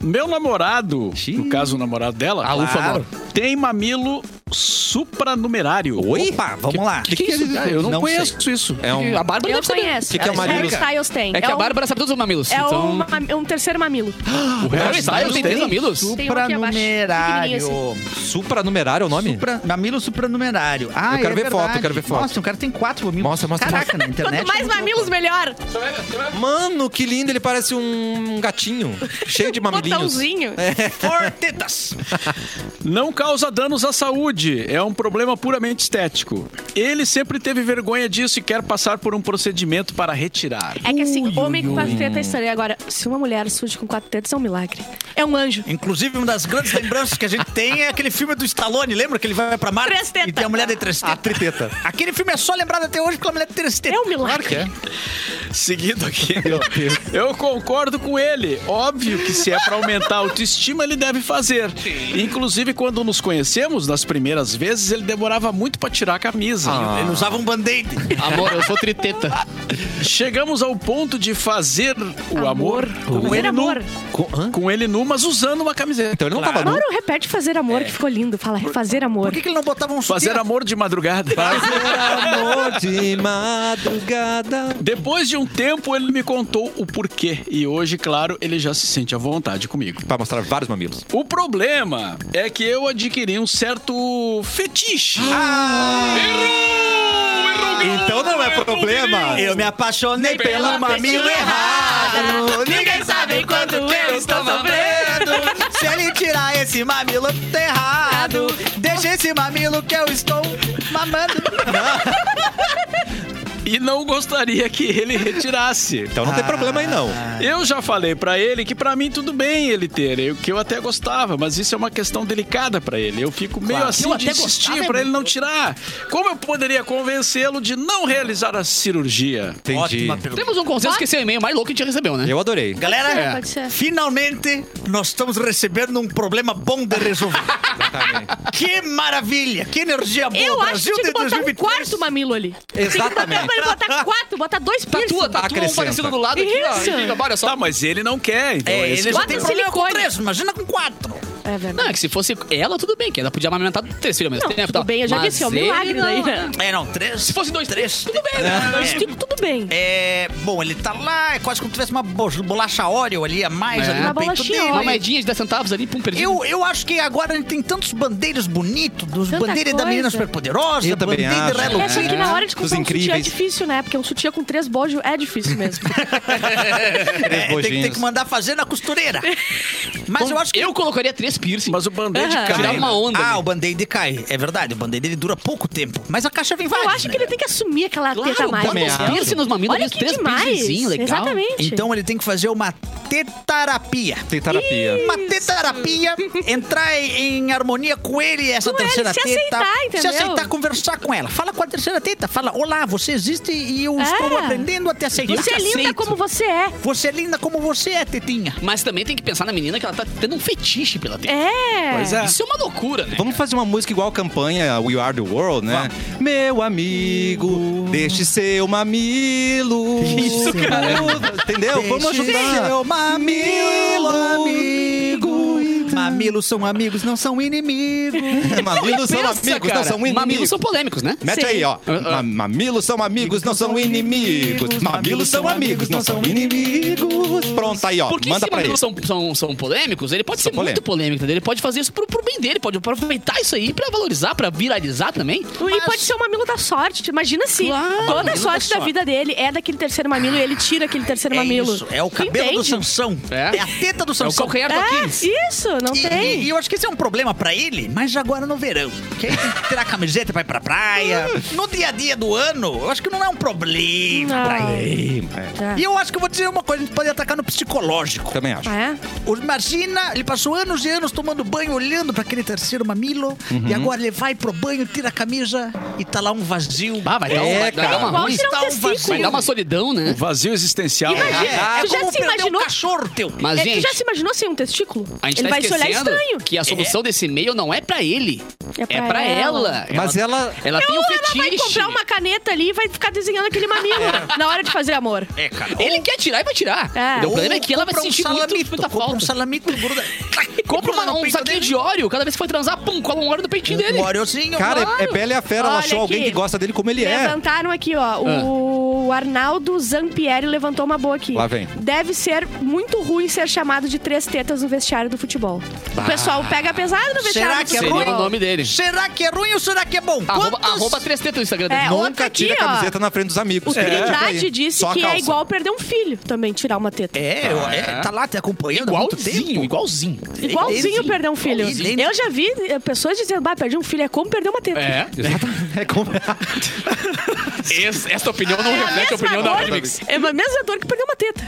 [SPEAKER 5] Meu namorado, no caso o namorado dela,
[SPEAKER 3] Ah, ufa, amor.
[SPEAKER 5] tem mamilo supranumerário.
[SPEAKER 1] Oi?
[SPEAKER 4] Opa, vamos lá.
[SPEAKER 1] que, que, é isso?
[SPEAKER 5] Cara, Ah, eu não,
[SPEAKER 4] Não
[SPEAKER 5] conheço isso.
[SPEAKER 1] É um...
[SPEAKER 3] A Bárbara
[SPEAKER 2] Eu
[SPEAKER 3] deve saber.
[SPEAKER 2] conheço.
[SPEAKER 1] Que que é o Marília?
[SPEAKER 2] Harry Styles tem.
[SPEAKER 3] É que a
[SPEAKER 2] um-
[SPEAKER 3] Bárbara sabe todos os mamilos.
[SPEAKER 2] é
[SPEAKER 3] então...
[SPEAKER 2] um ma- um terceiro mamilo.
[SPEAKER 1] Ah,
[SPEAKER 5] O
[SPEAKER 3] Harry
[SPEAKER 5] resto
[SPEAKER 3] Styles tem três mamilos?
[SPEAKER 2] Tem um aqui abaixo, assim. pequenininho
[SPEAKER 1] Supranumerário é o nome?
[SPEAKER 4] Supra, mamilo supranumerário. Ah,
[SPEAKER 1] Eu quero
[SPEAKER 4] é
[SPEAKER 1] ver
[SPEAKER 4] verdade.
[SPEAKER 1] foto, eu quero ver foto.
[SPEAKER 4] Nossa, um cara tem quatro mamilos.
[SPEAKER 1] Mostra, mostra,
[SPEAKER 4] Caraca, na internet.
[SPEAKER 1] né?
[SPEAKER 2] Quanto mais
[SPEAKER 1] Tipo,
[SPEAKER 4] é muito
[SPEAKER 2] mamilos, melhor.
[SPEAKER 1] Mano, que lindo. Ele parece um gatinho. Cheio de mamilinhos. É.
[SPEAKER 2] Um Botãozinho.
[SPEAKER 4] Fortetas.
[SPEAKER 5] Não causa danos à saúde, é um problema puramente estético. Ele sempre teve vergonha disso e quer passar por um procedimento para <laughs> retirar.
[SPEAKER 2] É que assim, homem com quatro tetas é estranho. Agora, se uma mulher surge com quatro tetas, é um milagre. É um anjo.
[SPEAKER 4] Inclusive, uma das grandes lembranças que a gente tem é aquele filme do Stallone. Lembra que ele vai pra Marte
[SPEAKER 2] Três tetas.
[SPEAKER 4] e tem a mulher de três tetas?
[SPEAKER 1] triteta.
[SPEAKER 4] Aquele filme é só lembrado até hoje pela mulher de três tetas.
[SPEAKER 2] É um milagre.
[SPEAKER 5] Seguido aqui. Eu concordo com ele. Óbvio que se é para aumentar a autoestima, ele deve fazer. Inclusive, quando nos conhecemos, nas primeiras vezes, ele demorava muito para tirar a camisa.
[SPEAKER 4] Ele usava um band-aid.
[SPEAKER 3] Amor, eu sou triteta.
[SPEAKER 5] Chegamos ao ponto de fazer
[SPEAKER 4] é.
[SPEAKER 5] o amor, com,
[SPEAKER 2] Fazer
[SPEAKER 5] ele nu,
[SPEAKER 2] amor.
[SPEAKER 5] com ele nu, mas usando uma camiseta.
[SPEAKER 1] Então ele não tava nu.
[SPEAKER 2] Mauro, repete fazer amor, que ficou lindo. Fala, fazer amor.
[SPEAKER 4] É. Por que, que ele não botava um
[SPEAKER 5] Fazer
[SPEAKER 4] sutiã?
[SPEAKER 5] amor de madrugada.
[SPEAKER 1] amor de madrugada.
[SPEAKER 5] Depois de um tempo, ele me contou o porquê. E hoje, claro, ele já se sente à vontade comigo.
[SPEAKER 1] Pra mostrar vários mamilos.
[SPEAKER 5] O problema é que eu adquiri um certo fetiche.
[SPEAKER 4] Ah,
[SPEAKER 5] Errou! Errou
[SPEAKER 1] Então não é problema.
[SPEAKER 4] Eu me apaixonei pelo mamilo errado. Ninguém sabe quando eu estou sofrendo. Se ele tirar esse mamilo tá errado, deixa esse mamilo que eu estou mamando.
[SPEAKER 5] E não gostaria que ele retirasse.
[SPEAKER 1] Então não tem problema aí, não.
[SPEAKER 5] Eu já falei pra ele que pra mim tudo bem ele ter, eu, que eu até gostava, mas isso é uma questão delicada pra ele. Eu fico meio
[SPEAKER 3] Claro.
[SPEAKER 5] assim
[SPEAKER 3] Eu
[SPEAKER 5] de
[SPEAKER 3] até gostava
[SPEAKER 5] insistir
[SPEAKER 3] é
[SPEAKER 5] pra ele não tirar. Como eu poderia convencê-lo de não realizar a cirurgia?
[SPEAKER 1] Entendi.
[SPEAKER 3] Temos um consenso que esse é o e-mail mais louco que a gente recebeu, né?
[SPEAKER 1] Eu adorei.
[SPEAKER 4] Galera,
[SPEAKER 2] É, pode ser.
[SPEAKER 4] finalmente nós estamos recebendo um problema bom de resolver. que maravilha, que energia boa.
[SPEAKER 2] Eu acho
[SPEAKER 4] Brasil
[SPEAKER 2] que tinha
[SPEAKER 4] de
[SPEAKER 2] que botar um
[SPEAKER 4] 2023.
[SPEAKER 2] quarto mamilo ali. Tem que botar pra
[SPEAKER 1] Exatamente.
[SPEAKER 2] ele botar quatro, botar dois
[SPEAKER 4] Tá
[SPEAKER 3] Tatua,
[SPEAKER 2] piercing.
[SPEAKER 3] tatua um
[SPEAKER 1] Acrescenta.
[SPEAKER 3] parecido do lado aqui, ó.
[SPEAKER 2] Isso.
[SPEAKER 3] e fica, Olha só.
[SPEAKER 5] Tá, mas ele não quer. Então
[SPEAKER 4] É, ele
[SPEAKER 5] esse
[SPEAKER 4] já
[SPEAKER 5] que-
[SPEAKER 2] Quatro
[SPEAKER 4] tem problema com
[SPEAKER 2] silicone.
[SPEAKER 4] três, imagina com quatro.
[SPEAKER 2] É verdade.
[SPEAKER 3] Não, é que se fosse ela, tudo bem, que ela podia amamentar três filhos ao mesmo
[SPEAKER 2] Não,
[SPEAKER 3] tempo. e
[SPEAKER 2] tudo
[SPEAKER 3] tal.
[SPEAKER 2] bem, eu já
[SPEAKER 3] Mas
[SPEAKER 2] disse, é um
[SPEAKER 3] ele
[SPEAKER 2] milagre
[SPEAKER 3] não,
[SPEAKER 2] daí,
[SPEAKER 3] né?
[SPEAKER 2] né?
[SPEAKER 4] É, não, três.
[SPEAKER 3] Se fosse dois, três, tudo
[SPEAKER 1] É.
[SPEAKER 3] bem,
[SPEAKER 2] Mas
[SPEAKER 3] né?
[SPEAKER 2] tipo, tudo bem.
[SPEAKER 4] É, bom, ele tá lá, é quase como tivesse uma bo- bolacha Oreo ali a mais
[SPEAKER 3] É.
[SPEAKER 4] ali no
[SPEAKER 2] Uma
[SPEAKER 4] peito
[SPEAKER 2] bolachinha
[SPEAKER 4] dele.
[SPEAKER 3] Uma moedinha de 10 centavos ali, pum, perdido.
[SPEAKER 4] Eu, eu acho que agora ele tem tantos bandeiros bonitos, dos
[SPEAKER 2] Tanta
[SPEAKER 4] bandeiras da
[SPEAKER 2] coisa.
[SPEAKER 4] menina superpoderosa,
[SPEAKER 1] Eu também
[SPEAKER 4] bandeira
[SPEAKER 1] acho.
[SPEAKER 4] da Hello
[SPEAKER 2] É, só
[SPEAKER 4] Kitty.
[SPEAKER 2] que na hora
[SPEAKER 1] Dos
[SPEAKER 2] de comprar um sutiã é
[SPEAKER 1] incríveis.
[SPEAKER 2] difícil, né? Porque um sutiã com três bojos é
[SPEAKER 1] <laughs>
[SPEAKER 2] difícil mesmo.
[SPEAKER 1] Três
[SPEAKER 4] É, tem, que, tem
[SPEAKER 1] bojinhos.
[SPEAKER 4] que mandar fazer na costureira. Mas eu acho que.
[SPEAKER 3] Eu colocaria três piercing.
[SPEAKER 5] Mas o band-aid
[SPEAKER 2] Aham.
[SPEAKER 5] cai.
[SPEAKER 3] Tirar
[SPEAKER 5] né?
[SPEAKER 3] uma onda.
[SPEAKER 4] Ah,
[SPEAKER 3] né?
[SPEAKER 4] o band-aid cai. É verdade, o band-aid ele dura pouco tempo. Mas a caixa vem várias.
[SPEAKER 2] Eu acho
[SPEAKER 4] né?
[SPEAKER 2] que ele tem que assumir aquela
[SPEAKER 3] Claro,
[SPEAKER 2] teta mais. né?
[SPEAKER 3] bota
[SPEAKER 1] também
[SPEAKER 3] os
[SPEAKER 1] acho.
[SPEAKER 3] piercing nos mamilos,
[SPEAKER 2] Olha
[SPEAKER 3] ali,
[SPEAKER 2] que
[SPEAKER 3] três
[SPEAKER 2] demais.
[SPEAKER 3] piercingzinhos, legal.
[SPEAKER 2] Exatamente.
[SPEAKER 4] Então ele tem que fazer uma tetarapia.
[SPEAKER 1] Tem terapia.
[SPEAKER 4] Uma tetarapia, entrar em harmonia com ele e essa
[SPEAKER 2] Com ele,
[SPEAKER 4] terceira
[SPEAKER 2] se
[SPEAKER 4] teta.
[SPEAKER 2] aceitar,
[SPEAKER 4] Se
[SPEAKER 2] entendeu?
[SPEAKER 4] aceitar, conversar com ela. Fala com a terceira teta. Fala, olá, você existe e eu
[SPEAKER 2] É.
[SPEAKER 4] estou aprendendo a te aceitar.
[SPEAKER 2] Você é
[SPEAKER 4] Te
[SPEAKER 2] linda
[SPEAKER 4] aceito.
[SPEAKER 2] como você é.
[SPEAKER 4] Você é linda como você é, tetinha.
[SPEAKER 3] Mas também tem que pensar na menina que ela tá tendo um fetiche pela teta.
[SPEAKER 2] É.
[SPEAKER 5] Pois é.
[SPEAKER 3] Isso é uma loucura, né?
[SPEAKER 1] Vamos fazer uma música igual a campanha We Are The World, né? Meu amigo, deixe seu mamilo. Isso, cara. Entendeu? Vamos
[SPEAKER 4] Deixe
[SPEAKER 1] ajudar.
[SPEAKER 4] Seu mamilo, amigo.
[SPEAKER 2] Então.
[SPEAKER 4] <laughs> Mamilos são amigos, não são inimigos.
[SPEAKER 1] Mamilos são
[SPEAKER 3] Pensa,
[SPEAKER 1] amigos, não
[SPEAKER 3] cara.
[SPEAKER 1] são inimigos.
[SPEAKER 3] Mamilos são polêmicos, né?
[SPEAKER 1] Mete
[SPEAKER 2] Sim.
[SPEAKER 1] aí, ó.
[SPEAKER 3] Ah, ah.
[SPEAKER 1] Ma- Mamilos são amigos, não são inimigos. Mamilos são amigos, não são inimigos. Pronto, aí, ó.
[SPEAKER 3] Porque
[SPEAKER 1] Manda
[SPEAKER 3] se
[SPEAKER 1] pra ele.
[SPEAKER 3] mamilos são, são, são polêmicos, ele pode
[SPEAKER 1] São
[SPEAKER 3] ser muito
[SPEAKER 1] polêmicos.
[SPEAKER 3] polêmico, entendeu? Ele pode fazer isso pro, pro bem dele, pode aproveitar isso aí pra valorizar, pra viralizar também.
[SPEAKER 2] E pode ser o mamilo da sorte. Imagina se
[SPEAKER 3] Claro.
[SPEAKER 2] toda
[SPEAKER 3] Mamilo
[SPEAKER 2] a sorte
[SPEAKER 3] da
[SPEAKER 2] da,
[SPEAKER 3] sorte.
[SPEAKER 2] vida dele é daquele terceiro mamilo e ele tira aquele terceiro
[SPEAKER 4] É
[SPEAKER 2] mamilo.
[SPEAKER 4] isso, é o cabelo do
[SPEAKER 2] Entende?
[SPEAKER 4] Sansão.
[SPEAKER 3] É.
[SPEAKER 4] É. a teta do
[SPEAKER 3] É o
[SPEAKER 4] Sansão.
[SPEAKER 3] calcanhar do
[SPEAKER 2] É,
[SPEAKER 3] Aquiles.
[SPEAKER 2] isso, não
[SPEAKER 4] E-
[SPEAKER 2] tem.
[SPEAKER 4] E, eu acho que esse é um problema pra ele, mas agora no verão. Que aí tem que tirar a camiseta pra ir pra
[SPEAKER 3] <laughs>
[SPEAKER 4] praia. No dia a dia do ano, eu acho que não é um problema
[SPEAKER 2] Não.
[SPEAKER 4] pra ele.
[SPEAKER 2] Tá.
[SPEAKER 4] E eu acho que eu vou dizer uma coisa, a gente pode atacar no psicológico.
[SPEAKER 1] Também acho.
[SPEAKER 2] Ah,
[SPEAKER 4] O- Imagina, ele passou anos e anos tomando banho, olhando pra aquele terceiro mamilo,
[SPEAKER 3] Uhum.
[SPEAKER 4] e agora ele vai pro banho, tira a camisa e tá lá um vazio.
[SPEAKER 3] Ah, vai, dar,
[SPEAKER 1] É,
[SPEAKER 3] um- vai, vai dar
[SPEAKER 1] cara.
[SPEAKER 3] uma ruim.
[SPEAKER 2] Vamos tirar
[SPEAKER 4] está um
[SPEAKER 2] um
[SPEAKER 3] Vai dar
[SPEAKER 2] testículo.
[SPEAKER 3] uma solidão, né?
[SPEAKER 5] Vazio existencial.
[SPEAKER 3] Ah,
[SPEAKER 4] É,
[SPEAKER 2] Imagina,
[SPEAKER 4] é
[SPEAKER 3] tá.
[SPEAKER 2] tu já
[SPEAKER 4] como
[SPEAKER 2] se
[SPEAKER 4] perder
[SPEAKER 2] imaginou?
[SPEAKER 4] um cachorro teu.
[SPEAKER 3] Mas,
[SPEAKER 2] É, tu
[SPEAKER 3] gente,
[SPEAKER 2] já se imaginou sem um testículo?
[SPEAKER 3] a gente
[SPEAKER 2] ele
[SPEAKER 3] tá
[SPEAKER 2] vai se olhar
[SPEAKER 3] esquecendo
[SPEAKER 2] estranho.
[SPEAKER 3] que a solução desse e-mail não é pra ele.
[SPEAKER 2] É pra
[SPEAKER 3] ela.
[SPEAKER 2] ela.
[SPEAKER 1] Mas ela.
[SPEAKER 3] Ela tem
[SPEAKER 2] Ou
[SPEAKER 3] um
[SPEAKER 2] ela vai
[SPEAKER 3] fetiche.
[SPEAKER 2] comprar uma caneta ali e vai ficar desenhando aquele mamilo na hora de fazer amor.
[SPEAKER 4] É, cara.
[SPEAKER 3] Ele quer tirar e vai tirar.
[SPEAKER 2] É.
[SPEAKER 3] O problema é que ela vai
[SPEAKER 4] Compra um
[SPEAKER 3] sentir muito,
[SPEAKER 4] salamito,
[SPEAKER 3] muita
[SPEAKER 4] compra
[SPEAKER 3] falta.
[SPEAKER 4] <laughs> um salamito, gruda.
[SPEAKER 3] Compra uma-
[SPEAKER 4] gruda no
[SPEAKER 3] um
[SPEAKER 4] peito
[SPEAKER 3] saquinho
[SPEAKER 4] dele.
[SPEAKER 3] de óleo. Cada vez que for transar, pum, cola um óleo no peitinho dele.
[SPEAKER 4] Um óleozinho.
[SPEAKER 1] Cara, é- é, Bela e a Fera. Ela
[SPEAKER 2] Olha
[SPEAKER 1] achou alguém
[SPEAKER 2] aqui.
[SPEAKER 1] que gosta dele como ele é.
[SPEAKER 2] Levantaram aqui, ó. O Arnaldo Zampieri levantou uma boa aqui.
[SPEAKER 1] Lá vem.
[SPEAKER 2] Deve ser muito ruim ser chamado de três tetas no vestiário do futebol. O pessoal pega pesado no vestiário
[SPEAKER 4] Será
[SPEAKER 2] do
[SPEAKER 4] que é
[SPEAKER 3] Seria
[SPEAKER 2] futebol.
[SPEAKER 4] ruim?
[SPEAKER 3] o nome dele.
[SPEAKER 4] Será que é ruim ou será que é bom?
[SPEAKER 3] Arroba,
[SPEAKER 4] Quantos-
[SPEAKER 3] arroba 3T no Instagram dele.
[SPEAKER 2] É,
[SPEAKER 3] Não.
[SPEAKER 2] outra
[SPEAKER 1] Nunca
[SPEAKER 2] aqui,
[SPEAKER 1] tira a
[SPEAKER 2] ó.
[SPEAKER 1] camiseta na frente dos amigos.
[SPEAKER 2] O Trindade
[SPEAKER 1] Aí.
[SPEAKER 2] disse
[SPEAKER 1] Só a
[SPEAKER 2] que é
[SPEAKER 1] calça.
[SPEAKER 2] igual perder um filho também, tirar uma teta.
[SPEAKER 4] É, eu- é, tá lá te acompanhando há muito
[SPEAKER 3] Igualzinho,
[SPEAKER 4] tempo.
[SPEAKER 3] igualzinho.
[SPEAKER 2] Igualzinho perder um filho.
[SPEAKER 4] Idêntico.
[SPEAKER 2] Eu já vi eh, pessoas dizendo, bah, perdi um filho, é como perder uma teta.
[SPEAKER 3] É.
[SPEAKER 1] É
[SPEAKER 2] <laughs>
[SPEAKER 1] como-
[SPEAKER 3] Essa, essa opinião não
[SPEAKER 2] É a
[SPEAKER 3] reflete a
[SPEAKER 2] mesma
[SPEAKER 3] opinião da
[SPEAKER 2] dor,
[SPEAKER 3] Remix.
[SPEAKER 2] é a mesma dor que perder uma teta.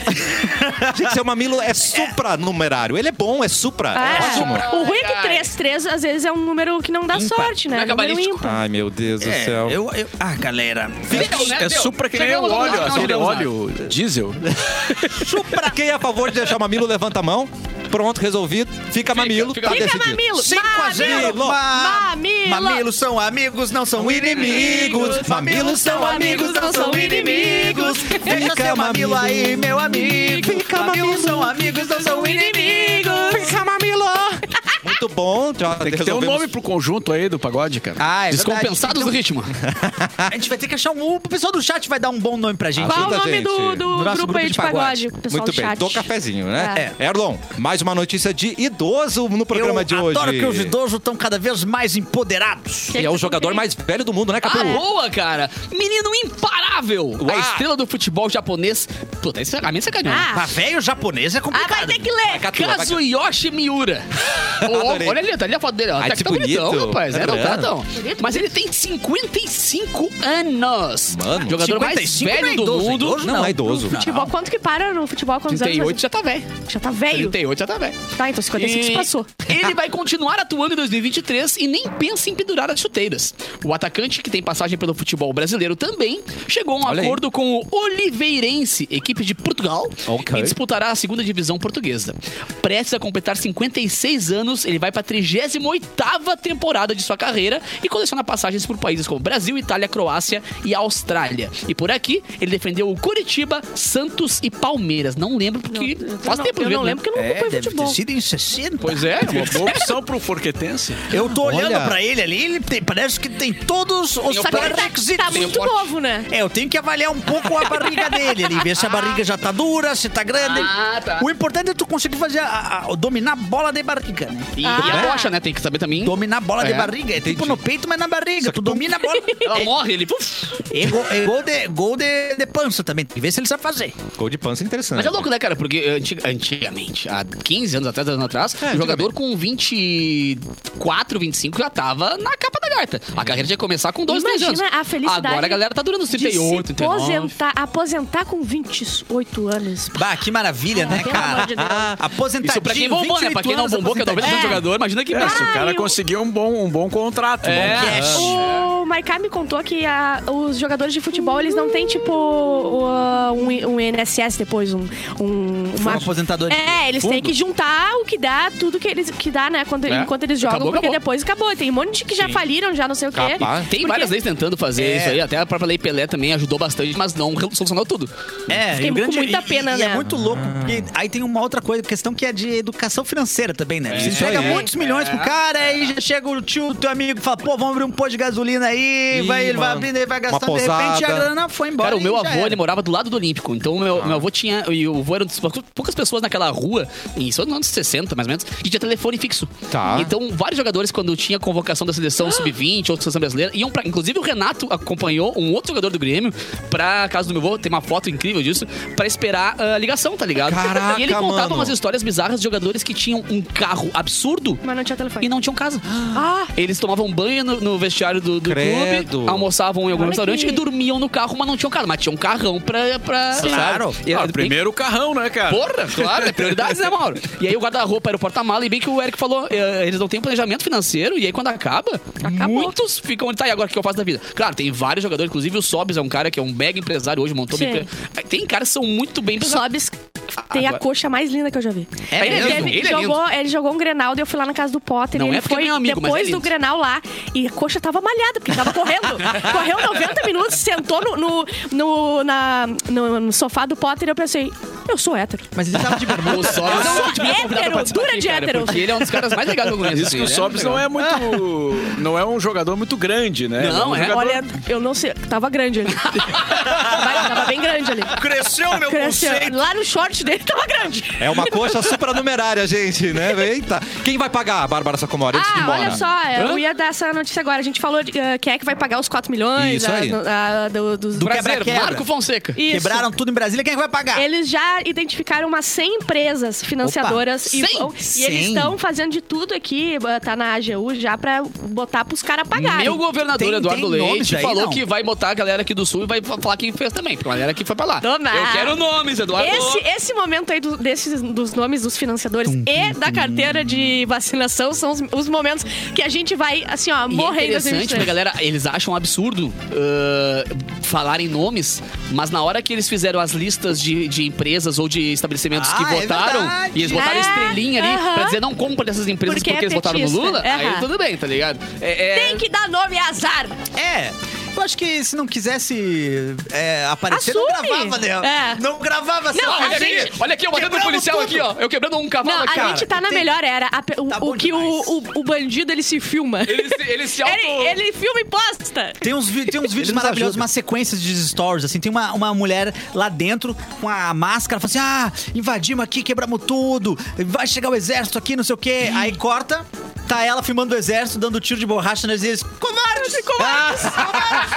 [SPEAKER 1] Gente, seu mamilo é supranumerário. Ele é bom, é supra.
[SPEAKER 2] Ah,
[SPEAKER 1] É ótimo.
[SPEAKER 2] O ruim é
[SPEAKER 3] Ai,
[SPEAKER 2] que
[SPEAKER 3] ai.
[SPEAKER 2] 3, 3 às vezes é um número que não dá
[SPEAKER 4] Ímpar.
[SPEAKER 2] sorte, né?
[SPEAKER 3] Não é
[SPEAKER 2] É um número
[SPEAKER 3] cabalístico.
[SPEAKER 2] ímpar.
[SPEAKER 1] Ai, meu Deus do
[SPEAKER 4] É,
[SPEAKER 1] céu.
[SPEAKER 4] eu, eu, ah, galera.
[SPEAKER 3] né?
[SPEAKER 5] É supra que nem o óleo,
[SPEAKER 4] assim,
[SPEAKER 5] aquele óleo diesel.
[SPEAKER 1] Pra quem é a favor de deixar o mamilo, levanta a mão. Pronto, resolvido. Fica mamilo,
[SPEAKER 3] fica
[SPEAKER 1] tá
[SPEAKER 2] Fica
[SPEAKER 1] decidido.
[SPEAKER 2] mamilo!
[SPEAKER 4] 5 a 0.
[SPEAKER 2] Mamilo! Mamilo!
[SPEAKER 4] Mamilos são amigos, não são inimigos. Mamilos são amigos, não são inimigos. Deixa seu mamilo aí, meu amigo. Mamilos são amigos, não são inimigos.
[SPEAKER 1] Fica mamilo! muito bom. Já
[SPEAKER 5] Tem que ter um
[SPEAKER 1] resolvemos-
[SPEAKER 5] nome pro conjunto aí do pagode, cara.
[SPEAKER 4] Ah, é
[SPEAKER 3] Descompensados do
[SPEAKER 4] verdade.
[SPEAKER 3] ritmo.
[SPEAKER 4] Então, a gente vai ter que achar um. O pessoal do chat vai dar um bom nome pra gente.
[SPEAKER 2] Qual o
[SPEAKER 1] Ajuda a
[SPEAKER 2] nome
[SPEAKER 1] gente.
[SPEAKER 2] do,
[SPEAKER 4] Do
[SPEAKER 2] do
[SPEAKER 4] nosso
[SPEAKER 2] grupo aí de pagode? Pessoal
[SPEAKER 1] Muito
[SPEAKER 2] do
[SPEAKER 1] bem,
[SPEAKER 2] chat.
[SPEAKER 1] do cafezinho, né?
[SPEAKER 4] É.
[SPEAKER 1] Erlon, mais uma notícia de idoso no programa
[SPEAKER 4] Eu
[SPEAKER 1] de hoje.
[SPEAKER 4] adoro que os idosos estão cada vez mais empoderados.
[SPEAKER 2] tá
[SPEAKER 1] E é o jogador mais velho do mundo, né, Capu?
[SPEAKER 3] Ah,
[SPEAKER 2] é?
[SPEAKER 3] boa, cara! Menino imparável! A estrela do futebol japonês. Puta, isso é a minha sacanagem.
[SPEAKER 2] Ah.
[SPEAKER 4] Mas velho japonês é
[SPEAKER 2] Ah, vai
[SPEAKER 4] complicado.
[SPEAKER 2] ter que ler.
[SPEAKER 1] Catua, vai,
[SPEAKER 3] Kazuyoshi Miura.
[SPEAKER 1] Adorei.
[SPEAKER 3] Ó, olha ali, tá ali a foto dele. Ó.
[SPEAKER 1] Ai,
[SPEAKER 3] tá
[SPEAKER 1] que
[SPEAKER 3] tá bonitão,
[SPEAKER 1] bonito.
[SPEAKER 3] rapaz. É, não, tá,
[SPEAKER 1] Adorando.
[SPEAKER 3] não. Mas ele tem 55 anos.
[SPEAKER 1] Mano.
[SPEAKER 3] jogador mais
[SPEAKER 4] 55 não é
[SPEAKER 3] velho do
[SPEAKER 4] idoso,
[SPEAKER 3] mundo.
[SPEAKER 4] idoso
[SPEAKER 1] Não, não é idoso.
[SPEAKER 2] Futebol, quanto que para no futebol? Quantos anos?
[SPEAKER 3] 38 já tá velho.
[SPEAKER 2] Já tá velho.
[SPEAKER 3] 38 já tá velho.
[SPEAKER 2] Tá, então 55 se
[SPEAKER 3] E
[SPEAKER 2] passou.
[SPEAKER 3] Ele vai continuar atuando em 2023 e nem pensa em pendurar as chuteiras. O atacante, que tem passagem pelo futebol brasileiro também, chegou a um
[SPEAKER 1] Olha aí.
[SPEAKER 3] acordo com o Oliveirense, equipe de Portugal,
[SPEAKER 1] Ok.
[SPEAKER 3] e disputará a segunda divisão portuguesa. Prestes a completar 56 anos, ele vai para a 38ª temporada de sua carreira e coleciona passagens por países como Brasil, Itália, Croácia e Austrália. E por aqui, ele defendeu o Curitiba, Santos e Palmeiras. Não lembro porque
[SPEAKER 2] Eu
[SPEAKER 3] faz
[SPEAKER 2] não-
[SPEAKER 3] tempo
[SPEAKER 2] Eu
[SPEAKER 3] mesmo,
[SPEAKER 2] não
[SPEAKER 3] né?
[SPEAKER 2] lembro que eu não
[SPEAKER 4] É,
[SPEAKER 2] acompanho
[SPEAKER 4] deve ter
[SPEAKER 2] futebol.
[SPEAKER 4] sido em 60.
[SPEAKER 2] <laughs>
[SPEAKER 3] Pois é,
[SPEAKER 5] Uma boa opção pro Forquetense.
[SPEAKER 4] Eu tô olhando
[SPEAKER 1] Olha.
[SPEAKER 4] pra ele ali, ele tem- parece que tem todos os
[SPEAKER 2] Só que ele tá-
[SPEAKER 4] pré-requisitos.
[SPEAKER 2] tá muito
[SPEAKER 3] forte.
[SPEAKER 2] novo, né?
[SPEAKER 4] É, eu tenho que avaliar um pouco a barriga dele ali, ver se a barriga já tá dura, se tá grande.
[SPEAKER 3] Ah, tá.
[SPEAKER 4] O importante é tu conseguir fazer a- a- dominar a bola de barriga, né?
[SPEAKER 3] E,
[SPEAKER 2] Ah.
[SPEAKER 3] e a bocha, né? Tem que saber também.
[SPEAKER 4] Dominar a bola de
[SPEAKER 3] É,
[SPEAKER 4] barriga. É tipo no peito, mas na barriga. Tu domina a
[SPEAKER 3] <laughs>
[SPEAKER 4] bola.
[SPEAKER 3] Ela morre, ele. puf.
[SPEAKER 4] É gol, é gol de, gol de, de pança também. Tem que ver se ele sabe fazer.
[SPEAKER 1] Gol de pança é interessante.
[SPEAKER 3] Mas é louco, né, cara? Porque antig- antigamente, há 15 anos atrás, 10 anos atrás, o jogador com 24, 25 já tava na capa da gaita. A carreira tinha que começar com 2, 3 anos.
[SPEAKER 2] Imagina a felicidade
[SPEAKER 3] Agora a galera tá durando os
[SPEAKER 2] De se
[SPEAKER 3] 38, 39.
[SPEAKER 2] aposentar, aposentar com 28 anos.
[SPEAKER 4] Bah, que maravilha, né,
[SPEAKER 2] Pelo amor
[SPEAKER 4] É, cara?
[SPEAKER 2] de Deus.
[SPEAKER 4] Aposentadinho,
[SPEAKER 2] tá,
[SPEAKER 3] Isso pra quem bombou, né? Pra quem não
[SPEAKER 4] 28
[SPEAKER 3] bombou, que é
[SPEAKER 4] anos,
[SPEAKER 3] 90 anos
[SPEAKER 2] É.
[SPEAKER 3] de jogador, imagina que...
[SPEAKER 5] É, se o
[SPEAKER 2] Ah,
[SPEAKER 5] cara
[SPEAKER 2] e o-
[SPEAKER 5] conseguiu um bom, um bom contrato. um
[SPEAKER 3] É.
[SPEAKER 5] bom cash.
[SPEAKER 2] O Maiká me contou que a- os jogadores de futebol, eles não têm, tipo, o- um, I- um INSS depois, um... um
[SPEAKER 4] Uma aposentadoria.
[SPEAKER 2] É, eles têm que juntar o que dá, tudo que eles que dá, né? Quando,
[SPEAKER 3] É.
[SPEAKER 2] Enquanto eles jogam,
[SPEAKER 3] Acabou,
[SPEAKER 2] porque
[SPEAKER 3] acabou.
[SPEAKER 2] depois acabou. Tem um monte de que já faliram, já não sei o quê.
[SPEAKER 1] Capaz.
[SPEAKER 3] Tem
[SPEAKER 2] Porque-
[SPEAKER 3] várias leis tentando fazer
[SPEAKER 4] É.
[SPEAKER 3] isso aí. Até a própria Lei Pelé também ajudou bastante, mas não solucionou tudo.
[SPEAKER 4] É,
[SPEAKER 2] Fiquei
[SPEAKER 4] e o
[SPEAKER 2] com
[SPEAKER 4] grande,
[SPEAKER 2] muita
[SPEAKER 4] e-
[SPEAKER 2] pena,
[SPEAKER 4] e,
[SPEAKER 2] né?
[SPEAKER 4] é muito louco, porque aí tem uma outra coisa, questão que é de educação financeira também, né? Você
[SPEAKER 1] Isso
[SPEAKER 4] entrega
[SPEAKER 1] aí.
[SPEAKER 4] muitos milhões pro cara, aí já chega o tio do teu amigo e fala, pô, vamos abrir um posto de gasolina aí,
[SPEAKER 1] Ih,
[SPEAKER 4] vai, ele vai
[SPEAKER 1] mano.
[SPEAKER 4] abrindo, ele vai gastando,
[SPEAKER 1] Uma
[SPEAKER 4] de repente a
[SPEAKER 1] posada.
[SPEAKER 4] grana foi embora.
[SPEAKER 3] Cara, o
[SPEAKER 4] e
[SPEAKER 3] meu
[SPEAKER 4] já
[SPEAKER 3] avô, ele
[SPEAKER 4] era.
[SPEAKER 3] morava do lado do Olímpico. Então,
[SPEAKER 1] Ah.
[SPEAKER 3] meu, meu avô tinha. E o avô era uma das poucas- poucas pessoas naquela rua, isso nos anos 60, mais ou menos, que tinha telefone fixo.
[SPEAKER 1] Tá. Ah.
[SPEAKER 3] Então, vários jogadores, quando tinha convocação da seleção sub-20 ou seleção brasileira, iam pra. Inclusive, o Renato acompanhou um outro jogador do Grêmio pra casa do meu avô, tem uma foto incrível disso, pra esperar a ligação, tá ligado?
[SPEAKER 1] Caraca,
[SPEAKER 3] e ele contava
[SPEAKER 1] mano.
[SPEAKER 3] umas histórias bizarras de jogadores que tinham um carro absurdo
[SPEAKER 2] Mas não tinha telefone.
[SPEAKER 3] e não tinham casa.
[SPEAKER 2] Ah,
[SPEAKER 3] Eles tomavam banho no, no vestiário do, do
[SPEAKER 1] Credo.
[SPEAKER 3] clube, almoçavam em algum
[SPEAKER 2] Olha
[SPEAKER 3] restaurante
[SPEAKER 2] que-
[SPEAKER 3] e dormiam no carro, mas não tinham carro. Mas tinha um carrão pra. pra
[SPEAKER 4] Claro.
[SPEAKER 3] E era
[SPEAKER 5] Ah,
[SPEAKER 3] bem-
[SPEAKER 5] primeiro o carrão, né, cara?
[SPEAKER 3] Porra, claro, é prioridade, né, Mauro? E aí o guarda-roupa era o porta-mala, e bem que o Eric falou, eh, eles não têm planejamento financeiro, e aí quando acaba,
[SPEAKER 2] Acabou.
[SPEAKER 3] muitos ficam onde tá, e agora o que eu faço da vida? Claro, tem vários jogadores, inclusive o Sobs é um cara que é um mega empresário hoje, montou uma
[SPEAKER 2] Sim.
[SPEAKER 3] empresa. Tem caras que são muito bem empresários.
[SPEAKER 2] Sobes tem a
[SPEAKER 3] Agora-
[SPEAKER 2] coxa mais linda que eu já vi.
[SPEAKER 3] É
[SPEAKER 2] ele,
[SPEAKER 3] mesmo?
[SPEAKER 2] teve-
[SPEAKER 3] Ele é
[SPEAKER 2] jogou, ele jogou um Grenal, daí eu fui lá na casa do Potter.
[SPEAKER 3] Não
[SPEAKER 2] e ele
[SPEAKER 3] é porque
[SPEAKER 2] foi
[SPEAKER 3] é meu amigo, mas
[SPEAKER 2] depois
[SPEAKER 3] é
[SPEAKER 2] do
[SPEAKER 3] lindo.
[SPEAKER 2] Grenal lá e a coxa tava malhada, porque tava
[SPEAKER 3] <laughs>
[SPEAKER 2] correndo. Correu 90 minutos, sentou no, no, no, na- no- no sofá do Potter e eu pensei, eu sou hétero.
[SPEAKER 4] Mas ele tava de bermuda.
[SPEAKER 3] O Sobs
[SPEAKER 2] Eu sou
[SPEAKER 3] devia convidar pra
[SPEAKER 2] hétero,
[SPEAKER 3] participar
[SPEAKER 2] dura de
[SPEAKER 3] cara,
[SPEAKER 2] hétero.
[SPEAKER 3] Porque ele é um dos caras mais legais que eu conheço.
[SPEAKER 5] Diz que
[SPEAKER 3] assim,
[SPEAKER 5] o
[SPEAKER 3] ele muito
[SPEAKER 5] Sobs não
[SPEAKER 3] legal.
[SPEAKER 5] é muito. Não é um jogador muito grande, né?
[SPEAKER 3] Não,
[SPEAKER 5] um
[SPEAKER 3] é.
[SPEAKER 5] jogador-
[SPEAKER 2] Olha, eu não sei, tava grande
[SPEAKER 3] <laughs>
[SPEAKER 2] ali. tava, tava bem grande ali.
[SPEAKER 4] <laughs> Cresceu, meu
[SPEAKER 2] Cresceu.
[SPEAKER 4] conceito.
[SPEAKER 2] Lá no short dele tava grande.
[SPEAKER 1] É uma coxa supranumerária, gente, né? Eita. Quem vai pagar, Bárbara Sacomori, antes de ir
[SPEAKER 2] Ah,
[SPEAKER 1] embora?
[SPEAKER 2] olha só, eu ia dar essa notícia agora. A gente falou de, ah, quem é que vai pagar os 4 milhões
[SPEAKER 1] Isso aí.
[SPEAKER 2] ah, ah, do- dos
[SPEAKER 4] Do
[SPEAKER 3] Prazer,
[SPEAKER 4] Quebra-quebra.
[SPEAKER 3] Marco Fonseca.
[SPEAKER 2] Isso.
[SPEAKER 4] Quebraram tudo em Brasília, quem é que vai pagar?
[SPEAKER 2] <laughs> Eles já identificaram umas 100 empresas financiadoras
[SPEAKER 3] Opa,
[SPEAKER 2] e,
[SPEAKER 3] 100?
[SPEAKER 2] vão- e eles
[SPEAKER 4] 100?
[SPEAKER 2] estão fazendo de tudo aqui, tá na AGU já pra botar pros caras pagarem.
[SPEAKER 3] Meu governador
[SPEAKER 4] Tem-
[SPEAKER 3] Eduardo
[SPEAKER 4] tem nomes
[SPEAKER 3] Leite
[SPEAKER 4] aí,
[SPEAKER 3] falou
[SPEAKER 4] não?
[SPEAKER 3] que vai botar a galera aqui do Sul e vai fa- falar quem fez também, porque a galera aqui foi pra lá.
[SPEAKER 2] Dona.
[SPEAKER 3] Eu quero nomes, Eduardo.
[SPEAKER 2] Esse, esse momento aí do- desses, dos nomes dos financiadores e da carteira de vacinação são os, os momentos que a gente vai, assim, ó,
[SPEAKER 3] E
[SPEAKER 2] morrer
[SPEAKER 3] é
[SPEAKER 2] em
[SPEAKER 3] interessante,
[SPEAKER 2] 2023.
[SPEAKER 3] né, galera? Eles acham um absurdo uh, falarem nomes, mas na hora que eles fizeram as listas de, de empresas ou de estabelecimentos que
[SPEAKER 4] Ah, é
[SPEAKER 3] votaram,
[SPEAKER 4] verdade.
[SPEAKER 3] e eles botaram
[SPEAKER 2] É,
[SPEAKER 3] estrelinha ali
[SPEAKER 2] aham.
[SPEAKER 3] pra dizer não compra dessas empresas
[SPEAKER 2] Porque
[SPEAKER 3] porque,
[SPEAKER 2] é
[SPEAKER 3] eles votaram no
[SPEAKER 2] petista.
[SPEAKER 3] Lula, aí
[SPEAKER 2] Aham.
[SPEAKER 3] tudo bem, tá ligado? É, é-
[SPEAKER 2] Tem que dar nome é azar.
[SPEAKER 4] É. Eu acho que se não quisesse é, aparecer, não
[SPEAKER 2] Assume.
[SPEAKER 4] gravava, né?
[SPEAKER 2] É.
[SPEAKER 4] Não gravava assim,
[SPEAKER 2] Não,
[SPEAKER 4] sabe?
[SPEAKER 2] a
[SPEAKER 3] Olha aqui,
[SPEAKER 2] gente-
[SPEAKER 3] olha aqui, eu batendo um
[SPEAKER 4] Quebramos
[SPEAKER 3] policial
[SPEAKER 4] tudo.
[SPEAKER 3] aqui, ó. Eu quebrando um cavalo
[SPEAKER 2] Não,
[SPEAKER 3] aqui.
[SPEAKER 2] a gente tá na melhor era. A pe- o,
[SPEAKER 4] Tá
[SPEAKER 2] o
[SPEAKER 4] bom
[SPEAKER 2] que o,
[SPEAKER 4] demais.
[SPEAKER 2] o, o bandido ele se filma.
[SPEAKER 3] Ele se, ele se auto...
[SPEAKER 2] Ele, ele filma e posta.
[SPEAKER 4] Tem uns, vi- tem uns vídeos
[SPEAKER 1] nos
[SPEAKER 4] maravilhosos,
[SPEAKER 1] ajuda.
[SPEAKER 4] umas sequências de stories, assim. Tem uma, uma mulher lá dentro com a máscara, fala assim: ah, invadimos aqui, quebramos tudo, vai chegar o exército aqui, não sei o quê. Aí corta, tá ela filmando o exército, dando tiro de borracha neles e eles, covardes! Ah, Covardes!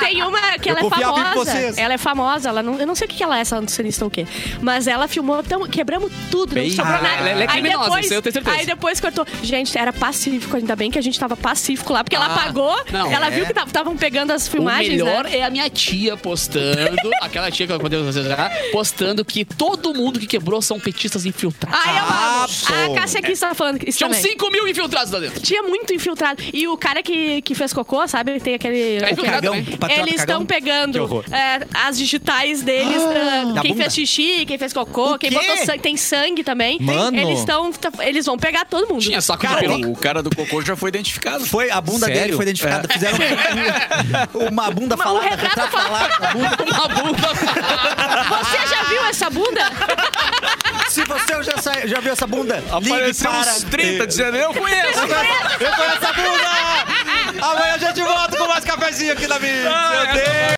[SPEAKER 2] Tem uma que ela é
[SPEAKER 1] confiava em
[SPEAKER 2] famosa.
[SPEAKER 1] vocês.
[SPEAKER 2] Ela é famosa, ela não, eu não sei o que ela é, essa nutricionista ou o quê. Mas ela filmou, tamo- quebramos tudo, não
[SPEAKER 3] Bem-
[SPEAKER 2] sobrou
[SPEAKER 3] Ah,
[SPEAKER 2] nada.
[SPEAKER 3] ela é
[SPEAKER 2] aí
[SPEAKER 3] criminosa,
[SPEAKER 2] depois,
[SPEAKER 3] isso eu tenho certeza.
[SPEAKER 2] Aí depois cortou. Gente, era pacífico, ainda bem que a gente tava pacífico lá, porque ela
[SPEAKER 3] Ah,
[SPEAKER 2] apagou,
[SPEAKER 3] não,
[SPEAKER 2] ela
[SPEAKER 3] é.
[SPEAKER 2] viu que estavam pegando as
[SPEAKER 3] O
[SPEAKER 2] filmagens,
[SPEAKER 3] melhor
[SPEAKER 2] né?
[SPEAKER 3] é a minha
[SPEAKER 2] <laughs>
[SPEAKER 3] tia postando, aquela tia que eu contei pra vocês já, postando que todo mundo que quebrou são petistas infiltrados.
[SPEAKER 2] Aí
[SPEAKER 1] Ah,
[SPEAKER 2] eu amo.
[SPEAKER 1] Absol.
[SPEAKER 2] A Cássia aqui está falando isso
[SPEAKER 3] Tinham
[SPEAKER 2] Ah, também.
[SPEAKER 3] 5 mil infiltrados lá dentro.
[SPEAKER 2] Tinha muito infiltrado. E o cara que, que fez cocô, sabe? Tem aquele.
[SPEAKER 3] É
[SPEAKER 2] o
[SPEAKER 3] infiltrado
[SPEAKER 4] Cagão,
[SPEAKER 3] também.
[SPEAKER 4] patriota
[SPEAKER 2] Eles
[SPEAKER 4] cagão.
[SPEAKER 2] estão pegando é, as digitais deles. ah,
[SPEAKER 4] Da
[SPEAKER 2] quem
[SPEAKER 4] bunda.
[SPEAKER 2] fez xixi, quem fez cocô,
[SPEAKER 4] O
[SPEAKER 2] quem
[SPEAKER 4] quê?
[SPEAKER 2] botou sangue. Tem sangue também.
[SPEAKER 1] Mano.
[SPEAKER 2] Eles estão. tá- Eles vão pegar todo mundo.
[SPEAKER 3] Tinha saco
[SPEAKER 4] Cara,
[SPEAKER 3] de peruca.
[SPEAKER 4] tem-
[SPEAKER 5] O cara do cocô já foi identificado.
[SPEAKER 4] Foi, a bunda
[SPEAKER 1] Sério? É.
[SPEAKER 4] dele foi identificada. Fizeram uma bunda
[SPEAKER 2] Uma- um
[SPEAKER 4] falada,
[SPEAKER 2] retrato
[SPEAKER 4] retrato falado. uma bunda.
[SPEAKER 3] Uma bunda.
[SPEAKER 2] Você já viu essa bunda?
[SPEAKER 4] Se você já, sa- já viu essa bunda, ligue
[SPEAKER 1] um
[SPEAKER 5] Apareceu
[SPEAKER 4] para...
[SPEAKER 5] uns 30 dizendo, eu conheço.
[SPEAKER 1] <laughs> Eu conheço essa bunda! Amanhã a gente volta com mais cafezinho aqui na minha. Meu Deus!